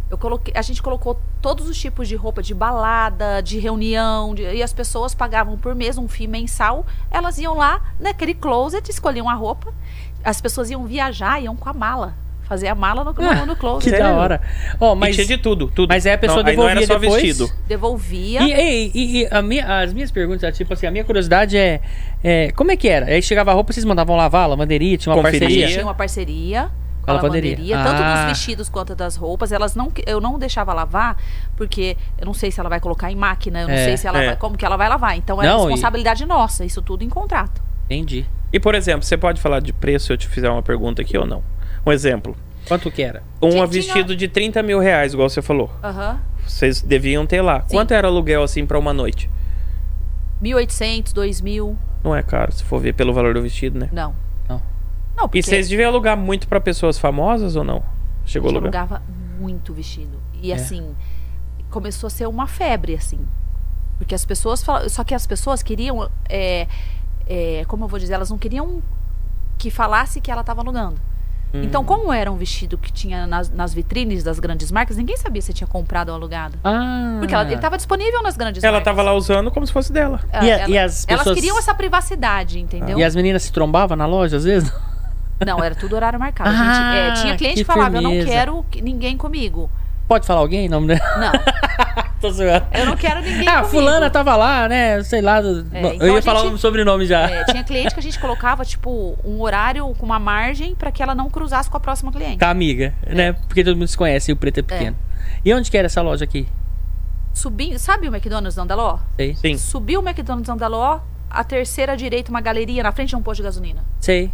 Eu coloquei, a gente colocou todos os tipos de roupa de balada, de reunião, de- e as pessoas pagavam por mês um fim mensal. Elas iam lá naquele closet, escolhiam a roupa. As pessoas iam viajar, iam com a mala, fazer a mala no, no- no Ah, Que closet. Sério? da hora. Ó, Mas, mas, e tinha de tudo, tudo. mas aí a pessoa não, aí não devolvia era só depois. vestido. Devolvia. E, e- e- e a minha- as minhas perguntas, é tipo assim, a minha curiosidade é, é, como é que era? Aí chegava a roupa, vocês mandavam lavar, lavanderia, tinha uma Conferia. parceria. tinha uma parceria Com com a a lavanderia. lavanderia, tanto Ah. dos vestidos quanto das roupas. Elas não, eu não deixava lavar porque eu não sei se ela vai colocar em máquina, eu não É, sei se ela é. vai, como que ela vai lavar. Então é Não, e- responsabilidade nossa, isso tudo em contrato. Entendi. E, por exemplo, você pode falar de preço se eu te fizer uma pergunta aqui ou não? Um exemplo. Quanto que era? Um Tinha- vestido de 30 mil reais, igual você falou. Aham. Vocês deviam ter lá. Quanto era aluguel, assim, pra uma noite? 1.800, 2.000, Não é caro, se for ver pelo valor do vestido, né? não. Não. Não, porque E vocês deviam alugar muito pra pessoas famosas ou não? a Chegou a gente alugar? alugava muito vestido. E É. assim, começou a ser uma febre, assim. Porque as pessoas falam, só que as pessoas queriam, é, é, como eu vou dizer, elas não queriam que falasse que ela estava alugando. Hum. Então, como era um vestido que tinha nas, nas vitrines das grandes marcas, ninguém sabia se tinha comprado ou alugado. Ah. Porque ela, ele estava disponível nas grandes Ela marcas. tava lá usando como se fosse dela. Ah, E a- ela- e as pessoas- Ah. Elas queriam essa privacidade, entendeu? E as meninas se trombavam na loja, às vezes? [LAUGHS] Não, era tudo horário marcado. Ah, gente, é, tinha cliente que que falava, eu firmeza. não quero que- ninguém comigo. Pode falar alguém? Não, né? [LAUGHS] Não, Tô zoando. eu não quero ninguém [LAUGHS] Ah, comigo. fulana tava lá, né? Sei lá. do- É, Bom, então eu ia a falar gente- um sobrenome já. [LAUGHS] É, tinha cliente que a gente colocava, tipo, um horário com uma margem para que ela não cruzasse com a próxima cliente. Tá amiga, É. né? Porque todo mundo se conhece e o preto é pequeno. E onde que era essa loja aqui? Subindo, sabe o McDonald's Andaló? Sei. Sim. Subiu o McDonald's Andaló, a terceira direita, uma galeria na frente de um posto de gasolina. Sei.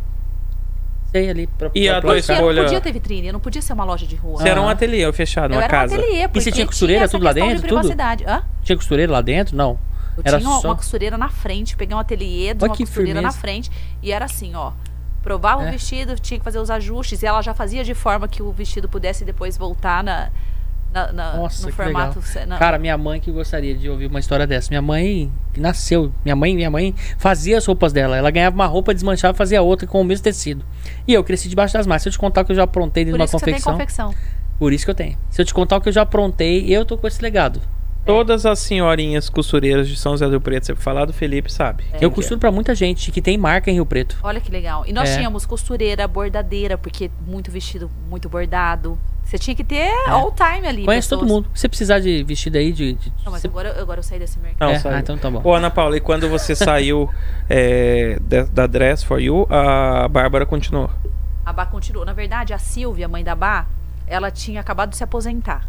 Sei ali. Pra, E pra a dois próxima. Porque eu Escolha- não podia ter vitrine, eu não podia ser uma loja de rua. Você era um Ah. ateliê fechado, eu uma era casa. um ateliê, porque você tinha costureira essa tudo lá questão de dentro, tudo? privacidade. Hã? Tinha costureiro lá dentro? Não. Eu Era tinha uma- só- uma costureira na frente, peguei um ateliê de Olha uma que costureira na firmeza. frente e era assim, ó. Provava É. o vestido, tinha que fazer os ajustes e ela já fazia de forma que o vestido pudesse depois voltar na, na- na- Nossa, no que formato. legal. se- na- Cara, minha mãe que gostaria de ouvir uma história dessa. Minha mãe nasceu. Minha mãe, minha mãe fazia as roupas dela. Ela ganhava uma roupa, desmanchava e fazia outra com o mesmo tecido. E eu cresci debaixo das máquinas. Se eu te contar que eu já aprontei dentro por de uma isso que você tem confecção. confecção. Por isso que eu tenho. Se eu te contar o que eu já aprontei, eu tô com esse legado. Todas as senhorinhas costureiras de São José do Rio Preto, você falar do Felipe, sabe? Quem que é. eu costuro pra muita gente que tem marca em Rio Preto. Olha que legal. E nós É. tínhamos costureira, bordadeira, porque muito vestido, muito bordado. Você tinha que ter all time ali. É. Conhece todo pessoas. mundo. Se você precisar de vestido aí, de. de- Não, mas você- agora, agora eu saí desse mercado. Não, É, sabe? ah, então tá bom. Ô, Ana Paula, e quando você [LAUGHS] saiu é, da, da Dress for You, a Bárbara continuou. A Bá continuou. Na verdade, a Silvia, mãe da Bá, ela tinha acabado de se aposentar.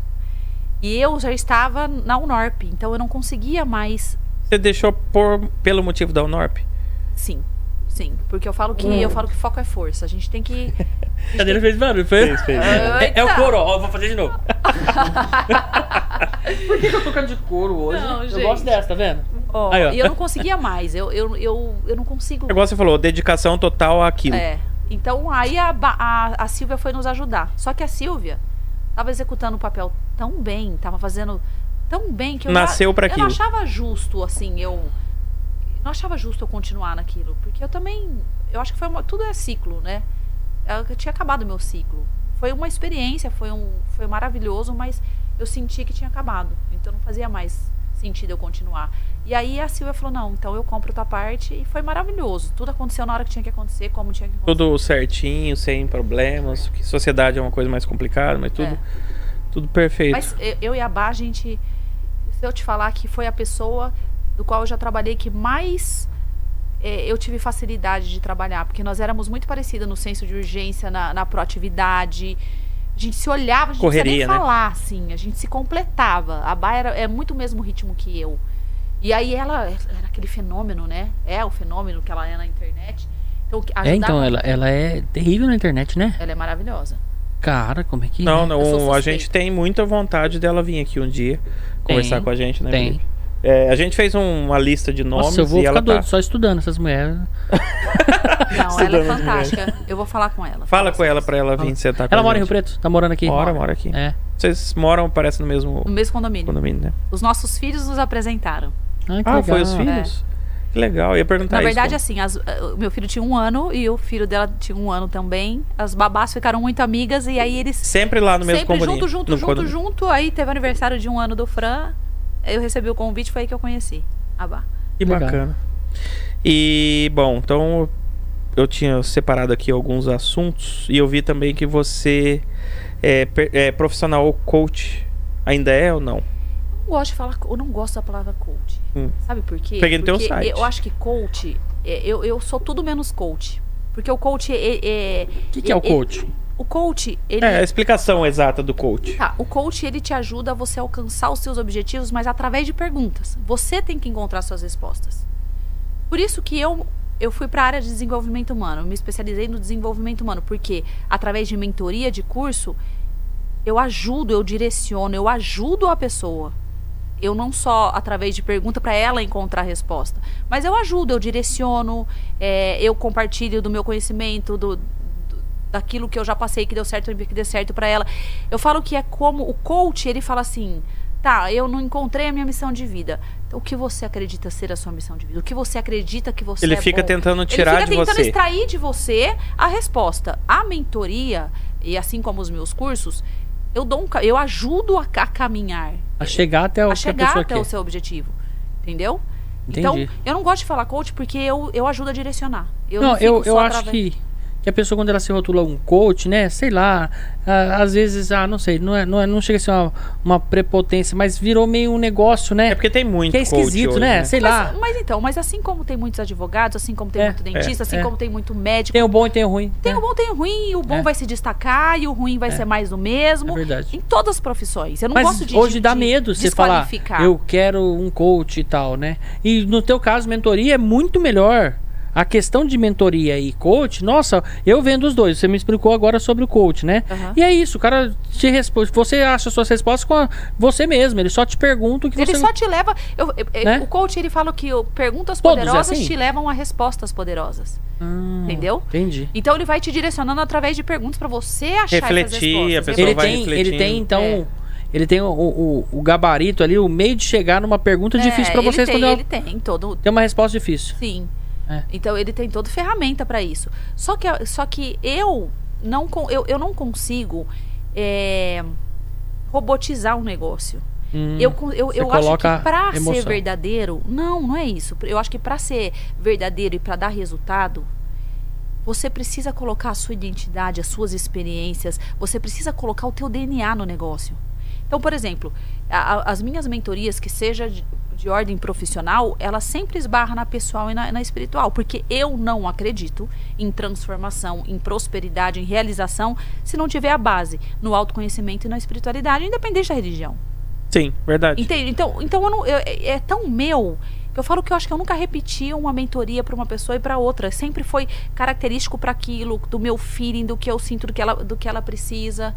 E eu já estava na Unorp, então eu não conseguia mais. Você deixou por, pelo motivo da Unorp? Sim, sim. Porque eu falo que Hum. eu falo que foco é força. A gente [LAUGHS] tem que. A cadeira fez barulho, foi? É, é o Eita! couro, ó, eu vou fazer de [LAUGHS] novo. Por que, que eu tô tocando de couro hoje? Não, eu gente. gosto dessa, tá vendo? Ó, Aí, ó. E eu não conseguia mais. Eu, eu, eu, eu não consigo. É Igual você falou, dedicação total àquilo. É. Então aí a, Ba- a, a Silvia foi nos ajudar. Só que a Silvia estava executando o papel tão bem, estava fazendo tão bem que eu Nasceu pra eu não aquilo. achava justo assim, eu não achava justo eu continuar naquilo, porque eu também, eu acho que foi uma, tudo é ciclo, né? Eu eu tinha acabado o meu ciclo. Foi uma experiência, foi um foi maravilhoso, mas eu senti que tinha acabado. Então não fazia mais sentido eu continuar. E aí a Silvia falou: "Não, então eu compro tua parte" e foi maravilhoso. Tudo aconteceu na hora que tinha que acontecer, como tinha que acontecer. Tudo certinho, sem problemas. Que sociedade é uma coisa mais complicada, mas tudo, É. tudo perfeito. Mas eu- eu e a Bá, a gente. Se eu te falar que foi a pessoa do qual eu já trabalhei que mais eh, eu tive facilidade de trabalhar, porque nós éramos muito parecidas no senso de urgência, na, na proatividade. A gente se olhava, a gente não Correria, precisava né? nem falar, assim, a gente se completava. A Bá era, é muito o mesmo ritmo que eu. E aí ela era aquele fenômeno, né? É o fenômeno que ela é na internet. Então, que É, ajudava- então, ela, ela é terrível na internet, né? Ela [LAUGHS] é maravilhosa. Cara, como é que. Não, Eu sou não. A suspeita. gente tem muita vontade dela vir aqui um dia conversar com a gente, né? tem. Felipe? É, a gente fez um- uma lista de nomes Nossa, eu vou e ficar ela doido tá. só estudando essas mulheres. Não, ela é Estudando demais. fantástica. Eu vou falar com ela. né? Fala com ela pra ela vir Fala. sentar com Ela a mora em Rio gente. Preto? Tá morando aqui? Mora, mora aqui. É. Hum. Vocês moram, parece, no mesmo No mesmo condomínio. condomínio, né? Os nossos filhos nos apresentaram. Ai, que Ah, foi os legal. é filhos? Que legal. Eu ia perguntar Na verdade, É isso. assim, as- o meu filho tinha um ano e o filho dela tinha um ano também. As babás ficaram muito amigas e aí eles Sempre lá no mesmo sempre condomínio. junto, junto, no junto, condomínio. junto. Aí teve aniversário de um ano do Fran. Eu recebi o convite, foi aí que eu conheci a Bá. Que Legal. bacana. E, bom, então eu tinha separado aqui alguns assuntos e eu vi também que você é, per- é profissional coach. Ainda é ou não? Não gosto de falar, co- eu não gosto da palavra coach. Hum. Sabe por quê? Peguei no teu Porque site. Eu acho que coach, é, eu, eu sou tudo menos coach. Porque o coach é. é- O que, que é o é- coach? o coach, ele. É, a explicação exata do coach. Tá, o coach ele te ajuda você a alcançar os seus objetivos, mas através de perguntas. Você tem que encontrar suas respostas. Por isso que eu eu fui para a área de desenvolvimento humano, eu me especializei no desenvolvimento humano, porque através de mentoria, de curso, eu ajudo, eu direciono, eu ajudo a pessoa. Eu não só através de pergunta para ela encontrar a resposta, mas eu ajudo, eu direciono, é, eu compartilho do meu conhecimento, do, do- daquilo que eu já passei que deu certo, que deu certo para ela. Eu falo que é como o coach, ele fala assim: "Tá, eu não encontrei a minha missão de vida. Então, o que você acredita ser a sua missão de vida? O que você acredita que você Ele é fica bom? tentando Ele tirar fica de tentando você. extrair de você a resposta. A mentoria, e assim como os meus cursos, eu dou um ca- eu ajudo a, ca- a caminhar, A chegar até Então, o a que a chegar pessoa até quer. o seu objetivo. Entendeu? Entendi. Então, eu não gosto de falar coach porque eu, eu ajudo a direcionar. Eu não, não, fico eu, eu só acho através- que, que a pessoa, quando ela se rotula um coach, né? Sei lá, ah, às vezes, ah, não sei, não, é, não, é, não chega a ser uma, uma prepotência, mas virou meio um negócio, né? É porque tem muito que é coach esquisito, hoje, né? né? Sei lá. Mas, mas então, mas assim como tem muitos advogados, assim como tem É, muito dentista, assim é. como tem muito médico, Tem o bom e tem o ruim. tem né? o bom, tem o ruim, e o bom É. vai se destacar e o ruim vai ser mais do mesmo. É verdade. Em todas as profissões. Eu não Mas gosto de hoje de- dá de medo você falar, desqualificar. eu quero um coach e tal, né? E no teu caso, mentoria é muito melhor. A questão de mentoria e coach, nossa, eu vendo os dois. Você me explicou agora sobre o coach, né? Aham. E é isso, o cara te responde. Você acha suas respostas com a- você mesmo. Ele só te pergunta o que Ele você... só te leva. eu- eu- eu- Né? O coach ele fala que o- perguntas Todos é poderosas assim? te levam a respostas poderosas. Hum, Ah, Entendeu? Entendi. Então ele vai te direcionando através de perguntas pra você achar essas Refletir, respostas. a pessoa Ele Refletir. vai tem, ele refletindo. tem, então... É. Ele tem o, o- o gabarito ali, o meio de chegar numa pergunta tá difícil pra É, você ele tem, responder. uma- Ele tem todo. Tem uma resposta difícil. Sim. É. Então ele tem toda ferramenta pra isso. Só que, só que eu não con- eu, eu não consigo é, robotizar um negócio. Hum, Eu, con- eu, você eu acho coloca que pra emoção. ser verdadeiro, não, não é isso. Eu acho que pra ser verdadeiro e pra dar resultado, você precisa colocar a sua identidade, as suas experiências, você precisa colocar o teu DNA no negócio. Então, por exemplo, a- a- as minhas mentorias, que seja de, de ordem profissional, elas sempre esbarram na pessoal e na, na espiritual, porque eu não acredito em transformação, em prosperidade, em realização, se não tiver a base no autoconhecimento e na espiritualidade, independente da religião. Sim, verdade. Entende? Então, então eu não, eu- é é tão meu que eu falo que eu acho que eu nunca repeti uma mentoria para uma pessoa e para outra. Sempre foi característico para aquilo, do meu feeling, do que eu sinto, do que, ela, do que ela precisa.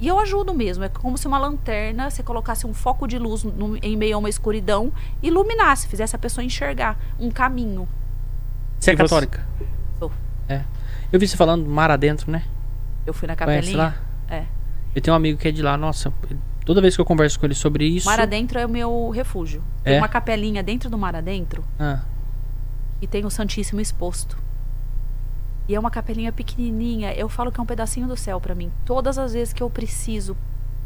E eu ajudo mesmo. É como se uma lanterna, você colocasse um foco de luz no- em meio a uma escuridão, iluminasse, fizesse a pessoa enxergar um caminho. Você é E você- católica? Sou. É. Eu vi você falando mar adentro, né? Eu fui na Conhece capelinha. lá? É. Eu tenho um amigo que é de lá, nossa. ele- Toda vez que eu converso com ele sobre isso. Mar Adentro é o meu refúgio. É? Tem uma capelinha dentro do Mar Adentro Ah, e tem o Santíssimo exposto. E é uma capelinha pequenininha, eu falo que é um pedacinho do céu pra mim. Todas as vezes que eu preciso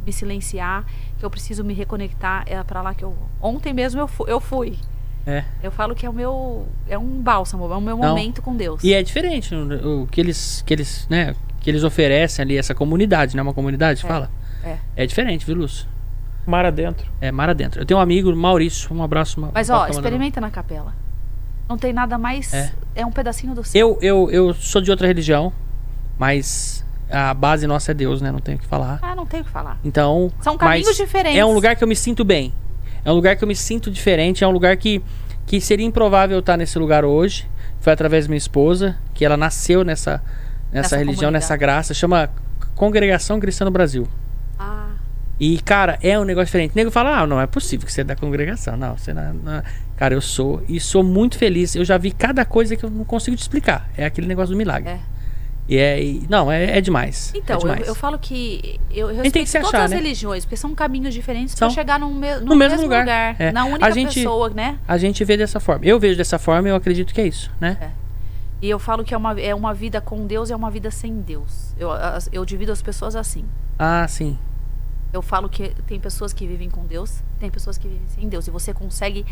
me silenciar, que eu preciso me reconectar, é pra lá que eu vou. Ontem mesmo eu fu- eu fui. É. Eu falo que é o meu é um bálsamo, é o meu Não. momento com Deus. E é diferente o, o que eles, que eles, né, que eles oferecem ali essa comunidade, né? Uma comunidade, fala. é. É diferente, viu, Lúcio? Mara dentro. É mar adentro. Eu tenho um amigo, Maurício, um abraço. Ma- Mas Paulo ó, tá mandando. experimenta na capela. Não tem nada mais É. é, um pedacinho do céu. Eu, eu, eu sou de outra religião, mas a base nossa é Deus, né? Não tenho o que falar. Ah, não tem o que falar. Então. São caminhos mas diferentes. É um lugar que eu me sinto bem. É um lugar que eu me sinto diferente. É um lugar que, que seria improvável eu estar nesse lugar hoje. Foi através da minha esposa, que ela nasceu nessa, nessa Nessa religião, comunidade. nessa graça. Chama Congregação Cristã no Brasil. Ah, E, cara, é um negócio diferente. O nego fala, ah, não é possível que você é da congregação. Não, você não, não- Cara, eu sou e sou muito feliz. Eu já vi cada coisa que eu não consigo te explicar. É aquele negócio do milagre. É. E é. e- não, é, é demais. então, é eu, demais. eu falo que eu A gente tem que respeito se todas achar, as né? religiões, porque são caminhos diferentes São. pra chegar num me- mesmo no, mesmo, lugar. lugar, É. na A única gente- pessoa, né? A gente vê dessa forma. Eu vejo dessa forma e eu acredito que é isso, né? E eu falo que é uma, é uma vida com Deus e é uma vida sem Deus. Eu, as- eu divido as pessoas assim. Ah, sim. Eu falo que tem pessoas que vivem com Deus, tem pessoas que vivem sem Deus. E você consegue,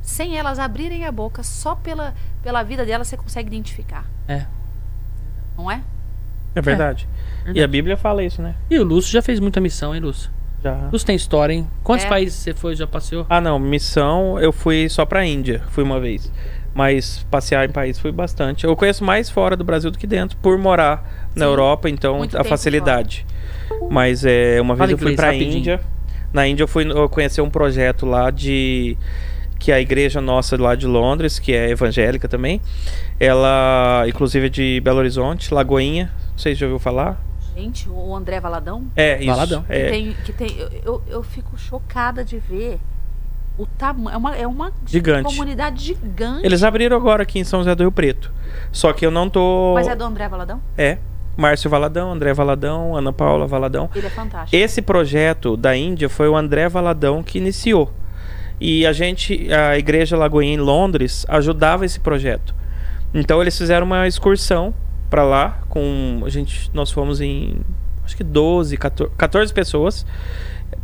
sem elas abrirem a boca, só pela, pela vida delas você consegue identificar. É. Não é? É verdade. Uhum. E a Bíblia fala isso, né? E o Lúcio já fez muita missão, hein, Lúcio? Já. Lúcio tem história, hein? Quantos É. países você foi, já passeou? Ah, não. Missão, eu fui só pra Índia. Fui uma vez. Mas passear em país fui bastante. Eu conheço mais fora do Brasil do que dentro, por morar na Sim. Europa, então Muito a tempo facilidade. Mas é, uma vez Fala eu fui inglês, pra rapidinho. Índia. Na Índia eu fui eu conhecer um projeto lá de que a igreja nossa lá de Londres, que é evangélica também, ela inclusive é de Belo Horizonte, Lagoinha, não sei se já ouviu falar. Gente, o André Valadão, É isso. Baladão. É, que tem. Que tem eu, eu, eu fico chocada de ver o tamanho. É uma, é uma gigante. comunidade gigante. Eles abriram agora aqui em São José do Rio Preto. Só que eu não tô. Mas é do André Valadão? É. Márcio Valadão, André Valadão, Ana Paula Valadão. Ele é fantástico. Esse projeto da Índia foi o André Valadão que iniciou. E a gente, a Igreja Lagoinha em Londres, ajudava esse projeto. Então eles fizeram uma excursão para lá com a gente, nós fomos em acho que 12, 14, 14 pessoas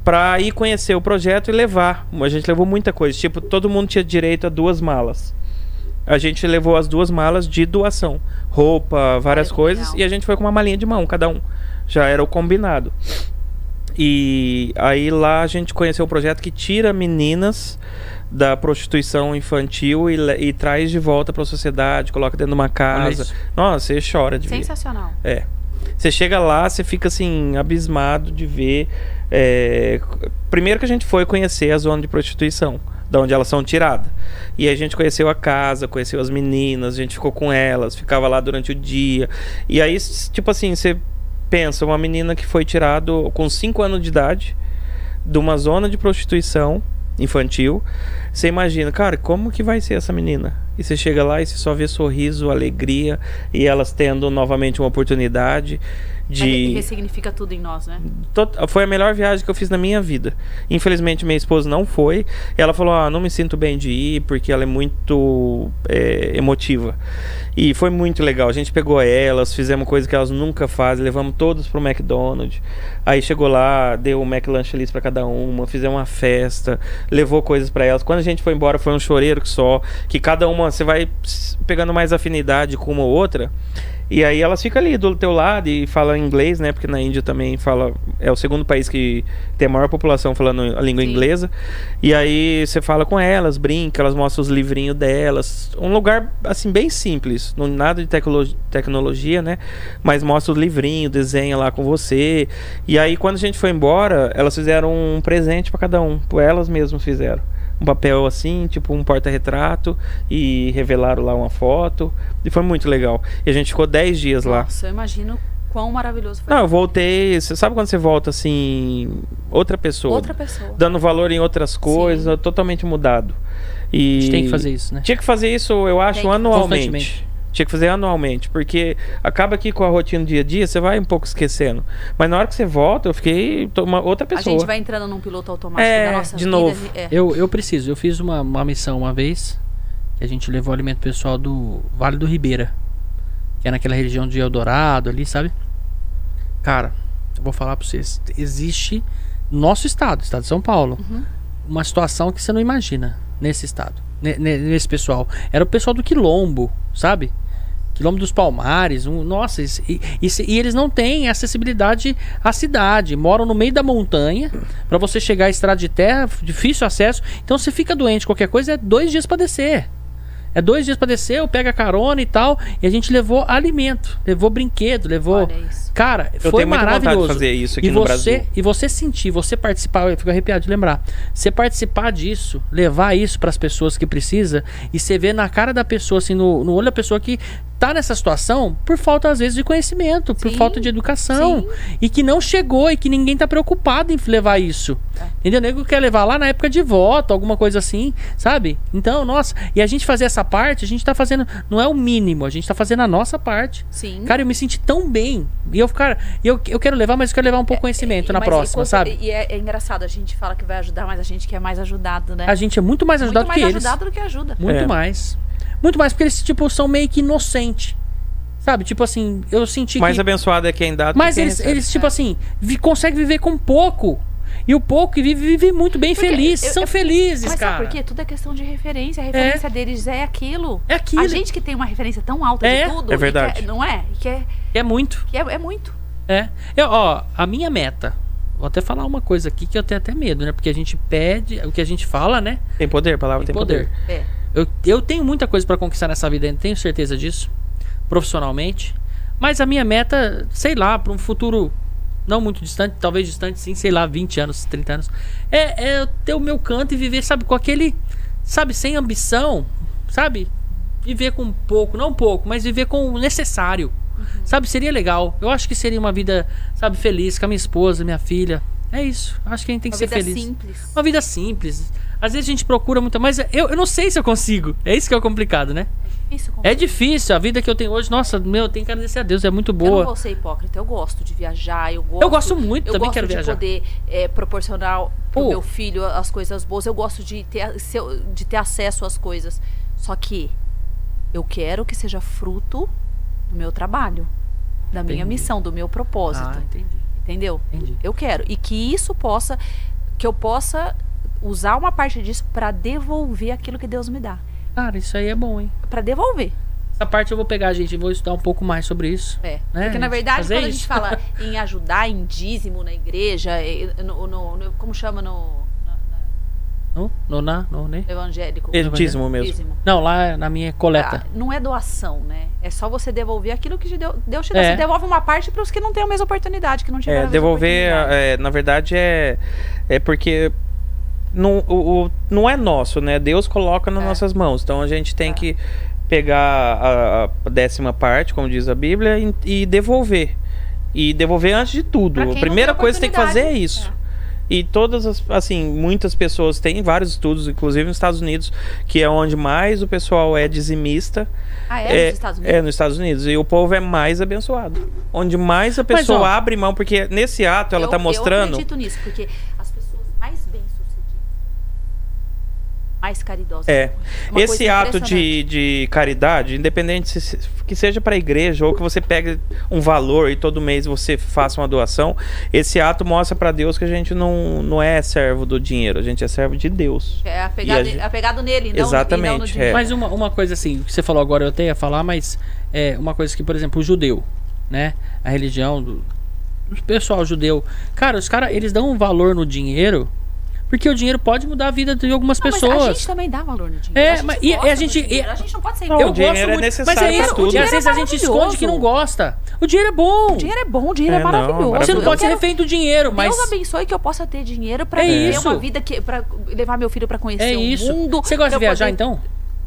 para ir conhecer o projeto e levar. A gente levou muita coisa, tipo, todo mundo tinha direito a duas malas. A gente levou as duas malas de doação, roupa, várias Olha que coisas, legal. e a gente foi com uma malinha de mão, cada um. Já era o combinado. E aí lá a gente conheceu um projeto que tira meninas da prostituição infantil e, le- e traz de volta para a sociedade, coloca dentro de uma casa. isso. Nossa, você chora de ver. Sensacional. É. Você chega lá, você fica assim, abismado de ver. é, c- Primeiro que a gente foi conhecer a zona de prostituição, da onde elas são tiradas. E a gente conheceu a casa, conheceu as meninas, a gente ficou com elas, ficava lá durante o dia. E aí, s- tipo assim, você pensa, uma menina que foi tirada com 5 anos de idade de uma zona de prostituição infantil, Você imagina, cara, como que vai ser essa menina? E você chega lá e você só vê sorriso, alegria, e elas tendo novamente uma oportunidade Ele de. ressignifica tudo em nós, né? Tot- Foi a melhor viagem que eu fiz na minha vida. Infelizmente, minha esposa não foi. Ela falou: Ah, não me sinto bem de ir porque ela é muito é, emotiva. E foi muito legal. A gente pegou elas, fizemos coisa que elas nunca fazem, levamos todos pro McDonald's. Aí chegou lá, deu um McLanche ali pra cada uma, fizemos uma festa, levou coisas pra elas. Quando a gente foi embora, foi um choreiro que só, que cada uma você vai ps- pegando mais afinidade com uma ou outra. E aí elas ficam ali do teu lado e falam inglês, né? Porque na Índia também fala. É o segundo país que tem a maior população falando a língua Sim. inglesa. E aí você fala com elas, brinca, elas mostram os livrinhos delas. Um lugar, assim, bem simples. Não, nada de tecno- tecnologia, né? Mas mostra os livrinhos, desenha lá com você. E aí quando a gente foi embora, elas fizeram um presente pra cada um. Elas mesmas fizeram. Um papel assim, tipo um porta-retrato. E revelaram lá uma foto. E foi muito legal. E a gente ficou 10 dias lá. Nossa, eu imagino quão maravilhoso foi. Não, eu voltei. Você sabe quando você volta assim, outra pessoa, Outra pessoa. dando valor em outras coisas, totalmente mudado. E A gente tem que fazer isso, né? Tinha que fazer isso, eu acho, Tem que- anualmente. Constantemente. Tinha que fazer anualmente, porque acaba que com a rotina do dia a dia, você vai um pouco esquecendo. Mas na hora que você volta, eu fiquei to- uma outra A pessoa. gente vai entrando num piloto automático É, da nossa de vida. novo. É. Eu, eu preciso. Eu fiz uma, uma missão uma vez que a gente levou alimento pessoal do Vale do Ribeira, que é naquela região de Eldorado ali, sabe? Cara, eu vou falar pra vocês. Existe no nosso estado, estado de São Paulo, Uhum. uma situação que você não imagina nesse estado, ne- ne- nesse pessoal. Era o pessoal do Quilombo, sabe? Quilombo dos Palmares, um, nossa, isso- e, isso- e eles não têm acessibilidade à cidade, moram no meio da montanha, pra você chegar à estrada de terra, f- difícil acesso. Então você fica doente, qualquer coisa, é dois dias pra descer. É dois dias pra descer, eu pego a carona e tal, e a gente levou alimento, levou brinquedo, levou. Olha isso. Cara, Eu foi tenho muita vontade de maravilhoso. fazer isso aqui e no você, Brasil. E você sentir, você participar, eu fico arrepiado de lembrar. Você participar disso, levar isso pras pessoas que precisa e você ver na cara da pessoa assim, no, no olho da pessoa que tá nessa situação por falta às vezes de conhecimento, por Sim, falta de educação sim. e que não chegou e que ninguém tá preocupado em levar isso. É. Entendeu? O nego quer levar lá na época de voto, alguma coisa assim, sabe? Então, nossa, e a gente fazer essa parte, a gente tá fazendo, não é o mínimo, a gente tá fazendo a nossa parte. Sim. Cara, eu me senti tão bem. E eu, cara, eu, eu quero levar, mas eu quero levar um pouco de conhecimento na É, Mas próxima, enquanto- sabe? E é, é engraçado, a gente fala que vai ajudar, mas a gente quer mais ajudado, né? A gente é muito mais Muito ajudado mais que ajudado do que ajuda. eles. Muito É. mais. Muito mais, porque eles, tipo, são meio que inocentes. Sabe? Tipo assim, eu senti Mais que. abençoado é quem dá. do que Mas quem eles, recebe. eles, tipo É. assim, vi, conseguem viver com pouco. E o pouco que vive, vive muito bem Porque feliz. eu- são eu- felizes, Mas cara. sabe por quê? Tudo é questão de referência. A referência deles é aquilo. É aquilo. A gente que tem uma referência tão alta É. de tudo. É e verdade. que não é? E Que é, É muito. que é, é muito. É. Eu, ó, a minha meta. Vou até falar uma coisa aqui que eu tenho até medo, né? Porque a gente pede, o que a gente fala, né? Tem poder, a palavra tem, Tem poder. poder. É. Eu, eu tenho muita coisa pra conquistar nessa vida, eu tenho certeza disso, profissionalmente. Mas a minha meta, sei lá, pra um futuro não muito distante, talvez distante sim, sei lá, 20 anos, 30 anos, é, é eu ter o meu canto e viver, sabe, com aquele, sabe, sem ambição, sabe? Viver com pouco, não pouco, mas viver com o necessário. Uhum. Sabe, seria legal. Eu acho que seria uma vida, sabe, feliz com a minha esposa, minha filha. É isso. Acho que a gente tem que Uma ser vida feliz simples. uma vida simples. Às vezes a gente procura muito, mas eu, eu não sei se eu consigo. É isso que é o complicado, né? Isso, É difícil. A vida que eu tenho hoje, nossa, meu, eu tenho que agradecer a Deus, é muito Eu não boa. vou ser hipócrita, eu gosto de viajar, eu gosto. Eu gosto muito, eu também gosto quero de viajar. poder é, proporcionar pro Pô. meu filho as coisas boas. Eu gosto de ter, a- se eu- de ter acesso às coisas. Só que eu quero que seja fruto do meu trabalho, da minha Entendi. missão, do meu propósito. Ah, entendi. Entendeu? Entendi. Eu quero. E que isso possa. Que eu possa usar uma parte disso para devolver aquilo que Deus me dá. Cara, isso aí é bom, hein? Para devolver. Essa parte eu vou pegar, gente, e vou estudar um pouco mais sobre isso. É. Né, Porque, na gente? verdade, Fazer quando a isso. gente fala em ajudar, em dízimo na igreja, e- no, no- no- como chama no, Não, não, na- não, né? no evangélico? É dízimo mesmo. Dízimo. Não, lá na minha Ah, coleta. não é doação, né? É só você devolver aquilo que Deus- Deus te dá. É. Você devolve uma parte para os que não têm a mesma oportunidade, que não tiveram É, a mesma devolver, oportunidade. é, na verdade, é, é porque não, o, o- não é nosso, né? Deus coloca nas É. nossas mãos. Então a gente tem que pegar a, a décima parte, como diz a Bíblia, e, e devolver. E devolver antes de tudo. Pra quem A não primeira tem coisa que tem que fazer é oportunidade. isso. E todas as, assim, muitas pessoas têm vários estudos, inclusive nos Estados Unidos, que é onde mais o pessoal é dizimista. Ah, é, nos Estados Unidos? É, nos Estados Unidos. E o povo é mais abençoado. Onde mais a Mas, pessoa ó, abre mão, porque nesse ato Então, ela eu, está Eu mostrando. acredito nisso, porque as pessoas mais bem-sucedidas, mais caridosas. É. Uma Esse coisa ato de, de caridade, independente se- se- que seja para a igreja ou que você pegue um valor e todo mês você faça uma doação, esse ato mostra para Deus que a gente não, não é servo do dinheiro, a gente é servo de Deus. É apegado, E a gente- apegado nele, não, Exatamente, e não no é. dinheiro. Mas uma, uma coisa assim, que você falou agora, eu até ia falar, mas é uma coisa que, por exemplo, o judeu, né? A religião do do pessoal judeu. Cara, os caras, eles dão um valor no dinheiro, porque o dinheiro pode mudar a vida de algumas Não, mas pessoas. a gente também dá valor no dinheiro. É, a gente mas- e- gosta e a do gente- dinheiro, e- a gente não pode ser Não, igual. o dinheiro é necessário Mas é pra isso, tudo. e às vezes O dinheiro é a gente maravilhoso. esconde que não gosta. O dinheiro é bom. O dinheiro é bom, o dinheiro é, É, não, maravilhoso. Você não maravilhoso. Eu pode ser quero- refém do dinheiro, mas. Deus abençoe que eu possa ter dinheiro pra É viver isso. uma vida que para levar meu filho pra conhecer É o isso. mundo. Você gosta pra de eu viajar poder- então?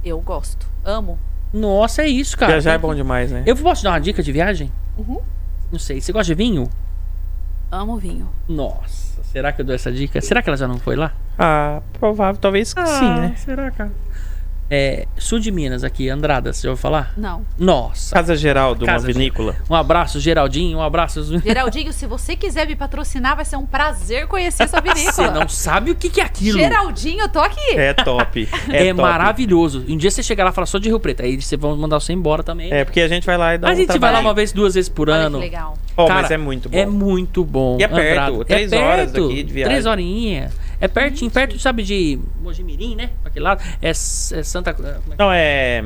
Eu gosto. Amo. Nossa, é isso, cara. Viajar é bom demais, né? Eu posso dar uma dica de viagem? Uhum. Não sei. Você gosta de vinho? Amo vinho. Nossa, será que eu dou essa dica? Será que ela já não foi lá? Ah, provável, talvez que sim, né? Ah, Será, cara? É, sul de Minas aqui, Andrada, você já ouviu falar? Não. Nossa. Casa Geraldo, uma Casa Geraldo. vinícola. Um abraço, Geraldinho, um abraço. [LAUGHS] Você [LAUGHS] Geraldinho, se você quiser me patrocinar, vai ser um prazer [LAUGHS] conhecer essa vinícola. não sabe o que, que é aquilo. Geraldinho, eu tô aqui. É [LAUGHS] top. é É, top. maravilhoso. Um dia você chegar lá e falar só de Rio Preto. Aí você vai mandar você embora também. É, porque a gente vai lá e dá a um gente vai lá trabalhinho. uma vez, duas vezes por Olha que ano. legal. Ó, Cara, mas é muito bom. É muito bom. E é perto, Andrada. três é perto, horas daqui de viagem. Três horinhas. É pertinho, perto, sabe, de Mojimirim, né? Pra aquele lado. É, S- é Santa... como é que- Não, é...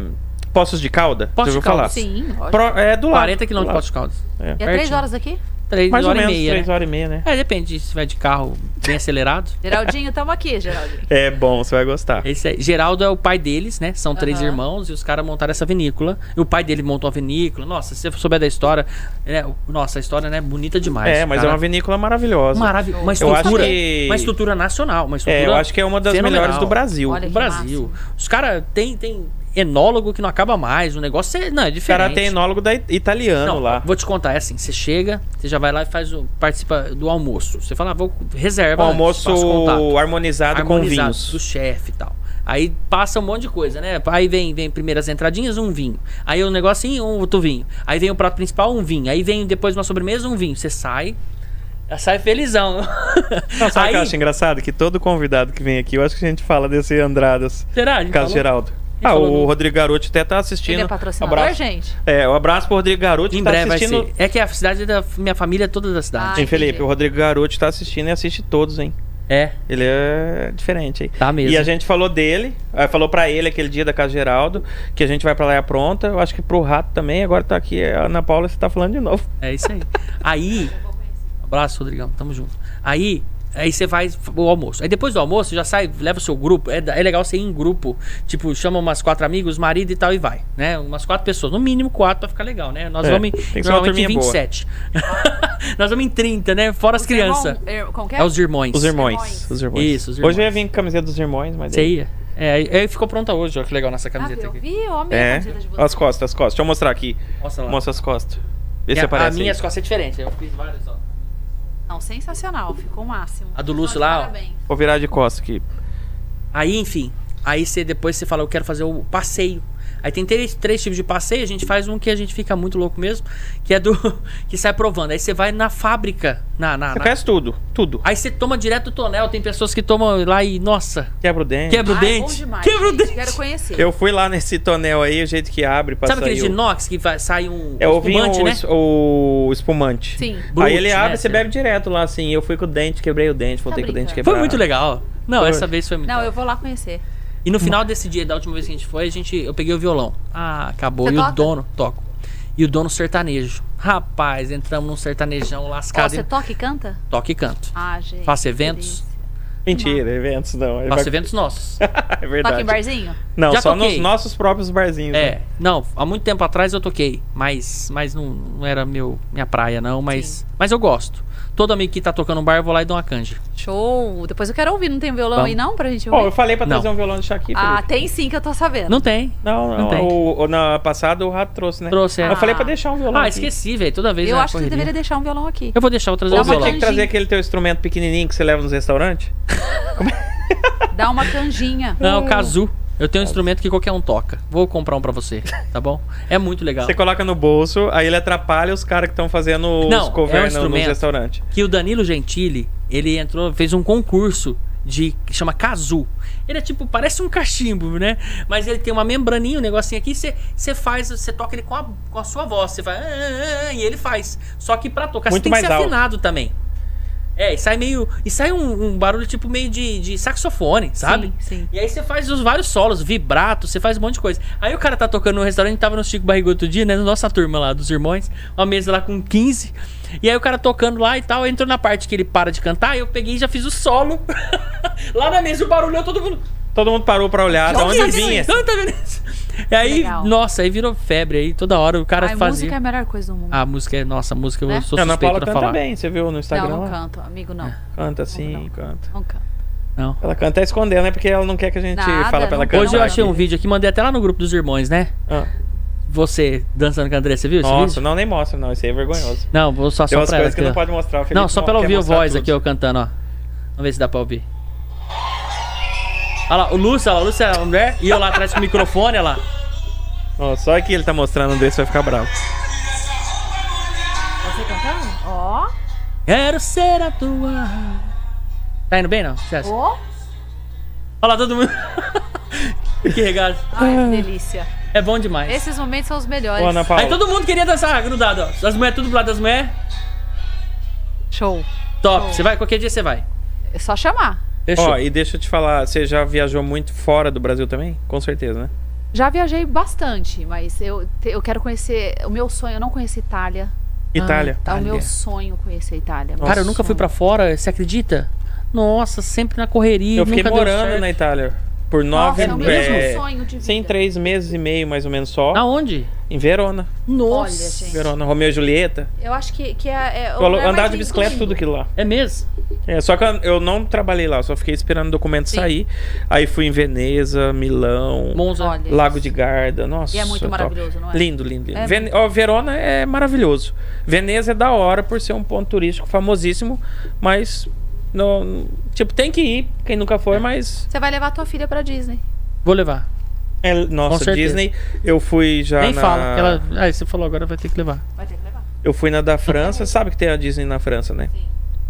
Poços de Calda? Poços Você ouviu de falar? Calda, Sim, lógico. Pro- É do lado. 40 do quilômetros de lado. Poços de Caldas. E é três pertinho. horas aqui? Três Mais ou horas menos, e meia, três né? horas e meia, né? É, depende se vai de carro bem acelerado. Geraldinho, tamo aqui, Geraldinho. É bom, você vai gostar. Esse aí. Geraldo é o pai deles, né? São três Aham. irmãos e os caras montaram essa vinícola. E o pai dele montou a vinícola. Nossa, se você souber da história, é, nossa, a história né, é bonita demais. é, mas é uma vinícola maravilhosa. maravilhosa. Uma Eu acho estrutura, que- uma estrutura nacional, uma estrutura É, eu acho que é uma das fenomenal. melhores do Brasil. Olha do que Brasil. máximo. Os caras tem tem enólogo que não acaba mais, o negócio é, não, é o diferente. cara tem enólogo da it- italiano Não, lá. Vou te contar, é assim, você chega, você já vai lá e faz o participa do almoço. Você fala, ah, vou reserva, Um antes, almoço faço contato harmonizado, com harmonizado do vinhos. chefe e tal. Aí passa um monte de coisa, né? Aí vem, vem primeiras entradinhas, um vinho. Aí o negocinho, um outro vinho. Aí vem o prato principal, um vinho. Aí vem depois uma sobremesa, um vinho. Você sai, sai felizão. [LAUGHS] Não, sabe o que eu Aí, acho engraçado? Que todo convidado que vem aqui, eu acho que a gente fala desse Andradas, será? Ele Casa falou? Geraldo. Ele Ah, falou o do- Rodrigo Garuti até tá assistindo. Ele é patrocinador, Abraço. gente? É, um abraço pro Rodrigo Garuti Em que tá breve vai assistindo. ser. É que a cidade é da minha família é toda da cidade. Sim, Ah, Felipe, entendi. o Rodrigo Garuti tá assistindo e assiste todos, hein? É, Ele é diferente aí. tá mesmo. E a gente falou dele, ah, falou pra ele aquele dia da Casa Geraldo, que a gente vai pra lá e apronta. Eu acho que pro Rato também, agora tá aqui a Ana Paula, você tá falando de novo. É isso aí. aí. Abraço, Rodrigão. Tamo junto. Aí. Aí você faz o almoço. Aí depois do almoço, já sai, leva o seu grupo. É, da- é legal você ir em grupo. Tipo, chama umas quatro amigos, marido e tal, e vai. Né? Umas quatro pessoas. No mínimo quatro pra ficar legal, né? Nós É, tem vamos que ser em, uma normalmente em turminha boa. 27. [LAUGHS] Nós vamos em 30, né? Fora as crianças. Irmão, er, como que é? É os irmãos. Os irmãos. irmãos. Os irmãos. Isso, os Hoje eu ia irmãos. vir com a camiseta dos irmãos, mas. Você aí- ia? É, aí- aí ficou pronta hoje, ó. Que legal nossa Ah, camiseta eu aqui. vi, eu amei a É. camiseta de As vocês. costas, as costas. Deixa eu mostrar aqui. Mostra lá. Mostra as costas. Vê É, se a aparece. minha, aí. as costas é diferente. Eu fiz várias, ó. Não, sensacional, ficou o máximo. A do Lúcio Tá de lá, ó. Parabéns. Vou virar de costas aqui. Aí, enfim, aí você depois você fala, eu quero fazer o passeio. Aí tem três, três tipos de passeio, a gente faz um que a gente fica muito louco mesmo, que é do. [LAUGHS] que sai provando. Aí você vai na fábrica. Na, na, Você na- conhece tudo. Tudo. Aí você toma direto do tonel, tem pessoas que tomam lá e. Nossa, Quebra o dente. quebra o Ai, Ah, é bom dente. demais, quebra o gente, dente. Quero conhecer. Eu fui lá nesse tonel aí, o jeito que abre, pra Sabe sair aquele de o- inox que vai, sai um É, eu vi espumante, o, né? es- o espumante. Sim. Brute, aí ele né, abre e você sei bebe direto lá, assim. Eu fui com o dente, quebrei o dente, voltei com o dente brincando. quebrado. Foi muito legal. Não, Foi. essa vez foi muito Não, legal. eu vou lá conhecer. E no final desse dia, da última vez que a gente foi, a gente, eu peguei o violão. Ah, acabou. Você e toca? o dono, toco. E o dono sertanejo. Rapaz, entramos num sertanejão Ó, lascado. você e... toca e canta? Toca e canto. Ah, gente. Faço que eventos? delícia. Mentira, eventos não. Ele Faço vai- eventos nossos. [LAUGHS] é Toca verdade. em barzinho? Não, Já só toquei. nos nossos próprios barzinhos. né? é. Não, há muito tempo atrás eu toquei, mas, mas não, não era meu, minha praia, não. Mas, mas eu gosto. Todo amigo que tá tocando um bar, eu vou lá e dou uma canja. Show! Depois eu quero ouvir, não tem violão Vamos. aí não pra gente Bom, ouvir? eu falei pra Não. trazer um violão do Shaqui. ah, Felipe. tem sim que eu tô sabendo. Não tem. Não, não. Não tem. o, o, na passada o rato trouxe, né? Trouxe, é. Eu falei pra deixar um violão. Ah, aqui. esqueci, velho. Toda vez eu é acho que você correria. deveria deixar um violão aqui. Eu vou deixar eu trazer Dá o Ou uma você violão. tinha que canjinha. trazer aquele teu instrumento pequenininho que você leva nos restaurantes? Dá uma canjinha. Não, é o Kazu. Eu tenho um instrumento que qualquer um toca. Vou comprar um pra você, tá bom? É muito legal. Você coloca no bolso, aí ele atrapalha os caras que estão fazendo Não, os é um cover no, nos instrumento. restaurantes. que o Danilo Gentili, ele entrou, fez um concurso de que chama Kazu. Ele é tipo, parece um cachimbo, né? Mas ele tem uma membraninha, um negocinho aqui, você você faz, você toca ele com a, com a sua voz, você vai "Ah, ah, ah", e ele faz. Só que pra tocar Muito você tem que mais ser alto. afinado também. É, e sai meio, e sai um, um barulho tipo meio de, de saxofone, sabe? Sim, sim. E aí você faz os vários solos, vibrato, você faz um monte de coisa. Aí o cara tá tocando no restaurante, tava no Chico Barrigudo outro dia, né? Na nossa turma lá, dos irmãos. Uma mesa lá com 15. E aí o cara tocando lá e tal, entrou na parte que ele para de cantar, eu peguei e já fiz o solo. [LAUGHS] lá na mesa, o barulho, todo mundo... Todo mundo parou pra olhar de "Não, tá onde assim? vendo vinha. isso? Não, tá vendo isso? E aí, Legal. nossa, aí virou febre. Aí toda hora o cara Ai, fazia... música é a melhor coisa do mundo. Ah, A música é... Nossa, a música eu Né? sou Não, Ana suspeito Paula pra canta falar. bem, você viu no Instagram? não, não lá? É. canto, amigo, não. Canta sim, Não. canta. Não canto. Não. Ela canta escondendo, né? Porque ela não quer que a gente fala Nada, pra ela não cantar. quero Hoje eu nada. achei um vídeo aqui, mandei até lá no grupo dos irmãos, né? Ah. Você dançando com a André, você viu esse Nossa, vídeo? não, nem mostra, não. Isso aí é vergonhoso. Não, vou só, Tem só umas pra ela. coisas que aqui, não ó. pode mostrar. o Felipe Não, só pra ela quer ouvir a mostrar voz tudo. aqui, eu cantando, ó. Vamos ver se dá pra ouvir. Olha lá, o Lúcio, olha lá, o Lúcio é a mulher. E eu lá atrás com o microfone, olha lá. Ó, só que ele tá mostrando, o André vai ficar bravo. Você cantando? Ó, Quero ser a tua. Tá indo bem, não? Você acha? ó. Olha lá, todo mundo. [LAUGHS] que regado. Ai, que delícia. É bom demais. Esses momentos são os melhores. Ah. Ô, Ana Paula. Aí todo mundo queria dançar ah, grudado, ó. As mulheres, tudo pro lado das mulheres. Show. Top. Show. Você vai? Qualquer dia você vai. É só chamar. Fechou. Ó, e deixa eu te falar, você já viajou muito fora do Brasil também? Com certeza, né? Já viajei bastante, mas eu, te- eu quero conhecer. O meu sonho, eu não conheci Itália. Itália. É o meu Itália. sonho conhecer a Itália. Cara, eu nunca fui pra fora, você acredita? Nossa, sempre na correria. eu fiquei nunca deu morando certo. na Itália por Nossa, nove é o meu mesmo? é, sonho de vida. Sim, três meses e meio mais ou menos só. Aonde? Em Verona. Nossa. gente. Verona, Romeu e Julieta. Eu acho que, que é, é o Eu lugar andar mais de lindo bicicleta, do tudo mundo. aquilo lá. É mesmo? É, só que eu- eu não trabalhei lá, eu só fiquei esperando o documento Sim. sair. Aí fui em Veneza, Milão, Monza. Olha. é né? Lago de Garda. Nossa. E é muito top. maravilhoso, não é? Lindo, lindo, lindo. É Ven- ó, Verona é maravilhoso. Veneza é da hora por ser um ponto turístico famosíssimo, mas. Não, tipo, tem que ir, quem nunca É. foi, mas. Você vai levar tua filha pra Disney. Vou levar. É, nossa, certeza. Disney, eu fui já. Nem tá na- fala. que Ela... Ah, você falou agora, vai ter que levar. Vai ter que levar. Eu fui na da [LAUGHS] França, sabe que tem a Disney na França, né? Sim.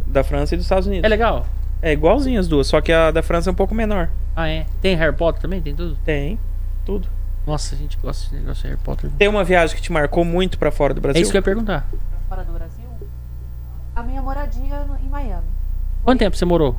Da França e dos Estados Unidos. É legal? É igualzinho as duas, só que a da França é um pouco menor. Ah, é. Tem Harry Potter também? Tem tudo? Tem, tudo. Nossa, a gente gosta de negócio de Harry Potter. Tem uma viagem que te marcou muito pra fora do É Brasil? isso que eu ia perguntar. Fora do Brasil? A minha moradia no- em Miami. Quanto tempo você morou?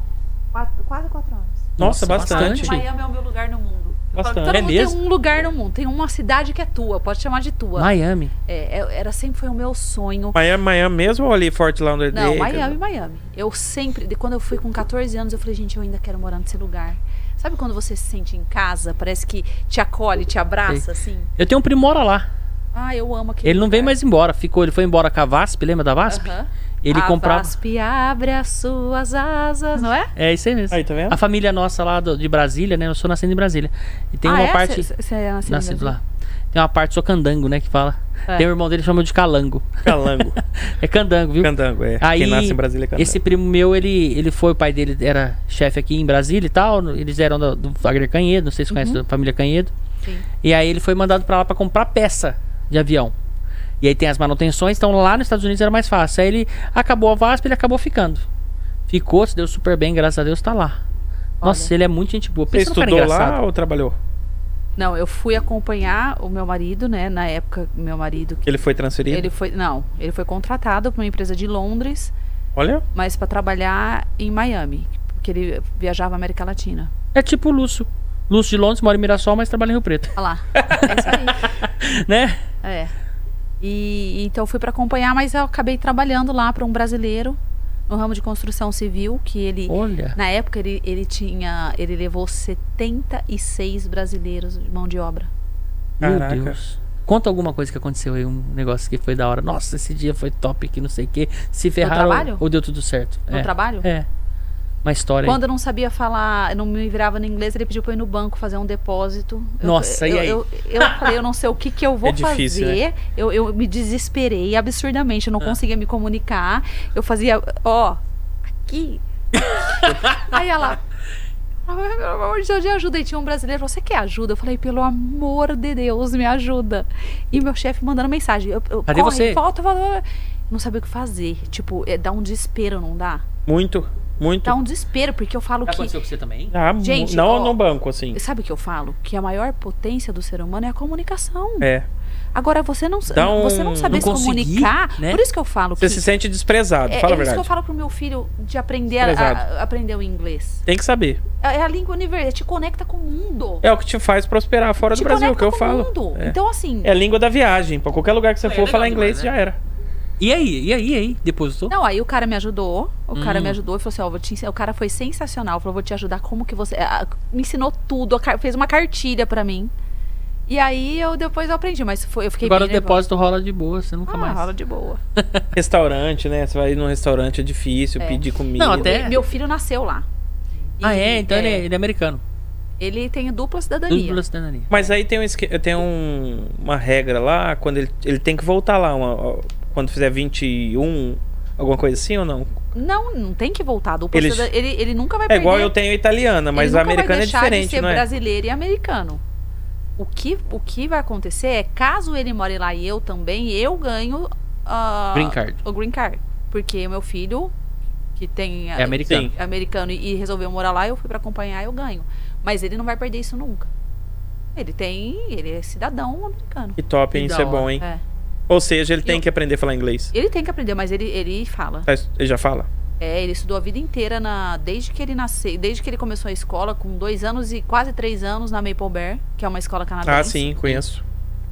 Quatro- quase quatro anos. Nossa, Nossa, bastante. bastante. Miami é o meu lugar no mundo. Eu falo que Bastante. Todo É mundo mesmo? tem um lugar no mundo. Tem uma cidade que é tua. Pode chamar de tua. Miami. É, é- era sempre foi o meu sonho. Miami, Miami mesmo ou ali Fort é Lauderdale? Não, Miami, Miami. Eu sempre, de- quando eu fui com 14 anos, eu falei, gente, eu ainda quero morar nesse lugar. Sabe quando você se sente em casa? Parece que te acolhe, te abraça, assim. Eu tenho um primo que mora lá. Ah, eu amo aquele Ele não veio lugar. mais embora. Ficou, ele foi embora com a VASP, lembra da VASP? Aham. Ah, Ele a comprava. VASP abre as suas asas, não é? É isso aí mesmo. Aí, tá vendo? A família nossa lá do- de Brasília, né? Eu sou nascendo em Brasília. E tem Ah, uma é? parte. Cê- cê é nascido, em Nascido Brasília? lá. Tem uma parte só candango, né? Que fala. É. Tem um irmão dele que chama de calango. [LAUGHS] Calango. É candango, viu? Candango, é. Aí, Quem nasce em Brasília é candango. esse primo meu, ele, ele foi, o pai dele era chefe aqui em Brasília e tal. Eles eram do, do Wagner Canhedo, não sei se conhece a família Canhedo. Sim. E aí ele foi mandado pra lá pra comprar peça de avião. E aí tem as manutenções, então lá nos Estados Unidos era mais fácil. Aí ele acabou a VASP, ele acabou ficando. Ficou, se deu super bem, graças a Deus, tá lá. Nossa, ele é muito gente boa. Você Pensa num cara estudou lá engraçado. ou trabalhou? Não, eu fui acompanhar o meu marido, né? Na época, meu marido. Ele foi transferido? Ele foi. Não, ele foi contratado para uma empresa de Londres, Olha, mas para trabalhar em Miami. Porque ele viajava América Latina. É tipo o Lúcio. Lúcio de Londres, mora em Mirassol, mas trabalha em Rio Preto. [LAUGHS] Olha lá. É isso aí. né? É. E, então eu fui para acompanhar, mas eu acabei trabalhando lá para um brasileiro no ramo de construção civil, que ele. Olha. Na época ele, ele tinha. Ele levou 76 brasileiros de mão de obra. Meu Caraca. Deus. Conta alguma coisa que aconteceu aí, um negócio que foi da hora. Nossa, esse dia foi top que não sei o quê. Se ferraram trabalho? ou deu tudo certo. No é. trabalho? É. Uma história. aí. Quando eu não sabia falar, eu não me virava no inglês, ele pediu pra eu ir no banco fazer um depósito. Eu- Nossa, eu, e aí? né? Eu, eu falei, eu não sei o que, que eu [LAUGHS] vou É difícil, fazer. Eu, eu me desesperei absurdamente, eu Ah. não conseguia me comunicar. Eu fazia, ó, [LAUGHS] aqui. aí ela. "Ai, Pelo amor de Deus, me ajuda. E tinha um brasileiro, você quer ajuda? Eu falei, pelo amor de Deus, me ajuda. E meu chefe mandando mensagem. Eu, eu, Cadê corre, você? Volta, volta. Não sabia o que fazer. Tipo, é, dá um desespero, não dá? Muito, muito. Dá Tipo, um desespero, porque eu falo Já que. aconteceu com você também? Ah, mu- Gente, não ó. no banco, assim. Sabe o que eu falo? Que a maior potência do ser humano é a comunicação. É. Agora, você não, Dá um- você não saber não se conseguir, comunicar, né? por isso que eu falo Você que. se sente desprezado, é, fala a é isso que verdade. eu falo pro meu filho de aprender a, Desprezado. a- aprender o inglês. Tem que saber. É a língua universal, te conecta com o mundo. É o que te faz prosperar fora te do Brasil, é o conecta que eu com falo. o mundo. É. Então, assim. É a língua da viagem. Pra qualquer lugar que você É, é for legal falar inglês, demais, já era. E aí? E aí? E aí? Depositou? Não, aí o cara me ajudou. O cara Hum. me ajudou e falou assim: ó, vou te ensinar. O cara foi sensacional. Falou: vou te ajudar. Como que você. ah, Me ensinou tudo. a car- Fez uma cartilha pra mim. E aí eu depois eu aprendi, mas foi, eu fiquei Agora o bem nervosa. depósito rola de boa, você nunca Ah, mais. rola de boa. Restaurante, né? Você vai num restaurante, é difícil É. pedir comida. Não, até- É. Meu filho nasceu lá. Ah, E, é? Então Ele, é, ele é americano. ele tem dupla cidadania. Dupla cidadania. Mas aí tem, um, esque- tem um- uma regra lá, quando ele, ele tem que voltar lá, uma- quando fizer 21, alguma coisa assim ou não? Não, não tem que voltar. Dupla Eles- cidadania. Ele, ele nunca vai É perder. igual eu tenho italiana, mas ele a nunca vai americana é deixar diferente, de ser não é? brasileiro e americano. O que, o que vai acontecer é, caso ele more lá e eu também, eu ganho ah, Green card. o green card. Porque o meu filho, que tem É americano. Sim. é americano e, e resolveu morar lá, eu fui pra acompanhar eu ganho. Mas ele não vai perder isso nunca. Ele tem. Ele é cidadão americano. Que top, hein? Que da Isso é hora. bom, hein? É. Ou seja, ele tem Eu- que aprender a falar inglês. Ele tem que aprender, mas ele, ele fala. Tá, Ele já fala? É, ele estudou a vida inteira na desde que ele nasceu, desde que ele começou a escola com dois anos e quase três anos na Maple Bear, que é uma escola canadense. Ah, sim, conheço.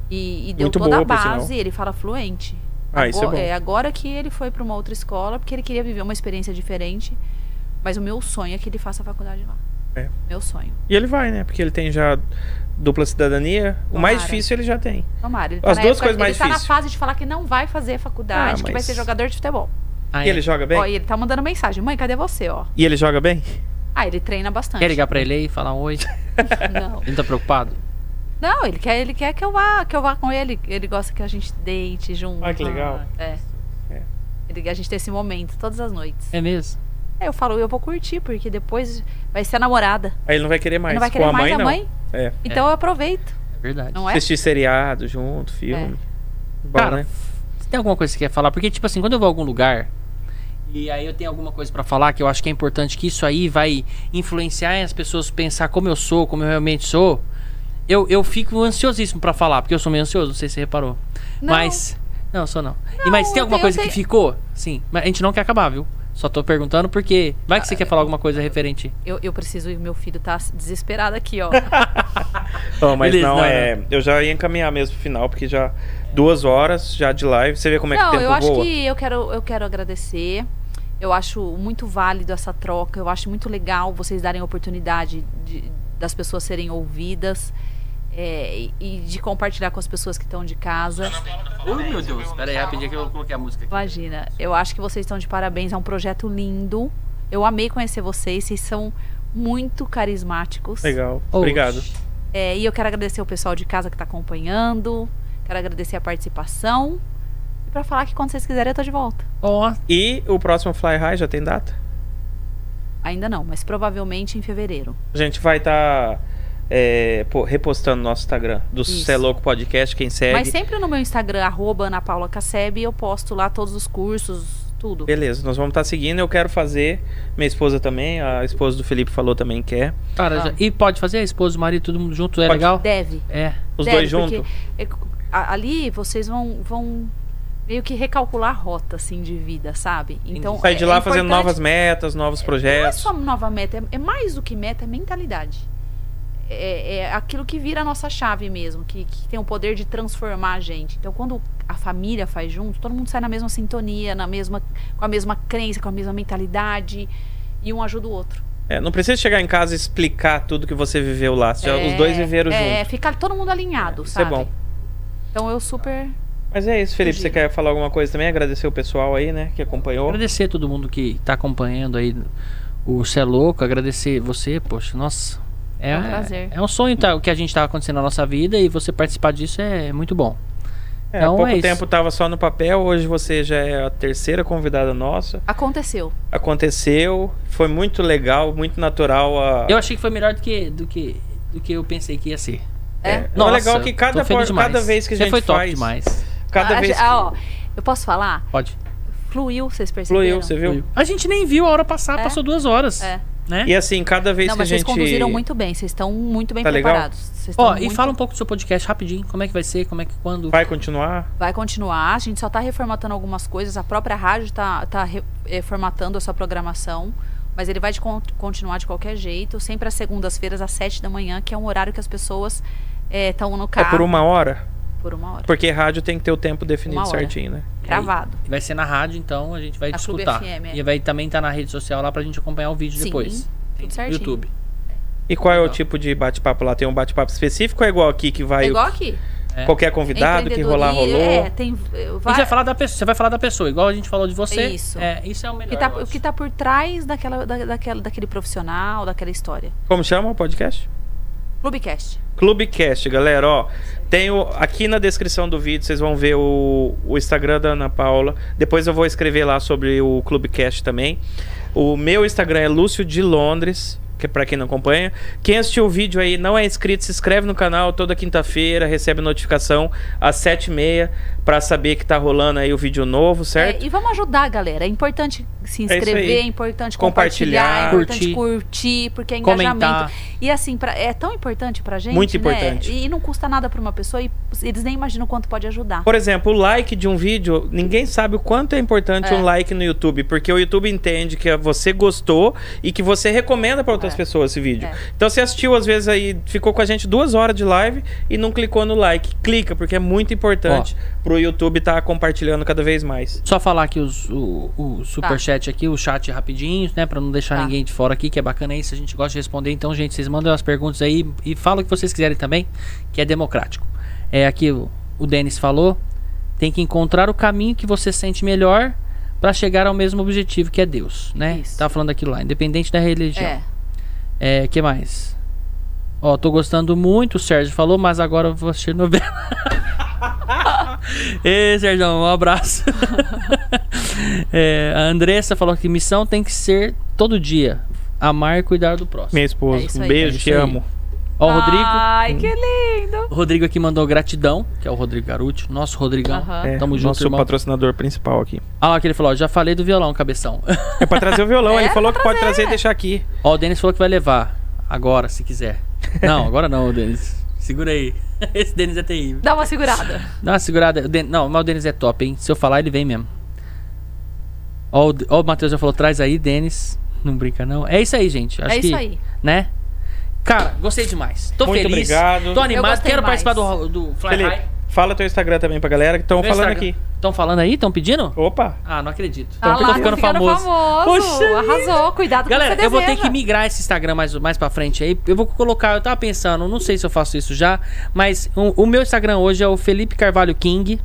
E, e deu Muito toda boa, a por sinal. base. Ele fala fluente. Ah, isso é agora, bom. agora que ele foi para uma outra escola porque ele queria viver uma experiência diferente. Mas o meu sonho é que ele faça a faculdade lá. É. Meu sonho. E ele vai, né? Porque ele tem já dupla cidadania. O mais Tomara. difícil ele já tem. Tomara. Ele As tá na duas época- coisas mais Ele tá na difíceis. fase de falar que não vai fazer faculdade, Ah, que vai mas- ser jogador de futebol. Ah, E é. ele joga bem? Ó, e ele tá mandando mensagem. Mãe, cadê você, ó? E ele joga bem? Ah, ele treina bastante. Quer [LAUGHS] ligar pra ele aí e falar um oi? Não. Ele não tá preocupado? Não, ele quer, ele quer que eu vá, que eu vá com ele. Ele gosta que a gente deite junto. Ah, que legal. É. É. Ele, a gente tem esse momento todas as noites. É mesmo? Aí eu falo, eu vou curtir, porque depois vai ser a namorada. Aí ele não vai querer mais. Ele não vai Com querer a mãe, mais a não. mãe? É. Então eu aproveito, É verdade. não é? Assistir seriado junto, filme. Bom, Cara, né? você tem alguma coisa que você quer falar? Porque, tipo assim, quando eu vou a algum lugar e aí eu tenho alguma coisa pra falar que eu acho que é importante, que isso aí vai influenciar as pessoas pensar como eu sou, como eu realmente sou, eu, eu fico ansiosíssimo pra falar, porque eu sou meio ansioso, não sei se você reparou. Não. Mas. Não, sou não. E mas tem eu alguma tenho- coisa eu que tenho- ficou? Sim. Mas a gente não quer acabar, viu? Só tô perguntando porque. Vai que você quer falar alguma coisa referente. Eu, eu preciso ir, meu filho tá desesperado aqui, [LAUGHS] ó. é Ó, mas Beleza, não, não, é. Eu já ia encaminhar mesmo pro final, porque já. Duas horas já de live. Você vê como é que o não, tempo eu acho voa. que eu quero, eu quero agradecer. Eu acho muito válido essa troca. Eu acho muito legal vocês darem a oportunidade de- das pessoas serem ouvidas é, e, e de compartilhar com as pessoas que estão de casa. Oh, meu Deus. Pera aí, rapidinho que eu coloquei a música aqui. Imagina, eu acho que vocês estão de parabéns. É um projeto lindo. Eu amei conhecer vocês. Vocês são muito carismáticos. Legal. Obrigado. É, e eu quero agradecer o pessoal de casa que está acompanhando. Quero agradecer a participação. E para falar que quando vocês quiserem eu tô de volta. Ó, E o próximo Fly High já tem data? Ainda não, mas provavelmente em fevereiro. A gente vai estar repostando no nosso Instagram do Isso. Cê é Louco Podcast, quem segue. Mas é sempre no meu Instagram, arroba Ana Paula Casseb, eu posto lá todos os cursos, tudo. Beleza, nós vamos estar seguindo. Eu quero fazer. Minha esposa também, a esposa do Felipe falou também que é. Cara, Tá. já- e pode fazer? Esposo, marido, todo mundo junto, é Pode. legal? Deve. É. Os deve, dois porque juntos? é- a- ali vocês vão, vão meio que recalcular a rota, assim, de vida, sabe? Então, Sai de é- lá é fazendo importante- novas metas, novos Não é projetos. só nova meta, é, é mais do que meta, é mentalidade. É, é aquilo que vira a nossa chave mesmo, que, que tem o poder de transformar a gente. Então, quando a família faz junto, todo mundo sai na mesma sintonia, na mesma, com a mesma crença, com a mesma mentalidade, e um ajuda o outro. É, não precisa chegar em casa e explicar tudo que você viveu lá. Você já- É, os dois viveram É, juntos. fica todo mundo alinhado, Isso sabe? é bom. Então eu super. Mas é isso, Felipe. Entendi. Você quer falar alguma coisa também? Agradecer o pessoal aí, né? Que acompanhou. Agradecer a todo mundo que tá acompanhando aí o Cê é Louco, agradecer você, poxa, nossa. É, É um prazer. é um sonho tá, o que a gente tá acontecendo na nossa vida e você participar disso é muito bom. É, há Então pouco é isso. tempo tava só no papel, hoje você já é a terceira convidada nossa. Aconteceu. Aconteceu, foi muito legal, muito natural a. Eu achei que foi melhor do que, do que, do que eu pensei que ia ser. É. Mas legal que cada tô feliz por- demais. cada vez que a Você gente foi top faz- demais. Cada Ah, vez que ah, ó, eu posso falar? Pode. Fluiu, vocês perceberam? fluiu, você viu? A gente nem viu a hora passar, É. passou duas horas. É. Né? E assim, cada vez Não, que a mas vocês gente. conduziram muito bem, vocês estão muito bem Tá legal? preparados. Vocês estão Ó, e muito- fala um pouco do seu podcast rapidinho, como é que vai ser, como é que quando. Vai continuar? é Vai continuar, a gente só está reformatando algumas coisas, a própria rádio está tá re- eh, formatando a sua programação, mas ele vai de con- continuar de qualquer jeito, sempre às segundas-feiras, às sete da manhã, que é um horário que as pessoas estão no carro É por uma hora? por uma hora, Porque rádio tem que ter o tempo definido Uma hora. certinho, né? gravado. Vai ser na rádio, então a gente vai Na Clube escutar. FM, é. E vai também estar na rede social lá pra gente acompanhar o vídeo Sim, depois. tudo No certinho. YouTube. E qual é o Legal. tipo de bate-papo lá? Tem um bate-papo específico ou é igual aqui que vai Então. É o- igual aqui. qualquer convidado que rolar rolou? empreendedoria, É, tem A gente vai vários. falar da pessoa, você vai falar da pessoa, igual a gente falou de você. Isso. É, isso é o melhor. Que tá, eu o acho. que tá por trás daquela, da- daquela, daquele profissional, daquela história. Como chama o podcast? Clubecast. Clubecast, galera, ó. Tem o- aqui na descrição do vídeo, vocês vão ver o, o Instagram da Ana Paula. Depois eu vou escrever lá sobre o Clubecast também. O meu Instagram é Lúcio de Londres, que é pra quem não acompanha. Quem assistiu o vídeo aí não é inscrito, se inscreve no canal toda quinta-feira, recebe notificação às 7h30 pra saber que tá rolando aí o vídeo novo, certo? É, e vamos ajudar, a galera. É importante se isso inscrever, é, aí. importante Compartilhar. compartilhar, é importante Curtir. curtir, porque é Comentar. engajamento. E assim, pra- é tão importante pra gente. Muito né? importante. E não custa nada pra uma pessoa e eles nem imaginam quanto pode ajudar. Por exemplo, o like de um vídeo, ninguém sabe o quanto é importante um like no YouTube, porque o YouTube entende que você gostou e que você recomenda para outras É. pessoas esse vídeo. É. Então você assistiu, às vezes, aí ficou com a gente duas horas de live e não clicou no like. Clica, porque é muito importante para o YouTube estar compartilhando cada vez mais. Só falar aqui os, o, o superchat aqui, o chat rapidinho, né? Pra não deixar Tá. ninguém de fora aqui, que é bacana isso, a gente gosta de responder. Então, gente, vocês mandam as perguntas aí e falam o que vocês quiserem também, que é democrático. É aqui o, o Denis falou, tem que encontrar o caminho que você sente melhor pra chegar ao mesmo objetivo que é Deus, né? Isso. Tá falando aquilo lá, independente da religião. É. É, que mais? Ó, tô gostando muito, o Sérgio falou, mas agora eu vou assistir novela. [LAUGHS] Ei, Sérgio, um abraço. [LAUGHS] É, a Andressa falou que missão tem que ser todo dia. Amar e cuidar do próximo. Minha esposa, É isso um aí. beijo, É te isso aí. amo. Ó, o Rodrigo. Ai, que lindo! O Rodrigo aqui mandou gratidão, que é o Rodrigo Garuti, nosso Rodrigão. Aham. É, Tamo junto, nosso irmão. patrocinador principal aqui. Ah, lá que ele falou, ó, já falei do violão, cabeção. [LAUGHS] É para trazer o violão, [LAUGHS] É, ele falou pra que pode trazer e deixar aqui. Ó, o Denis falou que vai levar. Agora, se quiser. Não, agora não, Denis. Segura aí. [LAUGHS] Esse Denis é terrível. Dá uma segurada. Dá uma segurada. O Den- Não, mas o Denis é top, hein? Se eu falar, ele vem mesmo. Ó, o, D- ó, o Matheus já falou, traz aí, Denis. Não brinca, não. É isso aí, gente. Acho É isso que- aí. Né? Cara, gostei demais. Tô Muito feliz. obrigado. Tô Eu animado. gostei Quero mais. participar do, do Fly Felipe, High. fala teu Instagram também pra galera que estão falando aqui. Estão falando aí? Estão pedindo? Opa! Ah, não acredito. Ah lá, tô tô ficando famoso. Poxa Arrasou, cuidado Tá com o que Galera, você eu vou ter deseja. que migrar esse Instagram mais, mais pra frente aí. Eu vou colocar, eu tava pensando, não sei se eu faço isso já, mas o, o meu Instagram hoje é o Felipe Carvalho King,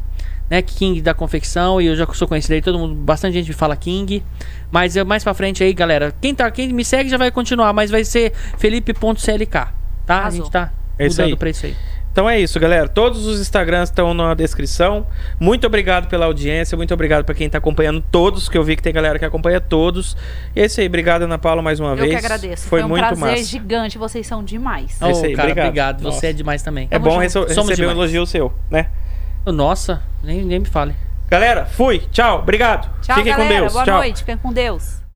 né? King da confecção, e eu já sou conhecido aí, todo mundo, bastante gente me fala King. Mas eu, mais pra frente aí, galera, quem, tá, quem me segue já vai continuar, mas vai ser felipe.clk, tá? A Arrasou. gente tá É isso mudando aí. pra isso aí. Então é isso, galera. Todos os Instagrams estão na descrição. Muito obrigado pela audiência, muito obrigado pra quem tá acompanhando todos, que eu vi que tem galera que acompanha todos. E é isso aí, obrigado Ana Paula mais uma Eu vez. que agradeço. Foi, um muito prazer massa. gigante, vocês são demais. É isso Ô, aí, cara, obrigado. obrigado. Nossa. Você é demais também. É bom junto. reso- Somos receber um demais. elogio seu, né? Nossa, nem, nem me fale. Galera, fui. Tchau. Obrigado. Tchau, Fiquem galera. com Deus. Boa Tchau. noite. Fiquem com Deus.